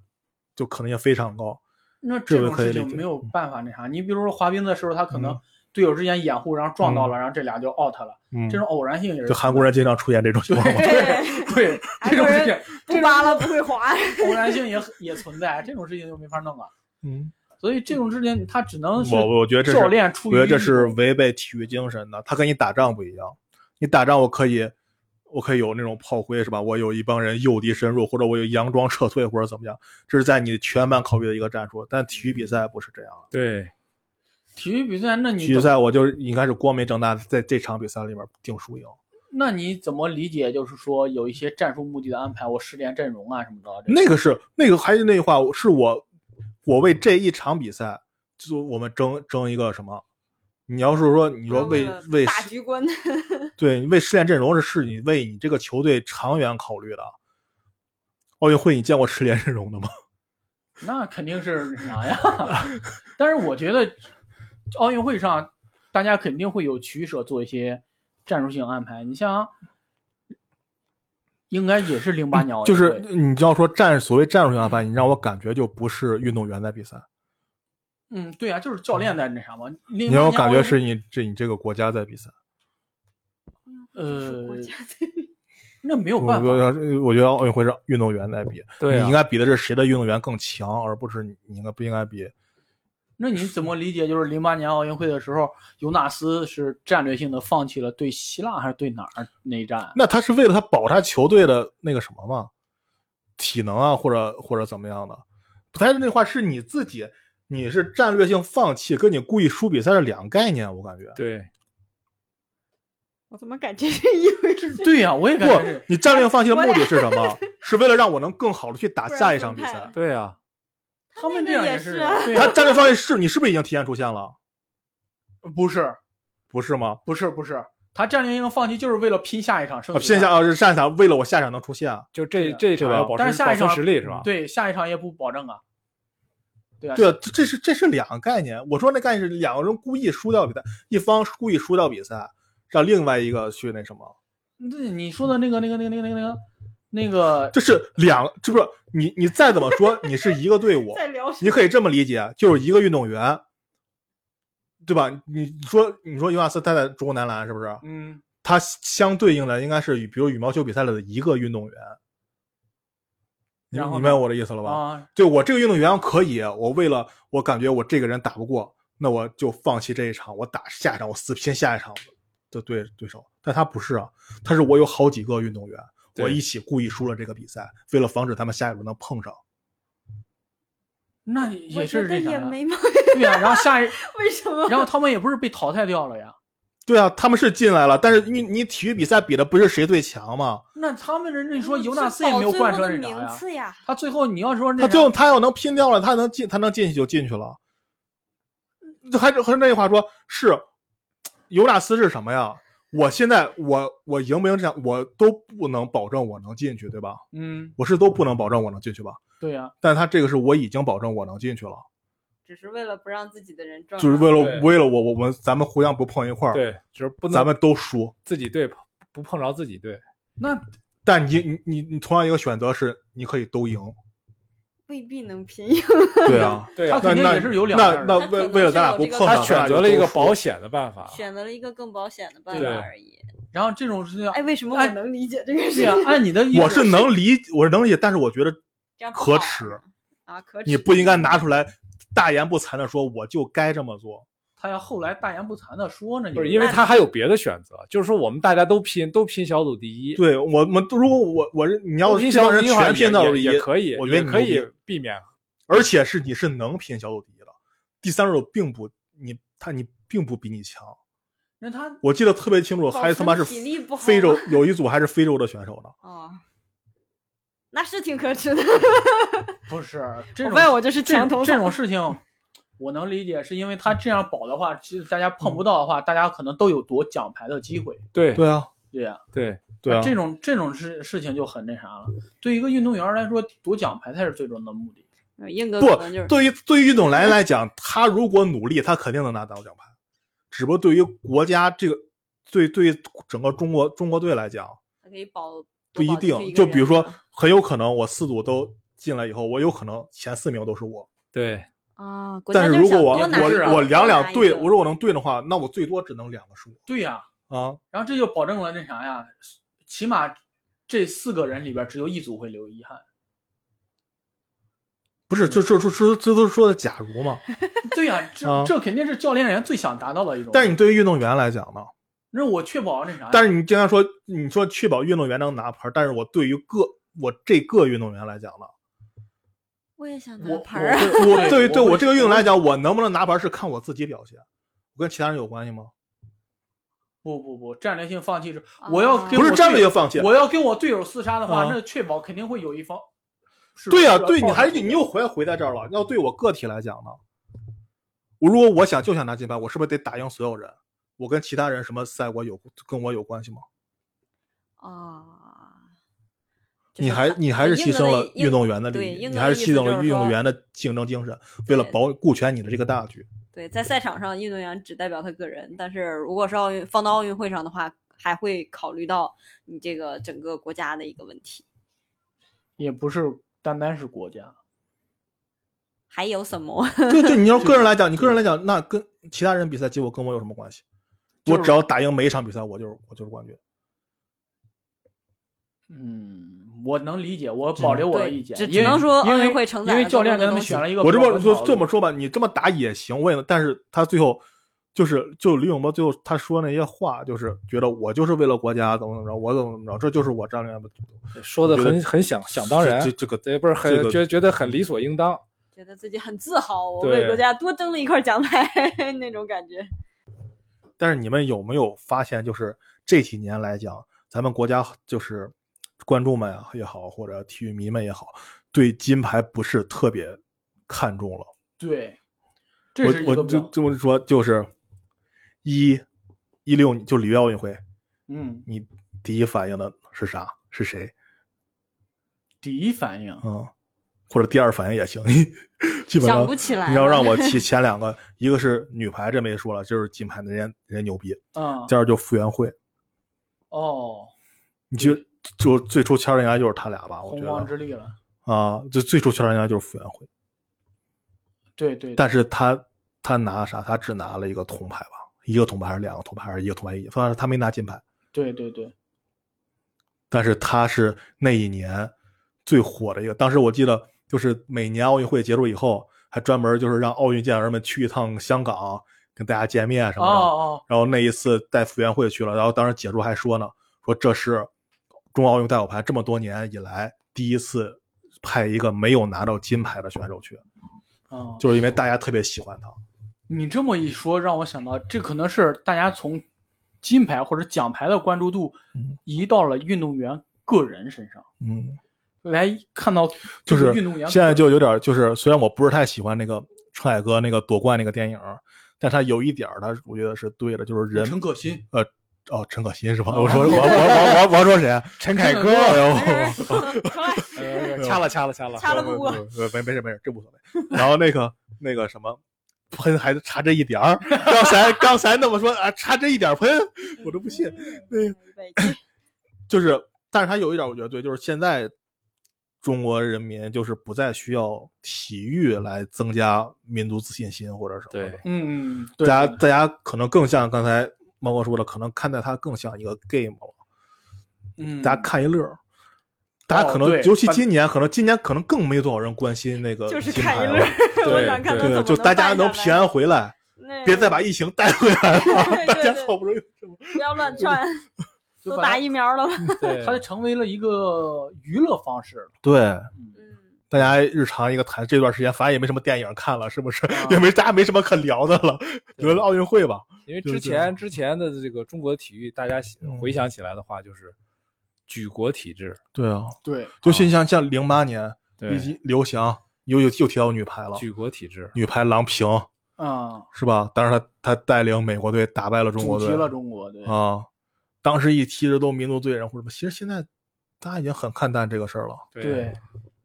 [SPEAKER 2] 就可能性非常高。
[SPEAKER 1] 那
[SPEAKER 2] 这
[SPEAKER 1] 这
[SPEAKER 2] 个
[SPEAKER 1] 种
[SPEAKER 2] 可以
[SPEAKER 1] 事
[SPEAKER 2] 理
[SPEAKER 1] 情
[SPEAKER 2] 解嗯
[SPEAKER 1] 没有办法那啥。你比如说滑冰的时候，他可能队友之间掩护，然后撞到了，然后这俩就 out 了。
[SPEAKER 2] 嗯
[SPEAKER 1] 这，种偶然性也是
[SPEAKER 2] 就韩国人经常出现这种情况嘛。
[SPEAKER 3] 对，
[SPEAKER 1] 对这种事情，
[SPEAKER 3] 不扒拉不会滑。
[SPEAKER 1] 偶然性也也存在，这种事情就没法弄了。 *laughs*
[SPEAKER 2] 嗯，
[SPEAKER 1] 所以这种事情他只能是
[SPEAKER 2] 我我觉得这是
[SPEAKER 1] 教练出
[SPEAKER 2] 我
[SPEAKER 1] 于
[SPEAKER 2] 觉得这
[SPEAKER 1] 一
[SPEAKER 2] 是
[SPEAKER 1] 种
[SPEAKER 2] 违背体育精神的。他跟你打仗不一样，你打仗我可以，我可以有那种炮灰是吧？我有一帮人诱敌深入，或者我有佯装撤退或者怎么样，这是在你全盘考虑的一个战术。但体育比赛不是这样的。
[SPEAKER 4] 对，
[SPEAKER 1] 体育比赛，那你
[SPEAKER 2] 体
[SPEAKER 1] 怎
[SPEAKER 2] 育
[SPEAKER 1] 么
[SPEAKER 2] 赛我就是应该是光明正大地在这场比赛里面定输赢。
[SPEAKER 1] 那你怎么理解？就是说有一些战术目的的安排，我十连阵容啊什么的。这个
[SPEAKER 2] 那个是那个还是那句话，是我我为这一场比赛，就我们争争一个什么？你要是说你说为
[SPEAKER 3] 了
[SPEAKER 2] 为
[SPEAKER 3] 大局观， *laughs*
[SPEAKER 2] 对为试炼阵容是是你为你这个球队长远考虑的。奥运会你见过失联阵容的吗？
[SPEAKER 1] 那肯定是啥呀？但是我觉得奥运会上，大家肯定会有取舍，做一些战术性安排。你像，应该也是零八年奥运会，
[SPEAKER 2] 就是你要说战所谓战术性安排，你让我感觉就不是运动员在比赛，
[SPEAKER 1] 嗯，对啊，就是教练在那啥嘛。你
[SPEAKER 2] 你让我感觉是你这你这个国家在比赛。
[SPEAKER 1] 呃，
[SPEAKER 3] 国家
[SPEAKER 1] 那没有
[SPEAKER 2] 我
[SPEAKER 1] 办
[SPEAKER 2] 觉
[SPEAKER 1] 法。
[SPEAKER 2] 得我觉得奥运会是运动员在比，
[SPEAKER 4] 对啊
[SPEAKER 2] 你应该比的是谁的运动员更强，而不是你你应该不应该比
[SPEAKER 1] 那你怎么理解？就是零八年奥运会的时候，尤纳斯是战略性的放弃了对希腊还是对哪儿那一战？
[SPEAKER 2] 那他是为了他保他球队的那个什么嘛，体能啊，或者或者怎么样的？不太是那话是你自己，你是战略性放弃，跟你故意输比赛是两个概念，我感觉。
[SPEAKER 4] 对，
[SPEAKER 3] 我怎么感觉这意
[SPEAKER 1] *laughs*
[SPEAKER 3] 味着
[SPEAKER 1] 对呀、我也感觉
[SPEAKER 2] 不
[SPEAKER 1] 是，。
[SPEAKER 2] 你战略性放弃的目的是什么？是为了让我能更好的去打
[SPEAKER 3] 不然
[SPEAKER 2] 啊下一
[SPEAKER 3] 分
[SPEAKER 2] 场比
[SPEAKER 3] 派
[SPEAKER 2] 赛
[SPEAKER 3] 了。
[SPEAKER 4] 对啊，
[SPEAKER 1] 他们这样
[SPEAKER 3] 也
[SPEAKER 1] 是
[SPEAKER 3] 是啊，
[SPEAKER 1] 对
[SPEAKER 2] 他
[SPEAKER 1] 呀、
[SPEAKER 2] 战略放弃是你是不是已经提前出现了？
[SPEAKER 1] 不是
[SPEAKER 2] 不是吗？
[SPEAKER 1] 不是不是，他战略性放弃就是为了拼下一场胜
[SPEAKER 2] 啊
[SPEAKER 1] 利
[SPEAKER 2] 线下啊，是上一场为了我下一场能出现。
[SPEAKER 4] 就这
[SPEAKER 1] 对啊
[SPEAKER 4] 这一场
[SPEAKER 2] 对吧
[SPEAKER 4] 要保持
[SPEAKER 1] 但是下一
[SPEAKER 4] 保
[SPEAKER 1] 场
[SPEAKER 4] 存实力是吧？，
[SPEAKER 1] 对下一场也不保证啊。对啊，
[SPEAKER 2] 啊对啊，这这是这是两个概念。我说那概念是两个人故意输掉比赛，一方故意输掉比赛，让另外一个去那什么，
[SPEAKER 1] 对你说的那个那个那个那个那个那个那个，
[SPEAKER 2] 这是两，这不是你你再怎么说你是一个队伍，
[SPEAKER 3] 在聊什
[SPEAKER 2] 你可以这么理解，就是一个运动员，对吧？你你说你说尤瓦斯他在中国男篮是不是？
[SPEAKER 1] 嗯，
[SPEAKER 2] 他相对应的应该是与比如羽毛球比赛里的一个运动员，你
[SPEAKER 1] 然后
[SPEAKER 2] 明
[SPEAKER 1] 呢
[SPEAKER 2] 白我的意思了吧？
[SPEAKER 1] 啊，
[SPEAKER 2] 对我这个运动员可以，我为了我感觉我这个人打不过，那我就放弃这一场，我打下一场，我死拼下一场的对对手。但他不是啊，他是我有好几个运动员，
[SPEAKER 4] 对
[SPEAKER 2] 我一起故意输了这个比赛，为了防止他们下一轮能碰上。
[SPEAKER 1] 那
[SPEAKER 3] 我
[SPEAKER 1] 也
[SPEAKER 3] 觉
[SPEAKER 1] 是
[SPEAKER 3] 得
[SPEAKER 1] 这啊啥
[SPEAKER 3] 也
[SPEAKER 1] 呀？
[SPEAKER 3] 没嘛，
[SPEAKER 1] 对呀、然后下一，
[SPEAKER 3] *laughs* 为什么？
[SPEAKER 1] 然后他们也不是被淘汰掉了呀。
[SPEAKER 2] 对啊，他们是进来了，但是你你体育比赛比的不是谁最强吗？
[SPEAKER 1] 那他们人家
[SPEAKER 3] 你
[SPEAKER 1] 说尤纳斯也没有贯彻这啥
[SPEAKER 3] 名
[SPEAKER 1] 呀。
[SPEAKER 3] 次呀，
[SPEAKER 1] 他最后你要说那啥
[SPEAKER 2] 他最后他要能拼掉了，他能进，他能进去就进去了。还是还是那句话说，是尤纳斯是什么呀？我现在我我赢不赢这场，我都不能保证我能进去，对吧？
[SPEAKER 1] 嗯，
[SPEAKER 2] 我是都不能保证我能进去吧？
[SPEAKER 1] 对呀、
[SPEAKER 2] 但他这个是我已经保证我能进去了，
[SPEAKER 3] 只是为了不让自己的人撞
[SPEAKER 2] 就是
[SPEAKER 3] 上。
[SPEAKER 2] 为了
[SPEAKER 4] 嗯对
[SPEAKER 2] 为了我我们咱们互相不碰一块儿，
[SPEAKER 4] 对，就是不能
[SPEAKER 2] 咱们都输。
[SPEAKER 4] 自己队不碰着自己队，
[SPEAKER 1] 那
[SPEAKER 2] 但你你你你同样一个选择是，你可以
[SPEAKER 1] *laughs*
[SPEAKER 2] 都赢，
[SPEAKER 3] 未必能拼赢，
[SPEAKER 2] 对啊，
[SPEAKER 4] 对
[SPEAKER 1] 他
[SPEAKER 4] 啊，
[SPEAKER 2] 那
[SPEAKER 1] 肯定
[SPEAKER 2] 那
[SPEAKER 1] 也是有两面
[SPEAKER 2] 那
[SPEAKER 1] 儿的
[SPEAKER 2] 那为为了咱俩不碰上，
[SPEAKER 3] 他
[SPEAKER 4] 他选择了一个保险的办法，
[SPEAKER 3] 选择了一个更保险的办
[SPEAKER 4] 啊对
[SPEAKER 3] 法而已。
[SPEAKER 1] 然后这种事情，
[SPEAKER 3] 哎，为什么我
[SPEAKER 1] 哎
[SPEAKER 3] 能理解这个事
[SPEAKER 1] 对呀
[SPEAKER 3] 情？，
[SPEAKER 1] 按你的意思，
[SPEAKER 2] 我是能理，我是能理解，但是我觉得
[SPEAKER 3] 这样不
[SPEAKER 2] 可
[SPEAKER 3] 好
[SPEAKER 2] 耻，
[SPEAKER 3] 啊，可耻！
[SPEAKER 2] 你不应该拿出来大言不惭的说我就该这么做。
[SPEAKER 1] 他要后来大言不惭的说呢，
[SPEAKER 4] 不是
[SPEAKER 1] 你
[SPEAKER 4] 因为
[SPEAKER 1] 那
[SPEAKER 4] 他还有别的选择，就是说我们大家都拼，都拼小组第一，
[SPEAKER 2] 对我们，如果我我是你
[SPEAKER 4] 都
[SPEAKER 2] 要
[SPEAKER 4] 拼
[SPEAKER 2] 是
[SPEAKER 4] 小
[SPEAKER 2] 让
[SPEAKER 4] 组
[SPEAKER 2] 人
[SPEAKER 4] 第一的话
[SPEAKER 2] 全拼到
[SPEAKER 4] 也
[SPEAKER 2] 一
[SPEAKER 4] 也，可以，
[SPEAKER 2] 我觉得
[SPEAKER 4] 也
[SPEAKER 2] 你
[SPEAKER 4] 可以
[SPEAKER 2] 牛逼
[SPEAKER 4] 避免。啊
[SPEAKER 2] 而且是你是能拼小组第一的。第三手并不你他你并不比你强，
[SPEAKER 1] 那他
[SPEAKER 2] 我记得特别清楚，
[SPEAKER 3] 保
[SPEAKER 2] 还他妈
[SPEAKER 3] 持
[SPEAKER 2] 是
[SPEAKER 3] 体力不好啊
[SPEAKER 2] 非洲
[SPEAKER 3] 吗
[SPEAKER 2] 有一组还是非洲的选手呢。
[SPEAKER 3] 哦，那是挺可耻的。
[SPEAKER 1] 不是这
[SPEAKER 3] 我
[SPEAKER 1] 种
[SPEAKER 3] 发现我就是
[SPEAKER 1] 这
[SPEAKER 3] 墙头
[SPEAKER 1] 这
[SPEAKER 3] 草
[SPEAKER 1] 种事情，我能理解，是因为他这样保的话，其实大家碰
[SPEAKER 2] 嗯
[SPEAKER 1] 不到的话，大家可能都有夺奖牌的机会，
[SPEAKER 4] 对
[SPEAKER 2] 对啊，
[SPEAKER 1] 对呀、
[SPEAKER 4] 对，
[SPEAKER 2] 对啊，
[SPEAKER 1] 这种这种事事情就很那啥了。对于一个运动员来说，夺奖牌才是最终的目的。
[SPEAKER 3] 呃硬哥
[SPEAKER 2] 不
[SPEAKER 3] 可能就是
[SPEAKER 2] 对于对于运动员来讲，他如果努力，他肯定能拿到奖牌。只不过对于国家这个，对对于整个中国中国队来讲，
[SPEAKER 3] 他可以保
[SPEAKER 2] 不一定。就比如
[SPEAKER 3] 啊
[SPEAKER 2] 说，很有可能我四组都进来以后，我有可能前四名都是我。
[SPEAKER 4] 对，
[SPEAKER 3] 啊，国家
[SPEAKER 2] 但
[SPEAKER 3] 就是
[SPEAKER 2] 如
[SPEAKER 3] 想
[SPEAKER 2] 果我
[SPEAKER 3] 多拿一个
[SPEAKER 2] 我我两两对，我
[SPEAKER 3] 多拿一个
[SPEAKER 2] 如果能对的话，那我最多只能两个是
[SPEAKER 1] 对呀、
[SPEAKER 2] 我啊。
[SPEAKER 1] 然后这就保证了那啥呀，起码这四个人里边只有一组会留遗憾。
[SPEAKER 2] 不是，就就
[SPEAKER 3] 嗯
[SPEAKER 2] 就这这都是说的假如
[SPEAKER 3] *laughs*
[SPEAKER 2] 嘛。
[SPEAKER 1] 对呀、这、
[SPEAKER 2] 啊
[SPEAKER 1] 这肯定是教练员最想达到的一种。
[SPEAKER 2] 但是你对于运动员来讲呢？
[SPEAKER 1] 那我确保那啥呀，
[SPEAKER 2] 但是你经常说，你说确保运动员能拿牌，但是我对于个我这个运动员来讲呢，
[SPEAKER 3] 我也想拿
[SPEAKER 1] 我
[SPEAKER 3] 牌儿啊，
[SPEAKER 1] *laughs* 我
[SPEAKER 2] 我对对
[SPEAKER 1] 我
[SPEAKER 2] 我
[SPEAKER 1] 会
[SPEAKER 2] 这个运动
[SPEAKER 1] 我
[SPEAKER 2] 员来
[SPEAKER 1] 会
[SPEAKER 2] 讲，我能不能拿牌是看我自己表现，我跟其他人有关系吗？
[SPEAKER 1] 不不不，战略性放弃是，
[SPEAKER 3] 哦
[SPEAKER 1] 我要跟
[SPEAKER 2] 不是
[SPEAKER 1] 我
[SPEAKER 2] 战略
[SPEAKER 1] 队
[SPEAKER 2] 性放弃
[SPEAKER 1] 我要跟我队友厮杀的话，
[SPEAKER 2] 啊
[SPEAKER 1] 那确保肯定会有一方。是
[SPEAKER 2] 对呀、
[SPEAKER 1] 是
[SPEAKER 2] 对你
[SPEAKER 1] 抱
[SPEAKER 2] 还
[SPEAKER 1] 着这
[SPEAKER 2] 你
[SPEAKER 1] 个
[SPEAKER 2] 又回回在这儿了。要对我个体来讲呢，我如果我想就想拿金牌，我是不是得打赢所有人？我跟其他人什么赛果有跟我有关系吗？
[SPEAKER 3] 啊，就
[SPEAKER 2] 你
[SPEAKER 3] 是
[SPEAKER 2] 还
[SPEAKER 3] 反
[SPEAKER 2] 你还是牺牲了
[SPEAKER 3] 硬哥的
[SPEAKER 2] 运动员的
[SPEAKER 3] 对
[SPEAKER 2] 利益，
[SPEAKER 3] 硬
[SPEAKER 2] 你
[SPEAKER 3] 哥
[SPEAKER 2] 还
[SPEAKER 3] 的
[SPEAKER 2] 是
[SPEAKER 3] 意
[SPEAKER 2] 牺
[SPEAKER 3] 思
[SPEAKER 2] 牲
[SPEAKER 3] 就
[SPEAKER 2] 了
[SPEAKER 3] 是
[SPEAKER 2] 运动
[SPEAKER 3] 说
[SPEAKER 2] 员的竞争精神，为了
[SPEAKER 3] 对
[SPEAKER 2] 保顾全你的这个大局。
[SPEAKER 3] 对，在赛场上，运动员只代表他个人，但是如果是奥运放到奥运会上的话，还会考虑到你这个整个国家的一个问题，
[SPEAKER 1] 也不是单单是国家，
[SPEAKER 3] 还有什么？ *laughs*
[SPEAKER 2] 对对，你要个人来讲，你个人来讲，那跟其他人比赛结果跟我有什么关系？我
[SPEAKER 1] 就是
[SPEAKER 2] 只要打赢每一场比赛，我就是我就是冠军。
[SPEAKER 1] 嗯，我能理解，我保留我的
[SPEAKER 3] 对
[SPEAKER 1] 意见，
[SPEAKER 3] 只
[SPEAKER 1] 因
[SPEAKER 3] 只
[SPEAKER 1] 为
[SPEAKER 3] 能说
[SPEAKER 1] 因
[SPEAKER 3] 奥运
[SPEAKER 1] 为
[SPEAKER 3] 会承载
[SPEAKER 1] 因为
[SPEAKER 3] 了
[SPEAKER 1] 教
[SPEAKER 3] 更
[SPEAKER 1] 练
[SPEAKER 3] 多
[SPEAKER 1] 给
[SPEAKER 3] 的
[SPEAKER 1] 他们
[SPEAKER 3] 东
[SPEAKER 1] 选
[SPEAKER 3] 西
[SPEAKER 1] 了一个
[SPEAKER 2] 我这
[SPEAKER 1] 不好
[SPEAKER 2] 么
[SPEAKER 1] 的
[SPEAKER 2] 说
[SPEAKER 1] 道
[SPEAKER 2] 这
[SPEAKER 1] 路
[SPEAKER 2] 么说吧，你这么打也行，为了，但是他最后就是就李永波最后他说那些话，就是觉得我就是为了国家怎么怎么着，我怎么怎么着，这就是我战略。
[SPEAKER 4] 说的
[SPEAKER 2] 我觉得
[SPEAKER 4] 很很想想当然
[SPEAKER 2] 这，这这个
[SPEAKER 4] 对，不是
[SPEAKER 2] 这
[SPEAKER 4] 很
[SPEAKER 2] 个
[SPEAKER 4] 觉觉得很理所应当。
[SPEAKER 3] 觉得自己很自豪，我
[SPEAKER 4] 对
[SPEAKER 3] 为国家多争了一块奖牌 *laughs* 那种感觉。
[SPEAKER 2] 但是你们有没有发现，就是这几年来讲，咱们国家就是观众们啊也好，或者体育迷们也好，对金牌不是特别看重了。
[SPEAKER 1] 对，这是一
[SPEAKER 2] 我
[SPEAKER 1] 个
[SPEAKER 2] 我
[SPEAKER 1] 比
[SPEAKER 2] 就
[SPEAKER 1] 较
[SPEAKER 2] 这么说，就是一一六就里约奥运会，
[SPEAKER 1] 嗯
[SPEAKER 2] 你第一反应的是啥？是谁？
[SPEAKER 1] 第一反应，
[SPEAKER 2] 嗯，或者第二反应也行。 *laughs* 基本上
[SPEAKER 3] 想不起来了
[SPEAKER 2] 你要让我提前两个，一个是女排，这没说了，就是金牌，人家人家牛逼。
[SPEAKER 1] 嗯
[SPEAKER 2] 第二就傅园慧，
[SPEAKER 1] 哦，
[SPEAKER 2] 你就
[SPEAKER 3] 嗯
[SPEAKER 2] 就最出圈儿应该就是他俩吧，我
[SPEAKER 1] 洪
[SPEAKER 2] 觉
[SPEAKER 1] 荒之
[SPEAKER 2] 得
[SPEAKER 1] 力了，
[SPEAKER 2] 啊，就最出圈儿应该就是傅园慧，
[SPEAKER 1] 对对，
[SPEAKER 2] 但是他他拿啥？他只拿了一个铜牌吧，一个铜牌还是两个铜牌还是一个铜牌一，反正他没拿金牌。
[SPEAKER 1] 对对对，
[SPEAKER 2] 但是他是那一年最火的一个。当时我记得，就是每年奥运会结束以后，还专门就是让奥运健儿们去一趟香港，跟大家见面什
[SPEAKER 1] 哦
[SPEAKER 2] 么的。
[SPEAKER 1] 哦，
[SPEAKER 2] 然后那一次带傅园慧去了，然后当时解说还说呢，说这是中奥运代表团这么多年以来第一次派一个没有拿到金牌的选手去，
[SPEAKER 1] 嗯，
[SPEAKER 2] 就是因为大家特别喜欢他。
[SPEAKER 1] 你这么一说，让我想到，这可能是大家从金牌或者奖牌的关注度
[SPEAKER 2] 嗯
[SPEAKER 1] 移到了运动员个人身上，
[SPEAKER 2] 嗯，
[SPEAKER 1] 来看到
[SPEAKER 2] 就
[SPEAKER 1] 这
[SPEAKER 2] 是
[SPEAKER 1] 个运动员
[SPEAKER 2] 现在
[SPEAKER 1] 个
[SPEAKER 2] 就有点儿就是，虽然我不是太喜欢那个川海哥那个夺冠那个电影，但他有一点儿他我觉得是对的，就是人
[SPEAKER 1] 陈可辛，
[SPEAKER 2] 呃哦陈可辛是吧？
[SPEAKER 1] 哦
[SPEAKER 2] 我说我我我我我说谁？
[SPEAKER 4] 陈
[SPEAKER 1] 凯歌哦
[SPEAKER 2] 哎呦
[SPEAKER 1] *laughs*
[SPEAKER 2] 哦 *laughs*
[SPEAKER 3] *laughs*
[SPEAKER 4] 呃掐了掐了掐了，
[SPEAKER 3] 掐了不过
[SPEAKER 2] 呃没没事没事，这无所谓。然后那个那个什么。喷还是差这一点儿，刚才刚才那么说啊，差这一点儿喷，我都不
[SPEAKER 3] *laughs*
[SPEAKER 2] 信。对，
[SPEAKER 3] 北京
[SPEAKER 2] 就是，但是他有一点儿我觉得对，就是现在中国人民就是不再需要体育来增加民族自信心或者什么的。
[SPEAKER 4] 对
[SPEAKER 1] 嗯，对
[SPEAKER 2] 大家大家可能更像刚才猫哥说了，可能看待它更像一个 game 了，
[SPEAKER 1] 嗯，
[SPEAKER 2] 大家看一乐儿。大家可能，
[SPEAKER 1] 对
[SPEAKER 2] 尤其
[SPEAKER 1] 反
[SPEAKER 2] 今年，可能今年可能更没多少人关心那个
[SPEAKER 3] 就是
[SPEAKER 2] 金
[SPEAKER 3] 看
[SPEAKER 2] 呃牌
[SPEAKER 3] 一
[SPEAKER 2] 了
[SPEAKER 3] 乐儿，我
[SPEAKER 2] *laughs*
[SPEAKER 4] 对
[SPEAKER 3] 想看他
[SPEAKER 4] 对
[SPEAKER 3] 怎么
[SPEAKER 2] 对，就大家能平安回来，
[SPEAKER 3] 安
[SPEAKER 2] 别再把疫情带回来了。
[SPEAKER 3] 对
[SPEAKER 2] 大家
[SPEAKER 3] 对
[SPEAKER 2] 好不 *laughs* 容易
[SPEAKER 3] 不要乱窜，
[SPEAKER 1] 就
[SPEAKER 3] 都
[SPEAKER 1] 反
[SPEAKER 3] 打
[SPEAKER 1] 正
[SPEAKER 3] 疫
[SPEAKER 2] *laughs*
[SPEAKER 3] 苗了吧？
[SPEAKER 4] 对
[SPEAKER 1] 它就成为了一个娱乐方式了。
[SPEAKER 2] 对，
[SPEAKER 3] 嗯，
[SPEAKER 2] 大家日常一个谈，这段时间反正也没什么电影看了，是不是？ *laughs* 也没大家没什么可聊的了，聊聊奥运会吧。
[SPEAKER 4] 因为
[SPEAKER 2] 对
[SPEAKER 4] 之
[SPEAKER 2] 对
[SPEAKER 4] 前之前的这个中国体育，大家喜
[SPEAKER 2] 嗯
[SPEAKER 4] 回想起来的话，就是举国体制，
[SPEAKER 2] 对啊，
[SPEAKER 1] 对，
[SPEAKER 2] 尤其像像零八年，
[SPEAKER 4] 对
[SPEAKER 2] 以，及刘翔又又又提到女排了，
[SPEAKER 4] 举国体制，
[SPEAKER 2] 女排郎平
[SPEAKER 1] 啊，
[SPEAKER 2] 是吧？当时她她带领美国队打败了中
[SPEAKER 1] 主
[SPEAKER 2] 国
[SPEAKER 1] 题
[SPEAKER 2] 队
[SPEAKER 1] 了中国，对，
[SPEAKER 2] 啊，当时一提着都民族罪人或者什么，其实现在大家已经很看淡这个事儿了。
[SPEAKER 1] 对，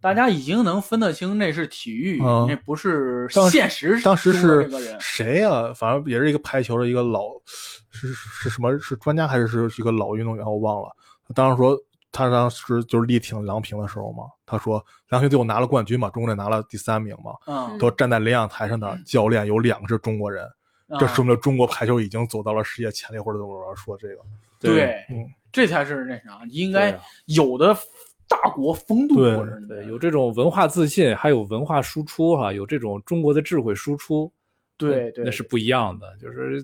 [SPEAKER 1] 大家已经能分得清那是体育，
[SPEAKER 2] 嗯
[SPEAKER 1] 那不是
[SPEAKER 2] 当时
[SPEAKER 1] 现实
[SPEAKER 2] 当时
[SPEAKER 1] 中的
[SPEAKER 2] 是
[SPEAKER 1] 那个人，
[SPEAKER 2] 谁呀、反正也是一个排球的一个老，是是是什么？是专家还是是一个老运动员？我忘了。他当时说，他当时就是力挺郎平的时候嘛，他说郎平最后拿了冠军嘛，中国队拿了第三名嘛，
[SPEAKER 1] 嗯，
[SPEAKER 2] 都站在领奖台上的教练有两个是中国人，这
[SPEAKER 1] 啊
[SPEAKER 2] 说明了中国排球已经走到了世界前列，或者怎么着说这个。
[SPEAKER 1] 啊对，
[SPEAKER 2] 嗯
[SPEAKER 1] 这才是那啥，应
[SPEAKER 4] 对
[SPEAKER 1] 该
[SPEAKER 4] 啊
[SPEAKER 1] 有的大国风度
[SPEAKER 2] 对
[SPEAKER 1] 或者是
[SPEAKER 4] 对，有这种文化自信，还有文化输出哈、有这种中国的智慧输出，
[SPEAKER 1] 对
[SPEAKER 4] 那
[SPEAKER 1] 对
[SPEAKER 4] 那是不一样的。就是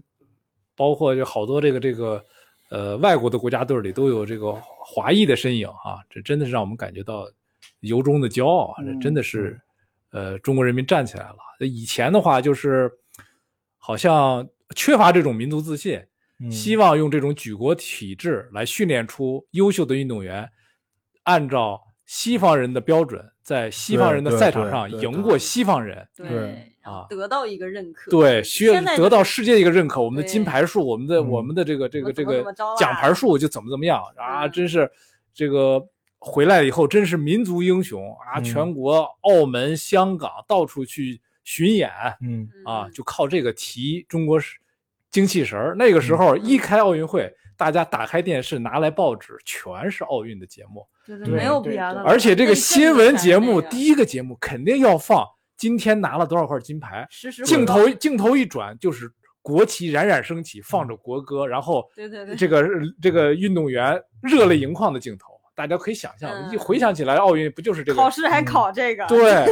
[SPEAKER 4] 包括就好多这个这个呃外国的国家队里都有这个华裔的身影啊，这真的是让我们感觉到由衷的骄傲啊！这真
[SPEAKER 2] 嗯
[SPEAKER 4] 的是、呃中国人民站起来了。以前的话就是好像缺乏这种民族自信，
[SPEAKER 2] 嗯
[SPEAKER 4] 希望用这种举国体制来训练出优秀的运动员，按照西方人的标准，在西方人的赛场上
[SPEAKER 2] 对对对
[SPEAKER 4] 赢过西方人。
[SPEAKER 2] 对，
[SPEAKER 3] 然后
[SPEAKER 4] 啊
[SPEAKER 3] 得到一个认可，
[SPEAKER 4] 对，需要
[SPEAKER 3] 现在就
[SPEAKER 4] 得到世界的一个认可，我们的
[SPEAKER 3] 对
[SPEAKER 4] 金牌数，我们的
[SPEAKER 2] 嗯
[SPEAKER 4] 我们的这个这个这
[SPEAKER 3] 我们怎么怎
[SPEAKER 4] 个
[SPEAKER 3] 么着啊
[SPEAKER 4] 奖牌数就怎么怎么样啊！
[SPEAKER 3] 嗯
[SPEAKER 4] 真是这个回来以后，真是民族英雄啊！
[SPEAKER 2] 嗯
[SPEAKER 4] 全国、澳门、香港到处去巡演，
[SPEAKER 2] 嗯
[SPEAKER 3] 嗯
[SPEAKER 4] 啊，就靠这个提中国是精气神儿。那个
[SPEAKER 2] 嗯
[SPEAKER 4] 时
[SPEAKER 3] 嗯
[SPEAKER 4] 候一开奥运会，大家打开电视，拿来报纸，全是奥运的节目，
[SPEAKER 3] 就是
[SPEAKER 2] 对
[SPEAKER 3] 没有
[SPEAKER 1] 对
[SPEAKER 3] 别的啊
[SPEAKER 1] 对
[SPEAKER 3] 了。
[SPEAKER 4] 而且这个新闻节目第
[SPEAKER 3] 一
[SPEAKER 4] 一个节目肯定要放今天拿了多少块金牌，
[SPEAKER 3] 实时
[SPEAKER 4] 镜
[SPEAKER 3] 回报
[SPEAKER 4] 头镜头一转就是国旗冉冉升起，放着国歌，然后
[SPEAKER 3] 嗯对对对
[SPEAKER 4] 这个这个运动员热泪盈眶的镜头，大家可以想象，
[SPEAKER 3] 嗯
[SPEAKER 4] 一回想起来奥运不就是这
[SPEAKER 3] 考
[SPEAKER 4] 个嗯
[SPEAKER 3] 试还考这个，
[SPEAKER 4] 对。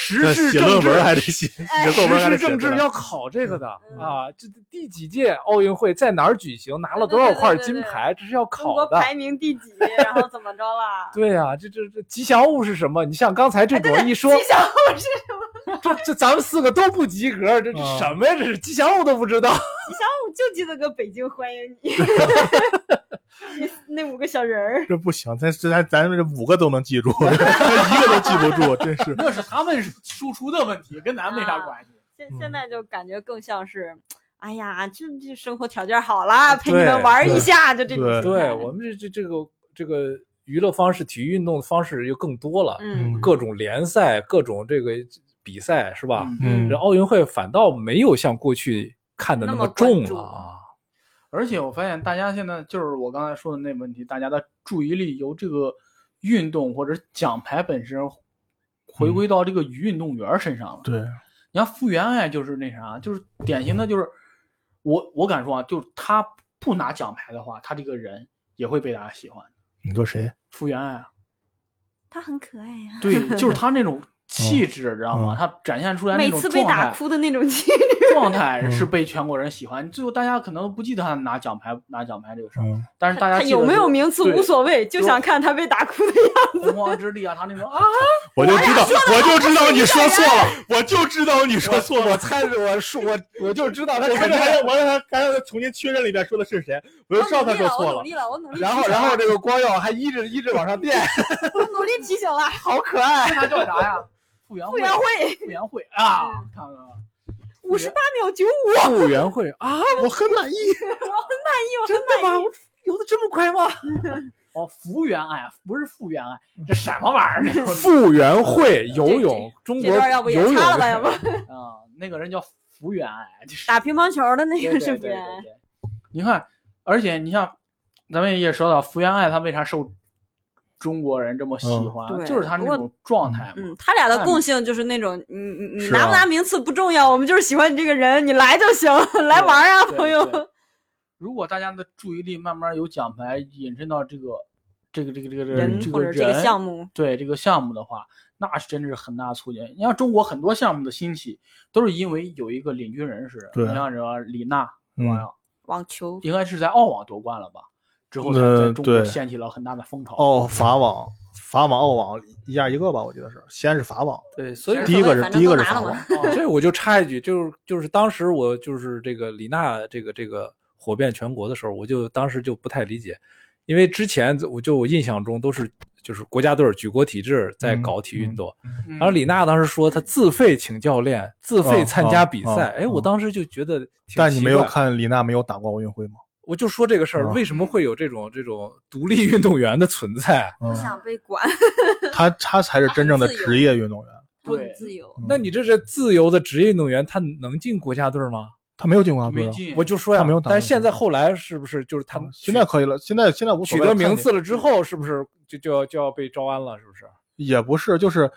[SPEAKER 4] 时事
[SPEAKER 2] 写
[SPEAKER 4] 政
[SPEAKER 2] 论
[SPEAKER 4] 治
[SPEAKER 2] 文还得写，写作文还
[SPEAKER 4] 时
[SPEAKER 2] 得
[SPEAKER 4] 事
[SPEAKER 2] 写
[SPEAKER 4] 政
[SPEAKER 2] 这
[SPEAKER 4] 治
[SPEAKER 2] 个
[SPEAKER 4] 要考这个的
[SPEAKER 3] 嗯
[SPEAKER 4] 啊！这第几届奥运会在哪儿举行，拿了多少块金牌，这是要
[SPEAKER 3] 中
[SPEAKER 4] 考
[SPEAKER 3] 国排
[SPEAKER 4] 的。
[SPEAKER 3] 名第几，然后怎么着啦？
[SPEAKER 4] *laughs* 对呀、这这这吉祥物是什么？你像刚才这种一说，
[SPEAKER 3] 哎吉祥物是什么？
[SPEAKER 4] 这这咱们四个都不及格，这这
[SPEAKER 2] 啊
[SPEAKER 4] 什么呀？这是吉祥物都不知道。
[SPEAKER 3] 吉祥物就记得个北京欢迎
[SPEAKER 4] *laughs*
[SPEAKER 3] 你，那那五个小人儿。
[SPEAKER 2] 这不行，咱咱咱们这五个都能记住， *laughs* 一个都记不住，真
[SPEAKER 4] *laughs*
[SPEAKER 2] 是。
[SPEAKER 1] 那是他们输出的问题，跟咱们没啥关系。
[SPEAKER 3] 现
[SPEAKER 2] 嗯
[SPEAKER 3] 现在就感觉更像是，哎呀，这这生活条件好啦，陪你
[SPEAKER 4] 啊对
[SPEAKER 3] 们玩儿一
[SPEAKER 2] 对
[SPEAKER 3] 下，就这种
[SPEAKER 2] 对
[SPEAKER 3] 心态
[SPEAKER 4] 对我们这这这个这个娱乐方式、体育运动的方式又更多了，
[SPEAKER 3] 嗯
[SPEAKER 4] 各种联赛、各种这个比赛是吧？
[SPEAKER 1] 嗯
[SPEAKER 2] 嗯
[SPEAKER 4] 这奥运会反倒没有像过去看的那
[SPEAKER 3] 那
[SPEAKER 4] 么
[SPEAKER 3] 么关
[SPEAKER 4] 重
[SPEAKER 3] 注
[SPEAKER 4] 了啊。
[SPEAKER 1] 而且我发现大家现在就是我刚才说的那问题，大家的注意力由这个运动或者奖牌本身回归到这个运动员身上了。
[SPEAKER 2] 嗯对，
[SPEAKER 1] 你看傅园爱就是那啥，就是典型的，就是我我敢说啊，就是他不拿奖牌的话，他这个人也会被大家喜欢。
[SPEAKER 2] 你说谁？
[SPEAKER 1] 傅园爱啊，
[SPEAKER 3] 他很可爱呀、
[SPEAKER 1] 对，就是他那
[SPEAKER 2] *laughs*
[SPEAKER 1] 种气质，知道吗？
[SPEAKER 2] 嗯
[SPEAKER 1] 他展现出来那
[SPEAKER 3] 啊每
[SPEAKER 1] 种
[SPEAKER 3] 次被
[SPEAKER 1] 状
[SPEAKER 3] 打
[SPEAKER 1] 态，
[SPEAKER 3] 哭的那种 *laughs* 气质。
[SPEAKER 1] 状态
[SPEAKER 2] 嗯
[SPEAKER 1] 是被全国人喜欢。最后大家可能不记得他拿奖牌拿奖牌这个事儿，
[SPEAKER 2] 嗯，
[SPEAKER 1] 但是大
[SPEAKER 3] 他
[SPEAKER 1] 家记得
[SPEAKER 3] 有没有名次
[SPEAKER 1] 对
[SPEAKER 3] 无所谓，就想看他被打哭的样子。
[SPEAKER 1] 洪荒之力啊，他那种
[SPEAKER 3] *laughs*
[SPEAKER 1] 啊，
[SPEAKER 2] 我就知道，我就知道你说错了，我就知道你说错了。
[SPEAKER 4] 我猜着
[SPEAKER 2] *laughs*
[SPEAKER 4] 我说我我就知道他
[SPEAKER 2] 我刚才还我刚才刚才重新确认了一遍，说的是谁，我就知道他说错了。
[SPEAKER 3] 力了，我努
[SPEAKER 4] 然后，然后这个光耀还一直一直往
[SPEAKER 2] *laughs*
[SPEAKER 4] 上变，
[SPEAKER 3] 我努力提醒了。
[SPEAKER 4] 好可
[SPEAKER 3] 哎
[SPEAKER 4] 爱。
[SPEAKER 1] 他叫啥呀？傅园
[SPEAKER 3] 傅
[SPEAKER 1] 慧
[SPEAKER 3] 园慧
[SPEAKER 1] 傅园慧啊，
[SPEAKER 3] 嗯
[SPEAKER 1] 看看啊
[SPEAKER 3] 五十八秒九五，
[SPEAKER 4] 后援会啊，
[SPEAKER 2] 我很满意。
[SPEAKER 3] 我很
[SPEAKER 4] 真的吗？我游的这么快吗？
[SPEAKER 1] 哦，福原爱不是傅园爱，
[SPEAKER 3] 嗯
[SPEAKER 1] 这什么玩意儿？
[SPEAKER 3] *laughs*
[SPEAKER 4] 傅园慧游泳，中
[SPEAKER 3] 这
[SPEAKER 4] 国
[SPEAKER 3] 段要不也
[SPEAKER 4] 游泳
[SPEAKER 3] 掐了吧？要不
[SPEAKER 1] 啊，那个人叫福原爱，就是
[SPEAKER 3] 打乒乓球的那
[SPEAKER 1] 对
[SPEAKER 3] 个
[SPEAKER 1] 对
[SPEAKER 3] 是
[SPEAKER 1] 对
[SPEAKER 3] 不是
[SPEAKER 1] 对？对你看，而且你像，咱们也说到福原爱，她为啥受中国人这么喜
[SPEAKER 2] 嗯
[SPEAKER 1] 欢，
[SPEAKER 3] 对
[SPEAKER 1] 就是她
[SPEAKER 3] 不
[SPEAKER 1] 那
[SPEAKER 3] 过
[SPEAKER 1] 种状态嘛。
[SPEAKER 3] 嗯，他俩的
[SPEAKER 1] 但
[SPEAKER 3] 共性就是那种，你你你
[SPEAKER 2] 是啊
[SPEAKER 3] 拿不拿名次不重要，我们就是喜欢你这个人，你来就行，来玩儿啊，
[SPEAKER 1] 对
[SPEAKER 3] 朋友。
[SPEAKER 1] 对如果大家的注意力慢慢由奖牌引申到这个这个这个这个这
[SPEAKER 3] 人
[SPEAKER 1] 个这
[SPEAKER 3] 或
[SPEAKER 1] 个
[SPEAKER 3] 者这个
[SPEAKER 1] 人
[SPEAKER 3] 项目
[SPEAKER 1] 对这个项目的话，那是真的是很大促进。你像中国很多项目的兴起，都是因为有一个领军人士，
[SPEAKER 2] 对
[SPEAKER 1] 你像什么李娜，
[SPEAKER 2] 嗯，
[SPEAKER 3] 网球，
[SPEAKER 1] 应该是在澳网夺冠了吧？之后才在
[SPEAKER 2] 呃
[SPEAKER 1] 中国
[SPEAKER 2] 对
[SPEAKER 1] 掀起了很大的风潮。，
[SPEAKER 2] 哦，法网，法网，澳网，一下一个吧，我记得是，先是法网，
[SPEAKER 4] 对，所以
[SPEAKER 3] 无
[SPEAKER 2] 第
[SPEAKER 3] 所
[SPEAKER 2] 一个
[SPEAKER 3] 谓
[SPEAKER 2] 是
[SPEAKER 3] 反
[SPEAKER 2] 第
[SPEAKER 3] 正
[SPEAKER 2] 一
[SPEAKER 3] 都
[SPEAKER 2] 个是
[SPEAKER 3] 拿
[SPEAKER 2] 法
[SPEAKER 3] 了
[SPEAKER 2] 网
[SPEAKER 3] 嘛，
[SPEAKER 1] 哦
[SPEAKER 4] *laughs* 所以我就插一句，就是就是当时我就是这个李娜这个这个火遍全国的时候，我就当时就不太理解，因为之前我就我印象中都是就是国家队儿举国体制在
[SPEAKER 2] 嗯
[SPEAKER 4] 搞体育运动，
[SPEAKER 1] 嗯
[SPEAKER 4] 然后李娜当时说她自费请教练，自费参加比
[SPEAKER 2] 哦哦
[SPEAKER 4] 赛，哎，我
[SPEAKER 2] 哦
[SPEAKER 4] 当时就觉得挺奇怪，
[SPEAKER 2] 但你没有看李娜没有打过奥运会吗？
[SPEAKER 4] 我就说这个事儿
[SPEAKER 2] 哦
[SPEAKER 4] 为什么会有这种这种独立运动员的存在？
[SPEAKER 3] 不
[SPEAKER 2] 嗯，
[SPEAKER 3] 想被管，
[SPEAKER 2] 她她才是真正的
[SPEAKER 3] *laughs* 她很自由
[SPEAKER 2] 职业运动员，
[SPEAKER 3] 不
[SPEAKER 1] 对
[SPEAKER 3] 自由。
[SPEAKER 2] 嗯
[SPEAKER 4] *laughs* 那你这是自由的职业运动员，他能进国家队儿吗？
[SPEAKER 2] 她没有进国家队
[SPEAKER 1] 没
[SPEAKER 2] 啊。
[SPEAKER 1] 进，
[SPEAKER 4] 我就说呀，
[SPEAKER 2] 他没有打
[SPEAKER 4] 但
[SPEAKER 2] 过
[SPEAKER 4] 是现在后来是不是就是他们
[SPEAKER 2] 哦现在可以了，现在现在无所
[SPEAKER 4] 取
[SPEAKER 2] 谓
[SPEAKER 4] 得
[SPEAKER 2] 了
[SPEAKER 4] 名
[SPEAKER 2] 看嗯
[SPEAKER 4] 次
[SPEAKER 2] 你
[SPEAKER 4] 了之后，是不是就就要就要被招安了？是不是？
[SPEAKER 2] 也不是，就是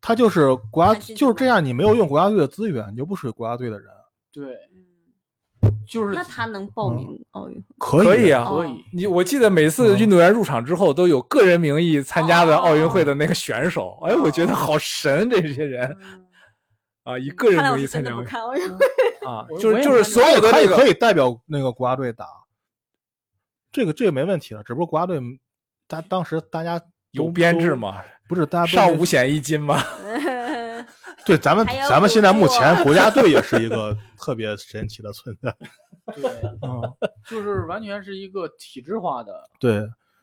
[SPEAKER 2] 她就是国家
[SPEAKER 3] 看世界
[SPEAKER 2] 就是这
[SPEAKER 3] 杯
[SPEAKER 2] 样，你没有用国家队的资源，你就不属于国家队的人，
[SPEAKER 1] 对，
[SPEAKER 3] 嗯
[SPEAKER 1] 就是
[SPEAKER 3] 那他能报名哦奥运
[SPEAKER 2] 可
[SPEAKER 3] 会？
[SPEAKER 2] 以
[SPEAKER 4] 可以啊
[SPEAKER 1] 可以。
[SPEAKER 4] 你我记得每次
[SPEAKER 2] 嗯哦
[SPEAKER 4] 运动员入场之后，都有个人名义参加的奥运会的那个选手。哎，我觉得好神，这些人
[SPEAKER 3] 嗯
[SPEAKER 4] 啊，以个人
[SPEAKER 3] 看来我
[SPEAKER 4] 名义
[SPEAKER 3] 是
[SPEAKER 4] 参
[SPEAKER 3] 真
[SPEAKER 4] 加
[SPEAKER 3] 的不看哦奥运会。
[SPEAKER 4] 啊
[SPEAKER 1] 我，
[SPEAKER 4] 就
[SPEAKER 1] 我
[SPEAKER 4] 是
[SPEAKER 1] 也
[SPEAKER 4] 就是
[SPEAKER 1] 看
[SPEAKER 4] 所有的
[SPEAKER 2] 他
[SPEAKER 4] 这
[SPEAKER 2] 也
[SPEAKER 4] 个
[SPEAKER 2] 可以代表那个国家队打，这个这个没问题了，只不过国家队他当时大家
[SPEAKER 4] 有
[SPEAKER 2] 都
[SPEAKER 4] 编制
[SPEAKER 2] 都
[SPEAKER 4] 嘛，
[SPEAKER 2] 不是大家都
[SPEAKER 4] 上
[SPEAKER 2] 没
[SPEAKER 4] 五险一金嘛。
[SPEAKER 2] 对，咱们
[SPEAKER 3] 还有
[SPEAKER 2] 咱们现在
[SPEAKER 3] 补
[SPEAKER 2] 目
[SPEAKER 3] 助
[SPEAKER 2] 前国家队也是一个特别神奇的存在。
[SPEAKER 1] 对，
[SPEAKER 2] 嗯，
[SPEAKER 1] 就是完全是一个体制化的
[SPEAKER 2] 对，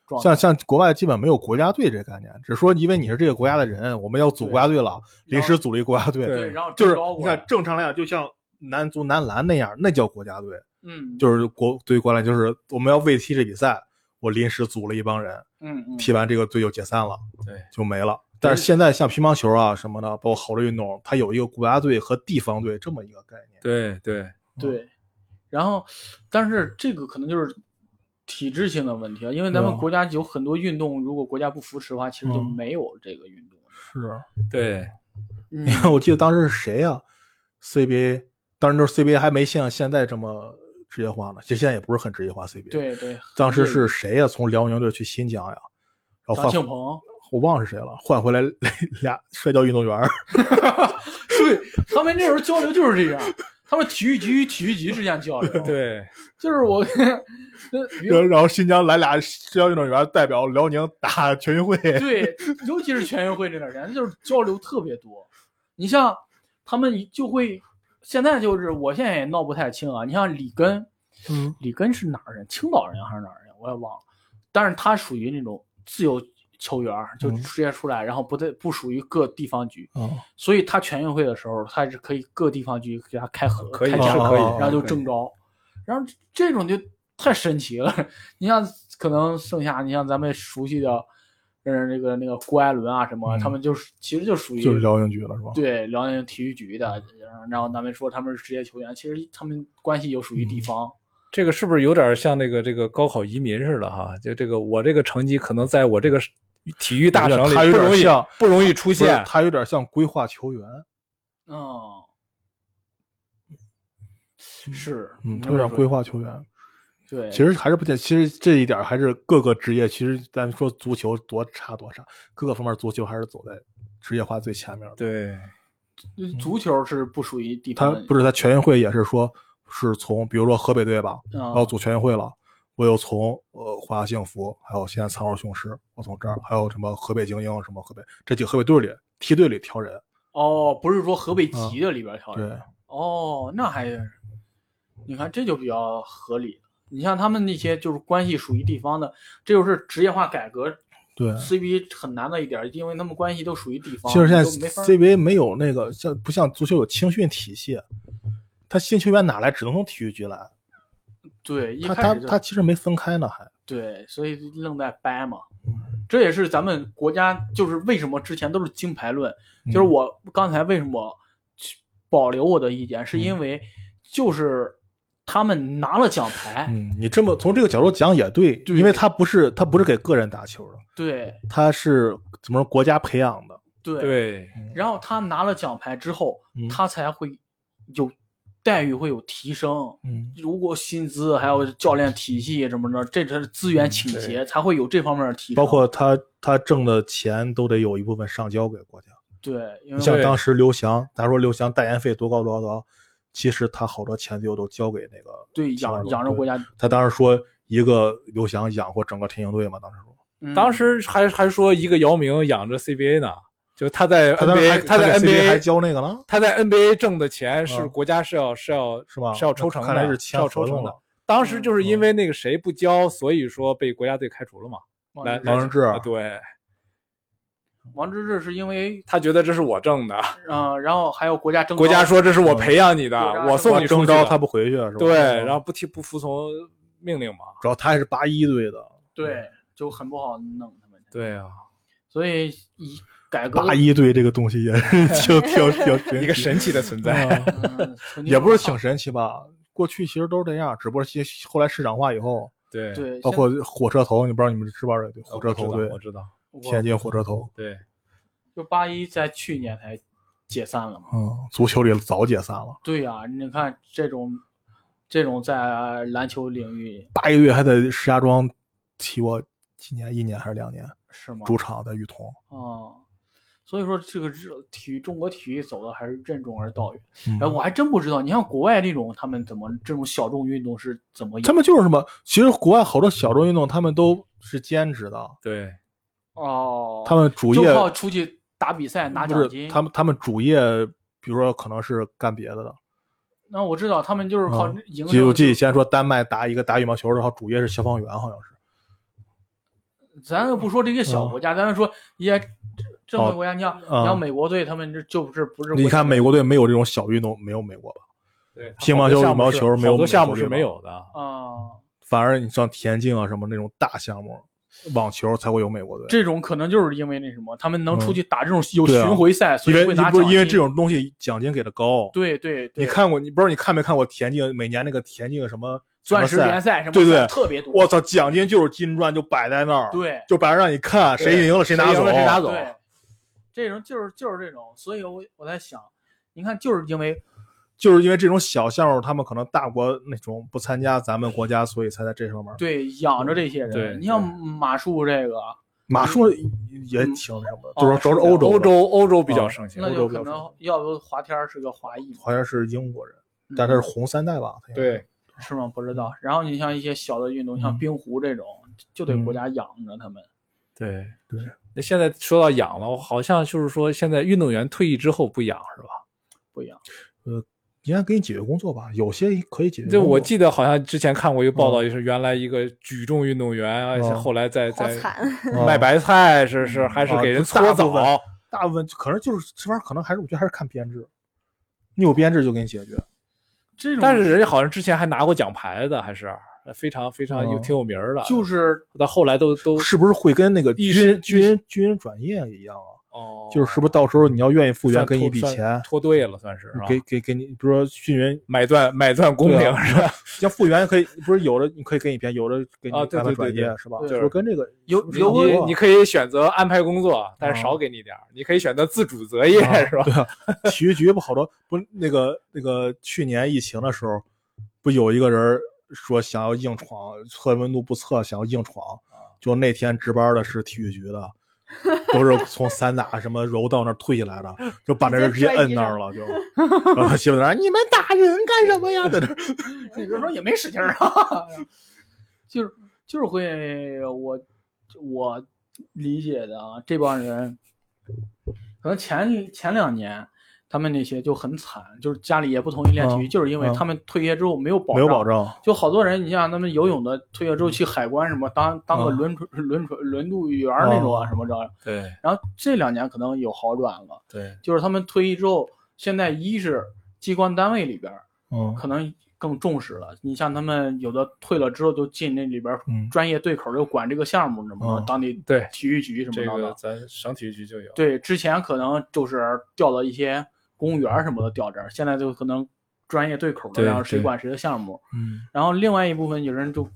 [SPEAKER 1] 状态
[SPEAKER 2] 像。像国外基本没有国家队这概念，只说因为你是这个国家的人，我们要组
[SPEAKER 1] 对
[SPEAKER 2] 国家队了，临
[SPEAKER 1] 然后
[SPEAKER 2] 时组了一个国家队，
[SPEAKER 1] 对，然后
[SPEAKER 2] 就是
[SPEAKER 1] 中高
[SPEAKER 2] 你
[SPEAKER 1] 过来
[SPEAKER 2] 看正常来讲，就像男足、男篮那样，那叫国家队，
[SPEAKER 1] 嗯，
[SPEAKER 2] 就是国对于国家队就是我们要为踢这比赛，我临时组了一帮人，
[SPEAKER 1] 嗯嗯，
[SPEAKER 2] 踢完这个队就解散了，
[SPEAKER 4] 对，
[SPEAKER 2] 就没了。但是现在像乒乓球啊什么的，包括好多运动，它有一个国家队和地方队这么一个概念。
[SPEAKER 4] *laughs* 对对，
[SPEAKER 2] 嗯
[SPEAKER 1] 对，然后，但是这个可能就是体制性的问题啊，因为咱们
[SPEAKER 2] 嗯
[SPEAKER 1] 国家有很多运动，如果国家不扶持的话，其实就
[SPEAKER 2] 嗯
[SPEAKER 1] 没有这个运动。
[SPEAKER 2] 是， *laughs*
[SPEAKER 4] 对，
[SPEAKER 1] 嗯，
[SPEAKER 2] 我记得当时是谁呀、c b a 当时就是 CBA 还没像现在这么职业化呢，其实现在也不是很职业化
[SPEAKER 1] *laughs*
[SPEAKER 2] CBA。，
[SPEAKER 1] 对对，
[SPEAKER 2] *laughs* 当时
[SPEAKER 1] 很
[SPEAKER 2] 是
[SPEAKER 1] 业余
[SPEAKER 2] 谁呀、从辽宁队去新疆呀，然后
[SPEAKER 1] 张
[SPEAKER 2] 换
[SPEAKER 1] 庆鹏，
[SPEAKER 2] 我忘了是谁了，换回来 *laughs* 俩摔跤运动员儿。
[SPEAKER 1] 对，他们那时候交流就是这样，他们体育局与体育局之间交
[SPEAKER 2] 哦 *laughs*
[SPEAKER 1] 流，，
[SPEAKER 4] 对，
[SPEAKER 1] 就是我，
[SPEAKER 2] 然后然后新疆来俩摔跤运动员代表辽宁打全运会。
[SPEAKER 1] 对，尤其是全运会这段时间，就是交流特别多。你像他们就会，现在就是我现在也闹不太清啊。你像里根，
[SPEAKER 2] 嗯
[SPEAKER 1] 里根是哪儿人？青岛人还是哪儿人？我也忘了。但是他属于那种自由球员儿，就
[SPEAKER 2] 嗯
[SPEAKER 1] 直接出来，然后不在不属于各地方局，
[SPEAKER 2] 哦，
[SPEAKER 1] 所以他全运会的时候，他是可以各地方局给他开合，
[SPEAKER 4] 可以
[SPEAKER 1] 开
[SPEAKER 4] 是
[SPEAKER 1] 奖
[SPEAKER 4] 可以，啊
[SPEAKER 2] 哦
[SPEAKER 1] 然后就是中
[SPEAKER 4] 可以
[SPEAKER 1] 招，然后这种就太神奇了。你像可能剩下，你像咱们熟悉的，嗯，那个那个郭艾伦啊什么，
[SPEAKER 2] 嗯
[SPEAKER 1] 他们就是其实就属于
[SPEAKER 2] 就是辽宁局了是吧？
[SPEAKER 1] 对辽宁体育局的，然后咱们说他们是职业球员，其实他们关系又属于
[SPEAKER 4] 嗯
[SPEAKER 1] 地方。
[SPEAKER 4] 这个是不是有点像那个这个高考移民似的哈？就这个我这个成绩可能在我这个体育大省
[SPEAKER 2] 他
[SPEAKER 4] 里
[SPEAKER 2] 有
[SPEAKER 4] 不
[SPEAKER 2] 点
[SPEAKER 4] 容易
[SPEAKER 2] 像
[SPEAKER 4] 不容易出
[SPEAKER 2] 不是
[SPEAKER 4] 现。
[SPEAKER 2] 他有点像规划球员，
[SPEAKER 1] 嗯，是，
[SPEAKER 2] 嗯，
[SPEAKER 1] 你
[SPEAKER 2] 他
[SPEAKER 1] 这么
[SPEAKER 2] 有点
[SPEAKER 1] 说
[SPEAKER 2] 规划球员。
[SPEAKER 1] 对，
[SPEAKER 2] 其实还是不见，其实这一点还是各个职业，其实咱说足球多差多差，各个方面足球还是走在职业化最前面的。
[SPEAKER 4] 对，
[SPEAKER 1] 足球是不属于地
[SPEAKER 2] 他
[SPEAKER 1] 方的，
[SPEAKER 2] 不是他全运会也是说是从，比如说河北队吧，
[SPEAKER 1] 嗯
[SPEAKER 2] 然后组全运会了，我又从呃华夏幸福，还有现在苍州雄狮，我从这儿还有什么河北精英，什么河北这几个河北队里梯队里挑人，
[SPEAKER 1] 哦，不是说河北籍的里边挑人。
[SPEAKER 2] 啊对，
[SPEAKER 1] 哦，那还，你看这就比较合理。你像他们那些就是关系属于地方的，这就是职业化改革
[SPEAKER 2] 对，
[SPEAKER 1] CBA 很难的一点，因为他们关系都属于地方，
[SPEAKER 2] 其实现在
[SPEAKER 1] 都没法
[SPEAKER 2] CBA 没有那个像不像足球有青训体系，他新球员哪来，只能从体育局来，
[SPEAKER 1] 对一
[SPEAKER 2] 他
[SPEAKER 1] 开
[SPEAKER 2] 他
[SPEAKER 1] 始就
[SPEAKER 2] 他其实没分开呢，还
[SPEAKER 1] 对，所以愣在掰嘛。
[SPEAKER 2] 嗯
[SPEAKER 1] 这也是咱们国家就是为什么之前都是金牌论，就是
[SPEAKER 2] 嗯
[SPEAKER 1] 我刚才为什么去保留我的意见，是因为就是他们拿了奖牌，
[SPEAKER 2] 嗯，你这么从这个角度讲也对，因为他不是他不是给个人打球的，
[SPEAKER 1] 对
[SPEAKER 2] 他是怎么说国家培养的，
[SPEAKER 1] 对嗯
[SPEAKER 4] 对，
[SPEAKER 1] 然后他拿了奖牌之后，
[SPEAKER 2] 嗯
[SPEAKER 1] 他才会有待遇会有提升。
[SPEAKER 2] 嗯，
[SPEAKER 1] 如果薪资还有教练体系什么的，这这资源倾斜、才会有这方面的提升。
[SPEAKER 2] 包括他他挣的钱都得有一部分上交给国家。
[SPEAKER 1] 对，因
[SPEAKER 2] 你
[SPEAKER 1] 为
[SPEAKER 2] 像
[SPEAKER 4] 嗯对
[SPEAKER 2] 当时刘翔，咱说刘翔代言费多高多高多高，其实他好多钱就都交给那个
[SPEAKER 1] 对
[SPEAKER 2] 青蛙
[SPEAKER 1] 养
[SPEAKER 2] 队
[SPEAKER 1] 养着国。家，
[SPEAKER 2] 他当时说一个刘翔养活整个天津队嘛，当时说
[SPEAKER 1] 嗯
[SPEAKER 4] 当时还还说一个姚明养着 CBA 呢，就他在
[SPEAKER 2] 他当时还
[SPEAKER 4] NBA
[SPEAKER 2] 他在
[SPEAKER 4] 在
[SPEAKER 2] CBA 还
[SPEAKER 4] NBA
[SPEAKER 2] 交那个呢，
[SPEAKER 4] 他在 NBA 挣的钱是
[SPEAKER 2] 嗯
[SPEAKER 4] 国家是要是要
[SPEAKER 2] 啊是吧？
[SPEAKER 4] 是要抽成
[SPEAKER 2] 那看来
[SPEAKER 4] 的
[SPEAKER 2] 是
[SPEAKER 4] 是
[SPEAKER 2] 签
[SPEAKER 4] 要
[SPEAKER 2] 合
[SPEAKER 4] 抽成
[SPEAKER 2] 同
[SPEAKER 4] 的
[SPEAKER 2] 了。。
[SPEAKER 4] 当时就是
[SPEAKER 2] 嗯
[SPEAKER 4] 因为那个谁不交，所以说被国家队开除了嘛。
[SPEAKER 1] 王
[SPEAKER 4] 来，
[SPEAKER 1] 治
[SPEAKER 2] 哦王
[SPEAKER 4] 来
[SPEAKER 2] 治郅
[SPEAKER 4] 啊对
[SPEAKER 1] 王治郅是因为
[SPEAKER 4] 他觉得这是我挣的，
[SPEAKER 1] 嗯、呃然后还有国家争
[SPEAKER 4] 国家
[SPEAKER 1] 高
[SPEAKER 4] 说这是我培养你的
[SPEAKER 1] 国家，
[SPEAKER 2] 嗯
[SPEAKER 4] 我送你出
[SPEAKER 2] 征
[SPEAKER 4] 去
[SPEAKER 2] 召
[SPEAKER 4] 的
[SPEAKER 2] 他不回去是吧？
[SPEAKER 4] 啊对，
[SPEAKER 2] 嗯
[SPEAKER 4] 然后不听不服从命令嘛。
[SPEAKER 2] 主要他还是八一队的，
[SPEAKER 1] 对就很不好弄他们，
[SPEAKER 4] 对啊，
[SPEAKER 1] 所以一改革 *laughs*
[SPEAKER 2] 八一队这个东西也 *laughs* 是挺挺挺挺
[SPEAKER 4] *laughs* 一个神奇的存在。
[SPEAKER 1] 嗯曾经
[SPEAKER 2] 也不是挺神奇吧？过去其实都是这样，只不过其实后来市场化以后，
[SPEAKER 4] *laughs* 对，
[SPEAKER 1] 对，
[SPEAKER 2] 包括火车头，你不知道你们知不知道这个队？
[SPEAKER 4] 呃
[SPEAKER 2] 火
[SPEAKER 4] 我
[SPEAKER 2] 车
[SPEAKER 4] 知道
[SPEAKER 2] 头队，
[SPEAKER 4] 我知道。
[SPEAKER 2] 天津火车头，
[SPEAKER 4] 对，
[SPEAKER 1] 就八一在去年才解散了嘛。
[SPEAKER 2] 嗯，足球里早解散了，
[SPEAKER 1] 对呀、你看这种这种在篮球领域
[SPEAKER 2] 八个月还在石家庄踢过几年，一年还是两年，
[SPEAKER 1] 是吗？
[SPEAKER 2] 主场在裕彤，
[SPEAKER 1] 啊、所以说这个日体育中国体育走的还是任重而道远。
[SPEAKER 2] 嗯
[SPEAKER 1] 哎，我还真不知道，你像国外那种他们怎么这种小众运动是怎么
[SPEAKER 2] 他们就是什么？其实国外好多小众运动，他们都是兼职的，
[SPEAKER 4] 对，
[SPEAKER 1] 哦，
[SPEAKER 2] 他们主
[SPEAKER 1] 就
[SPEAKER 2] 业
[SPEAKER 1] 靠出去打比赛拿
[SPEAKER 2] 不
[SPEAKER 1] 奖
[SPEAKER 2] 是
[SPEAKER 1] 金。
[SPEAKER 2] 他们他们主业，比如说可能是干别的的。
[SPEAKER 1] 那我知道他们就是靠
[SPEAKER 2] 嗯
[SPEAKER 1] 赢、
[SPEAKER 2] 就我记得以前说丹麦打一个打羽毛球的，然后主业是消防员，好像是。
[SPEAKER 1] 咱又不说这些小
[SPEAKER 2] 嗯
[SPEAKER 1] 国家，咱就说一些正规国家，你像、
[SPEAKER 2] 嗯
[SPEAKER 1] 你像美国队，他们这就是不是
[SPEAKER 2] 你
[SPEAKER 1] 国家
[SPEAKER 2] 看美国队没有这种小运动，没有美国吧？
[SPEAKER 4] 对，
[SPEAKER 2] 乒乓球羽毛球没有
[SPEAKER 4] 好多项目
[SPEAKER 2] 美国
[SPEAKER 4] 是
[SPEAKER 2] 队
[SPEAKER 4] 没
[SPEAKER 2] 吧
[SPEAKER 4] 有的。
[SPEAKER 1] 啊、
[SPEAKER 2] 反而你像田径啊什么那种大项目，网球才会有美国队。
[SPEAKER 1] 这种可能就是因为那什么，他们能出
[SPEAKER 2] 嗯
[SPEAKER 1] 去打这种有
[SPEAKER 2] 对啊
[SPEAKER 1] 巡回赛，所
[SPEAKER 2] 因
[SPEAKER 1] 以
[SPEAKER 2] 为
[SPEAKER 1] 会
[SPEAKER 2] 你
[SPEAKER 1] 拿
[SPEAKER 2] 不
[SPEAKER 1] 奖
[SPEAKER 2] 是因为
[SPEAKER 1] 金
[SPEAKER 2] 这种东西奖金给的高。
[SPEAKER 1] 对对对，
[SPEAKER 2] 你看过你不知道你看没看过田径？每年那个田径什么
[SPEAKER 1] 钻石
[SPEAKER 2] 什么赛
[SPEAKER 1] 联赛什么
[SPEAKER 2] 对对
[SPEAKER 1] 赛特别多，
[SPEAKER 2] 我操，奖金就是金砖就摆在那儿，，
[SPEAKER 1] 对
[SPEAKER 2] 就摆着让你看
[SPEAKER 4] 对
[SPEAKER 2] 谁赢了谁拿
[SPEAKER 4] 谁赢
[SPEAKER 2] 走，
[SPEAKER 4] 了谁拿走
[SPEAKER 1] 对，这种就是就是这种，所以我我在想，你看就是因为
[SPEAKER 2] 就是因为这种小项目，他们可能大国那种不参加咱们国家，所以才在这上面。
[SPEAKER 1] 对养着这些人，
[SPEAKER 4] 对
[SPEAKER 1] 你像马术这个，
[SPEAKER 2] 马术也挺那什么的，
[SPEAKER 1] 哦
[SPEAKER 2] 都是都是
[SPEAKER 1] 是的
[SPEAKER 2] 欧洲的，
[SPEAKER 4] 欧洲欧洲比较
[SPEAKER 2] 嗯
[SPEAKER 4] 盛行，
[SPEAKER 1] 那
[SPEAKER 4] 欧
[SPEAKER 1] 就
[SPEAKER 4] 洲比
[SPEAKER 1] 可
[SPEAKER 4] 较盛行
[SPEAKER 1] 能。要不华天儿是个华裔嘛，
[SPEAKER 2] 好像是英国人，但他
[SPEAKER 1] 嗯
[SPEAKER 2] 是红三代吧？他应该
[SPEAKER 4] 对，
[SPEAKER 1] 是吗？不知道。然后你像一些小的运动，像
[SPEAKER 2] 嗯
[SPEAKER 1] 冰壶这种，就得国家养着他们。
[SPEAKER 4] 对
[SPEAKER 2] 对。
[SPEAKER 4] 那现在说到养了，我好像就是说，现在运动员退役之后不养是吧？
[SPEAKER 1] 不一样，
[SPEAKER 2] 应该给你解决工作吧？有些可以解决工作。
[SPEAKER 4] 就我记得好像之前看过一个
[SPEAKER 2] 哦
[SPEAKER 4] 报道，就是原来一个举重运动员，而且
[SPEAKER 2] 嗯
[SPEAKER 4] 后来在
[SPEAKER 3] *laughs* 好
[SPEAKER 4] 在
[SPEAKER 3] 惨，
[SPEAKER 2] 啊
[SPEAKER 4] 卖白菜，是是还是
[SPEAKER 2] 啊
[SPEAKER 4] 给人
[SPEAKER 2] 就大
[SPEAKER 4] 搓
[SPEAKER 2] 部分
[SPEAKER 4] 澡，
[SPEAKER 2] 大部分可能就是这玩意儿，可能还是我觉得还是看编制，你有编制就给你解决。
[SPEAKER 1] 这种
[SPEAKER 4] 但是人家好像之前还拿过奖牌的，还是非常非常有
[SPEAKER 2] 嗯
[SPEAKER 4] 挺有名儿的，
[SPEAKER 1] 就是
[SPEAKER 4] 到后来都都
[SPEAKER 2] 是不是会跟那个
[SPEAKER 4] 一
[SPEAKER 2] 军
[SPEAKER 4] 身
[SPEAKER 2] 军军转业一样啊？
[SPEAKER 4] 哦，
[SPEAKER 2] 就是是不是到时候你要愿意复员，
[SPEAKER 4] 算
[SPEAKER 2] 给你一
[SPEAKER 4] 脱
[SPEAKER 2] 笔
[SPEAKER 4] 算
[SPEAKER 2] 钱，
[SPEAKER 4] 脱队了，算是是吧
[SPEAKER 2] 给给给你，比如说训练
[SPEAKER 4] 买断买断工
[SPEAKER 2] 对
[SPEAKER 4] 龄
[SPEAKER 2] 啊
[SPEAKER 4] 是吧？
[SPEAKER 2] 像复员可以，不是有的你可以给你编，有的给你
[SPEAKER 4] 啊对
[SPEAKER 2] 安排
[SPEAKER 4] 对对
[SPEAKER 2] 转业
[SPEAKER 4] 对
[SPEAKER 2] 是吧？
[SPEAKER 1] 对
[SPEAKER 2] 就是跟这个
[SPEAKER 1] 有
[SPEAKER 2] 是不是
[SPEAKER 1] 有
[SPEAKER 2] 差不多啊
[SPEAKER 4] 你你可以选择安排工作，但是
[SPEAKER 2] 哦
[SPEAKER 4] 少给你点儿；你可以选择自主择业，
[SPEAKER 2] 啊
[SPEAKER 4] 是吧？
[SPEAKER 2] 对啊，体育局不好多不那个那个去年疫情的时候，不有一个人说想要硬闯，测温度不测，想要硬闯，
[SPEAKER 1] 啊
[SPEAKER 2] 就那天值班的是体育局的。都是从散打什么柔道那儿退下来的，就把那人直接摁那儿了，就。然后他媳妇在那儿，你们打人干什么呀？在那儿，
[SPEAKER 1] 有时候也没使劲儿啊，就是就是会我我理解的啊，这帮人可能前前两年他们那些就很惨，就是家里也不同意练体育，
[SPEAKER 2] 嗯
[SPEAKER 1] 就是因为
[SPEAKER 2] 嗯
[SPEAKER 1] 他们退业之后没有保
[SPEAKER 2] 没有保证，
[SPEAKER 1] 就好多人，你像他们游泳的退役之后去海关什么当当个
[SPEAKER 2] 嗯
[SPEAKER 1] 轮船、轮船轮渡员儿那种啊
[SPEAKER 2] 哦
[SPEAKER 1] 什么的，
[SPEAKER 4] 对
[SPEAKER 1] 然后这两年可能有好转了，
[SPEAKER 4] 对，
[SPEAKER 1] 就是他们退役之后，现在一是机关单位里边儿
[SPEAKER 2] 嗯
[SPEAKER 1] 可能更重视了，你像他们有的退了之后就进那里边儿
[SPEAKER 2] 嗯
[SPEAKER 1] 专业对口儿就管这个项目什么的，
[SPEAKER 2] 嗯
[SPEAKER 1] 当地
[SPEAKER 4] 对
[SPEAKER 1] 体育局什么
[SPEAKER 4] 这
[SPEAKER 1] 的
[SPEAKER 4] 个，咱省体育局就有。
[SPEAKER 1] 对，之前可能就是调到一些公务员儿什么的调这儿，现在就可能专业对口儿的，
[SPEAKER 4] 对
[SPEAKER 1] 然后谁
[SPEAKER 4] 对
[SPEAKER 1] 管谁的项目。
[SPEAKER 2] 嗯
[SPEAKER 1] 然后另外一部分有人就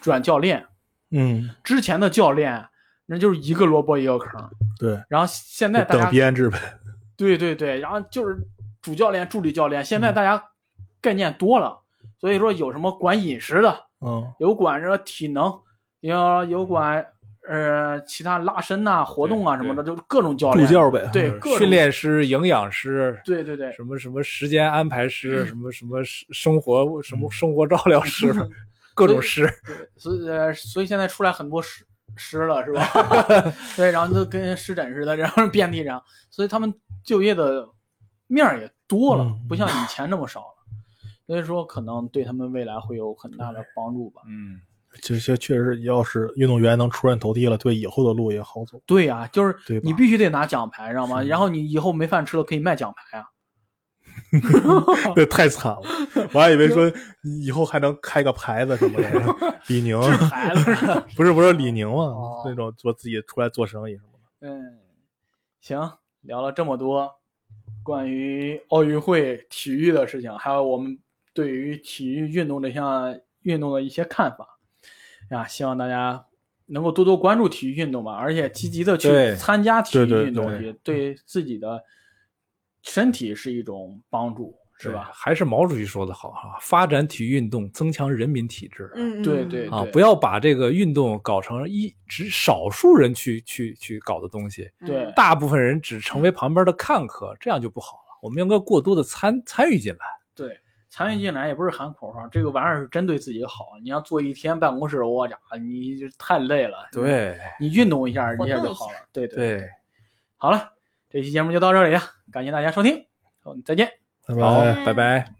[SPEAKER 1] 转教练，
[SPEAKER 2] 嗯，
[SPEAKER 1] 之前的教练那就是一个萝卜一个坑，
[SPEAKER 2] 对，
[SPEAKER 1] 然后现在
[SPEAKER 2] 就
[SPEAKER 1] 大
[SPEAKER 2] 等
[SPEAKER 1] 家
[SPEAKER 2] 编制呗，
[SPEAKER 1] 对对对，然后就是主教练、助理教练，现在大家概念多了，所以说有什么管饮食的，
[SPEAKER 2] 嗯
[SPEAKER 1] 有管这体能，有有管呃其他拉伸呐、活动啊什么的，就各种教
[SPEAKER 2] 助
[SPEAKER 1] 练，
[SPEAKER 2] 教呗，
[SPEAKER 1] 对
[SPEAKER 4] 就是
[SPEAKER 1] 各种
[SPEAKER 4] 嗯训练师、营养师，
[SPEAKER 1] 对对对，
[SPEAKER 4] 什么什么时间安排师，什么什么生活什么生活照料师， *laughs* 各种师。
[SPEAKER 1] 对，所以呃，所以现在出来很多师师了，是吧？ *laughs* 对，然后就跟湿疹似的，然后遍地长，所以他们就业的面儿也多了，
[SPEAKER 2] 嗯
[SPEAKER 1] 不像以前那么少了。所以说，可能对他们未来会有很大的帮助吧。
[SPEAKER 4] 嗯，
[SPEAKER 2] 这些确实，要是运动员能出人头地了，对以后的路也好走。
[SPEAKER 1] 对呀、就是
[SPEAKER 2] 对吧
[SPEAKER 1] 你必须得拿奖牌，知道吗？然后你以后没饭吃了可以卖奖
[SPEAKER 2] *laughs*
[SPEAKER 1] 牌啊。
[SPEAKER 2] 这太惨了，我还以为说以后还能开个牌子什么的。李宁 *laughs*
[SPEAKER 1] 牌子是吧
[SPEAKER 2] 不是不是李宁嘛
[SPEAKER 1] 哦，
[SPEAKER 2] 那种做自己出来做生意什么的。
[SPEAKER 1] 嗯，行，聊了这么多关于奥运会体育的事情，还有我们对于体育运动这项运动的一些看法啊，希望大家能够多多关注体育运动吧，而且积极的去
[SPEAKER 4] 对
[SPEAKER 1] 参加体育
[SPEAKER 2] 对对
[SPEAKER 1] 运动，
[SPEAKER 4] 对
[SPEAKER 1] 也对自己的身体是一种帮助，是吧？？
[SPEAKER 4] 还是毛主席说的好哈、发展体育运动，增强人民体质。
[SPEAKER 3] 嗯，嗯
[SPEAKER 1] 对
[SPEAKER 3] 嗯
[SPEAKER 1] 对
[SPEAKER 4] 啊，不要把这个运动搞成一只少数人去去去搞的东西，
[SPEAKER 1] 对
[SPEAKER 3] 嗯
[SPEAKER 4] 大部分人只成为旁边的看客，这样就不好了。我们应该过多的参参与进来。
[SPEAKER 1] 对，参与进来也不是喊口号，这个玩意儿是真对自己好。你要坐一天办公室，我家伙你就太累了。，
[SPEAKER 4] 对
[SPEAKER 1] 你运动一下，
[SPEAKER 3] 活
[SPEAKER 1] 一下
[SPEAKER 3] 动
[SPEAKER 1] 就
[SPEAKER 3] 一
[SPEAKER 1] 好
[SPEAKER 3] 下
[SPEAKER 1] 了。对对
[SPEAKER 4] 对，
[SPEAKER 1] 好了，这期节目就到这里了，感谢大家收听，我们再见。
[SPEAKER 2] 拜
[SPEAKER 4] 好
[SPEAKER 2] 拜。，
[SPEAKER 4] 拜拜。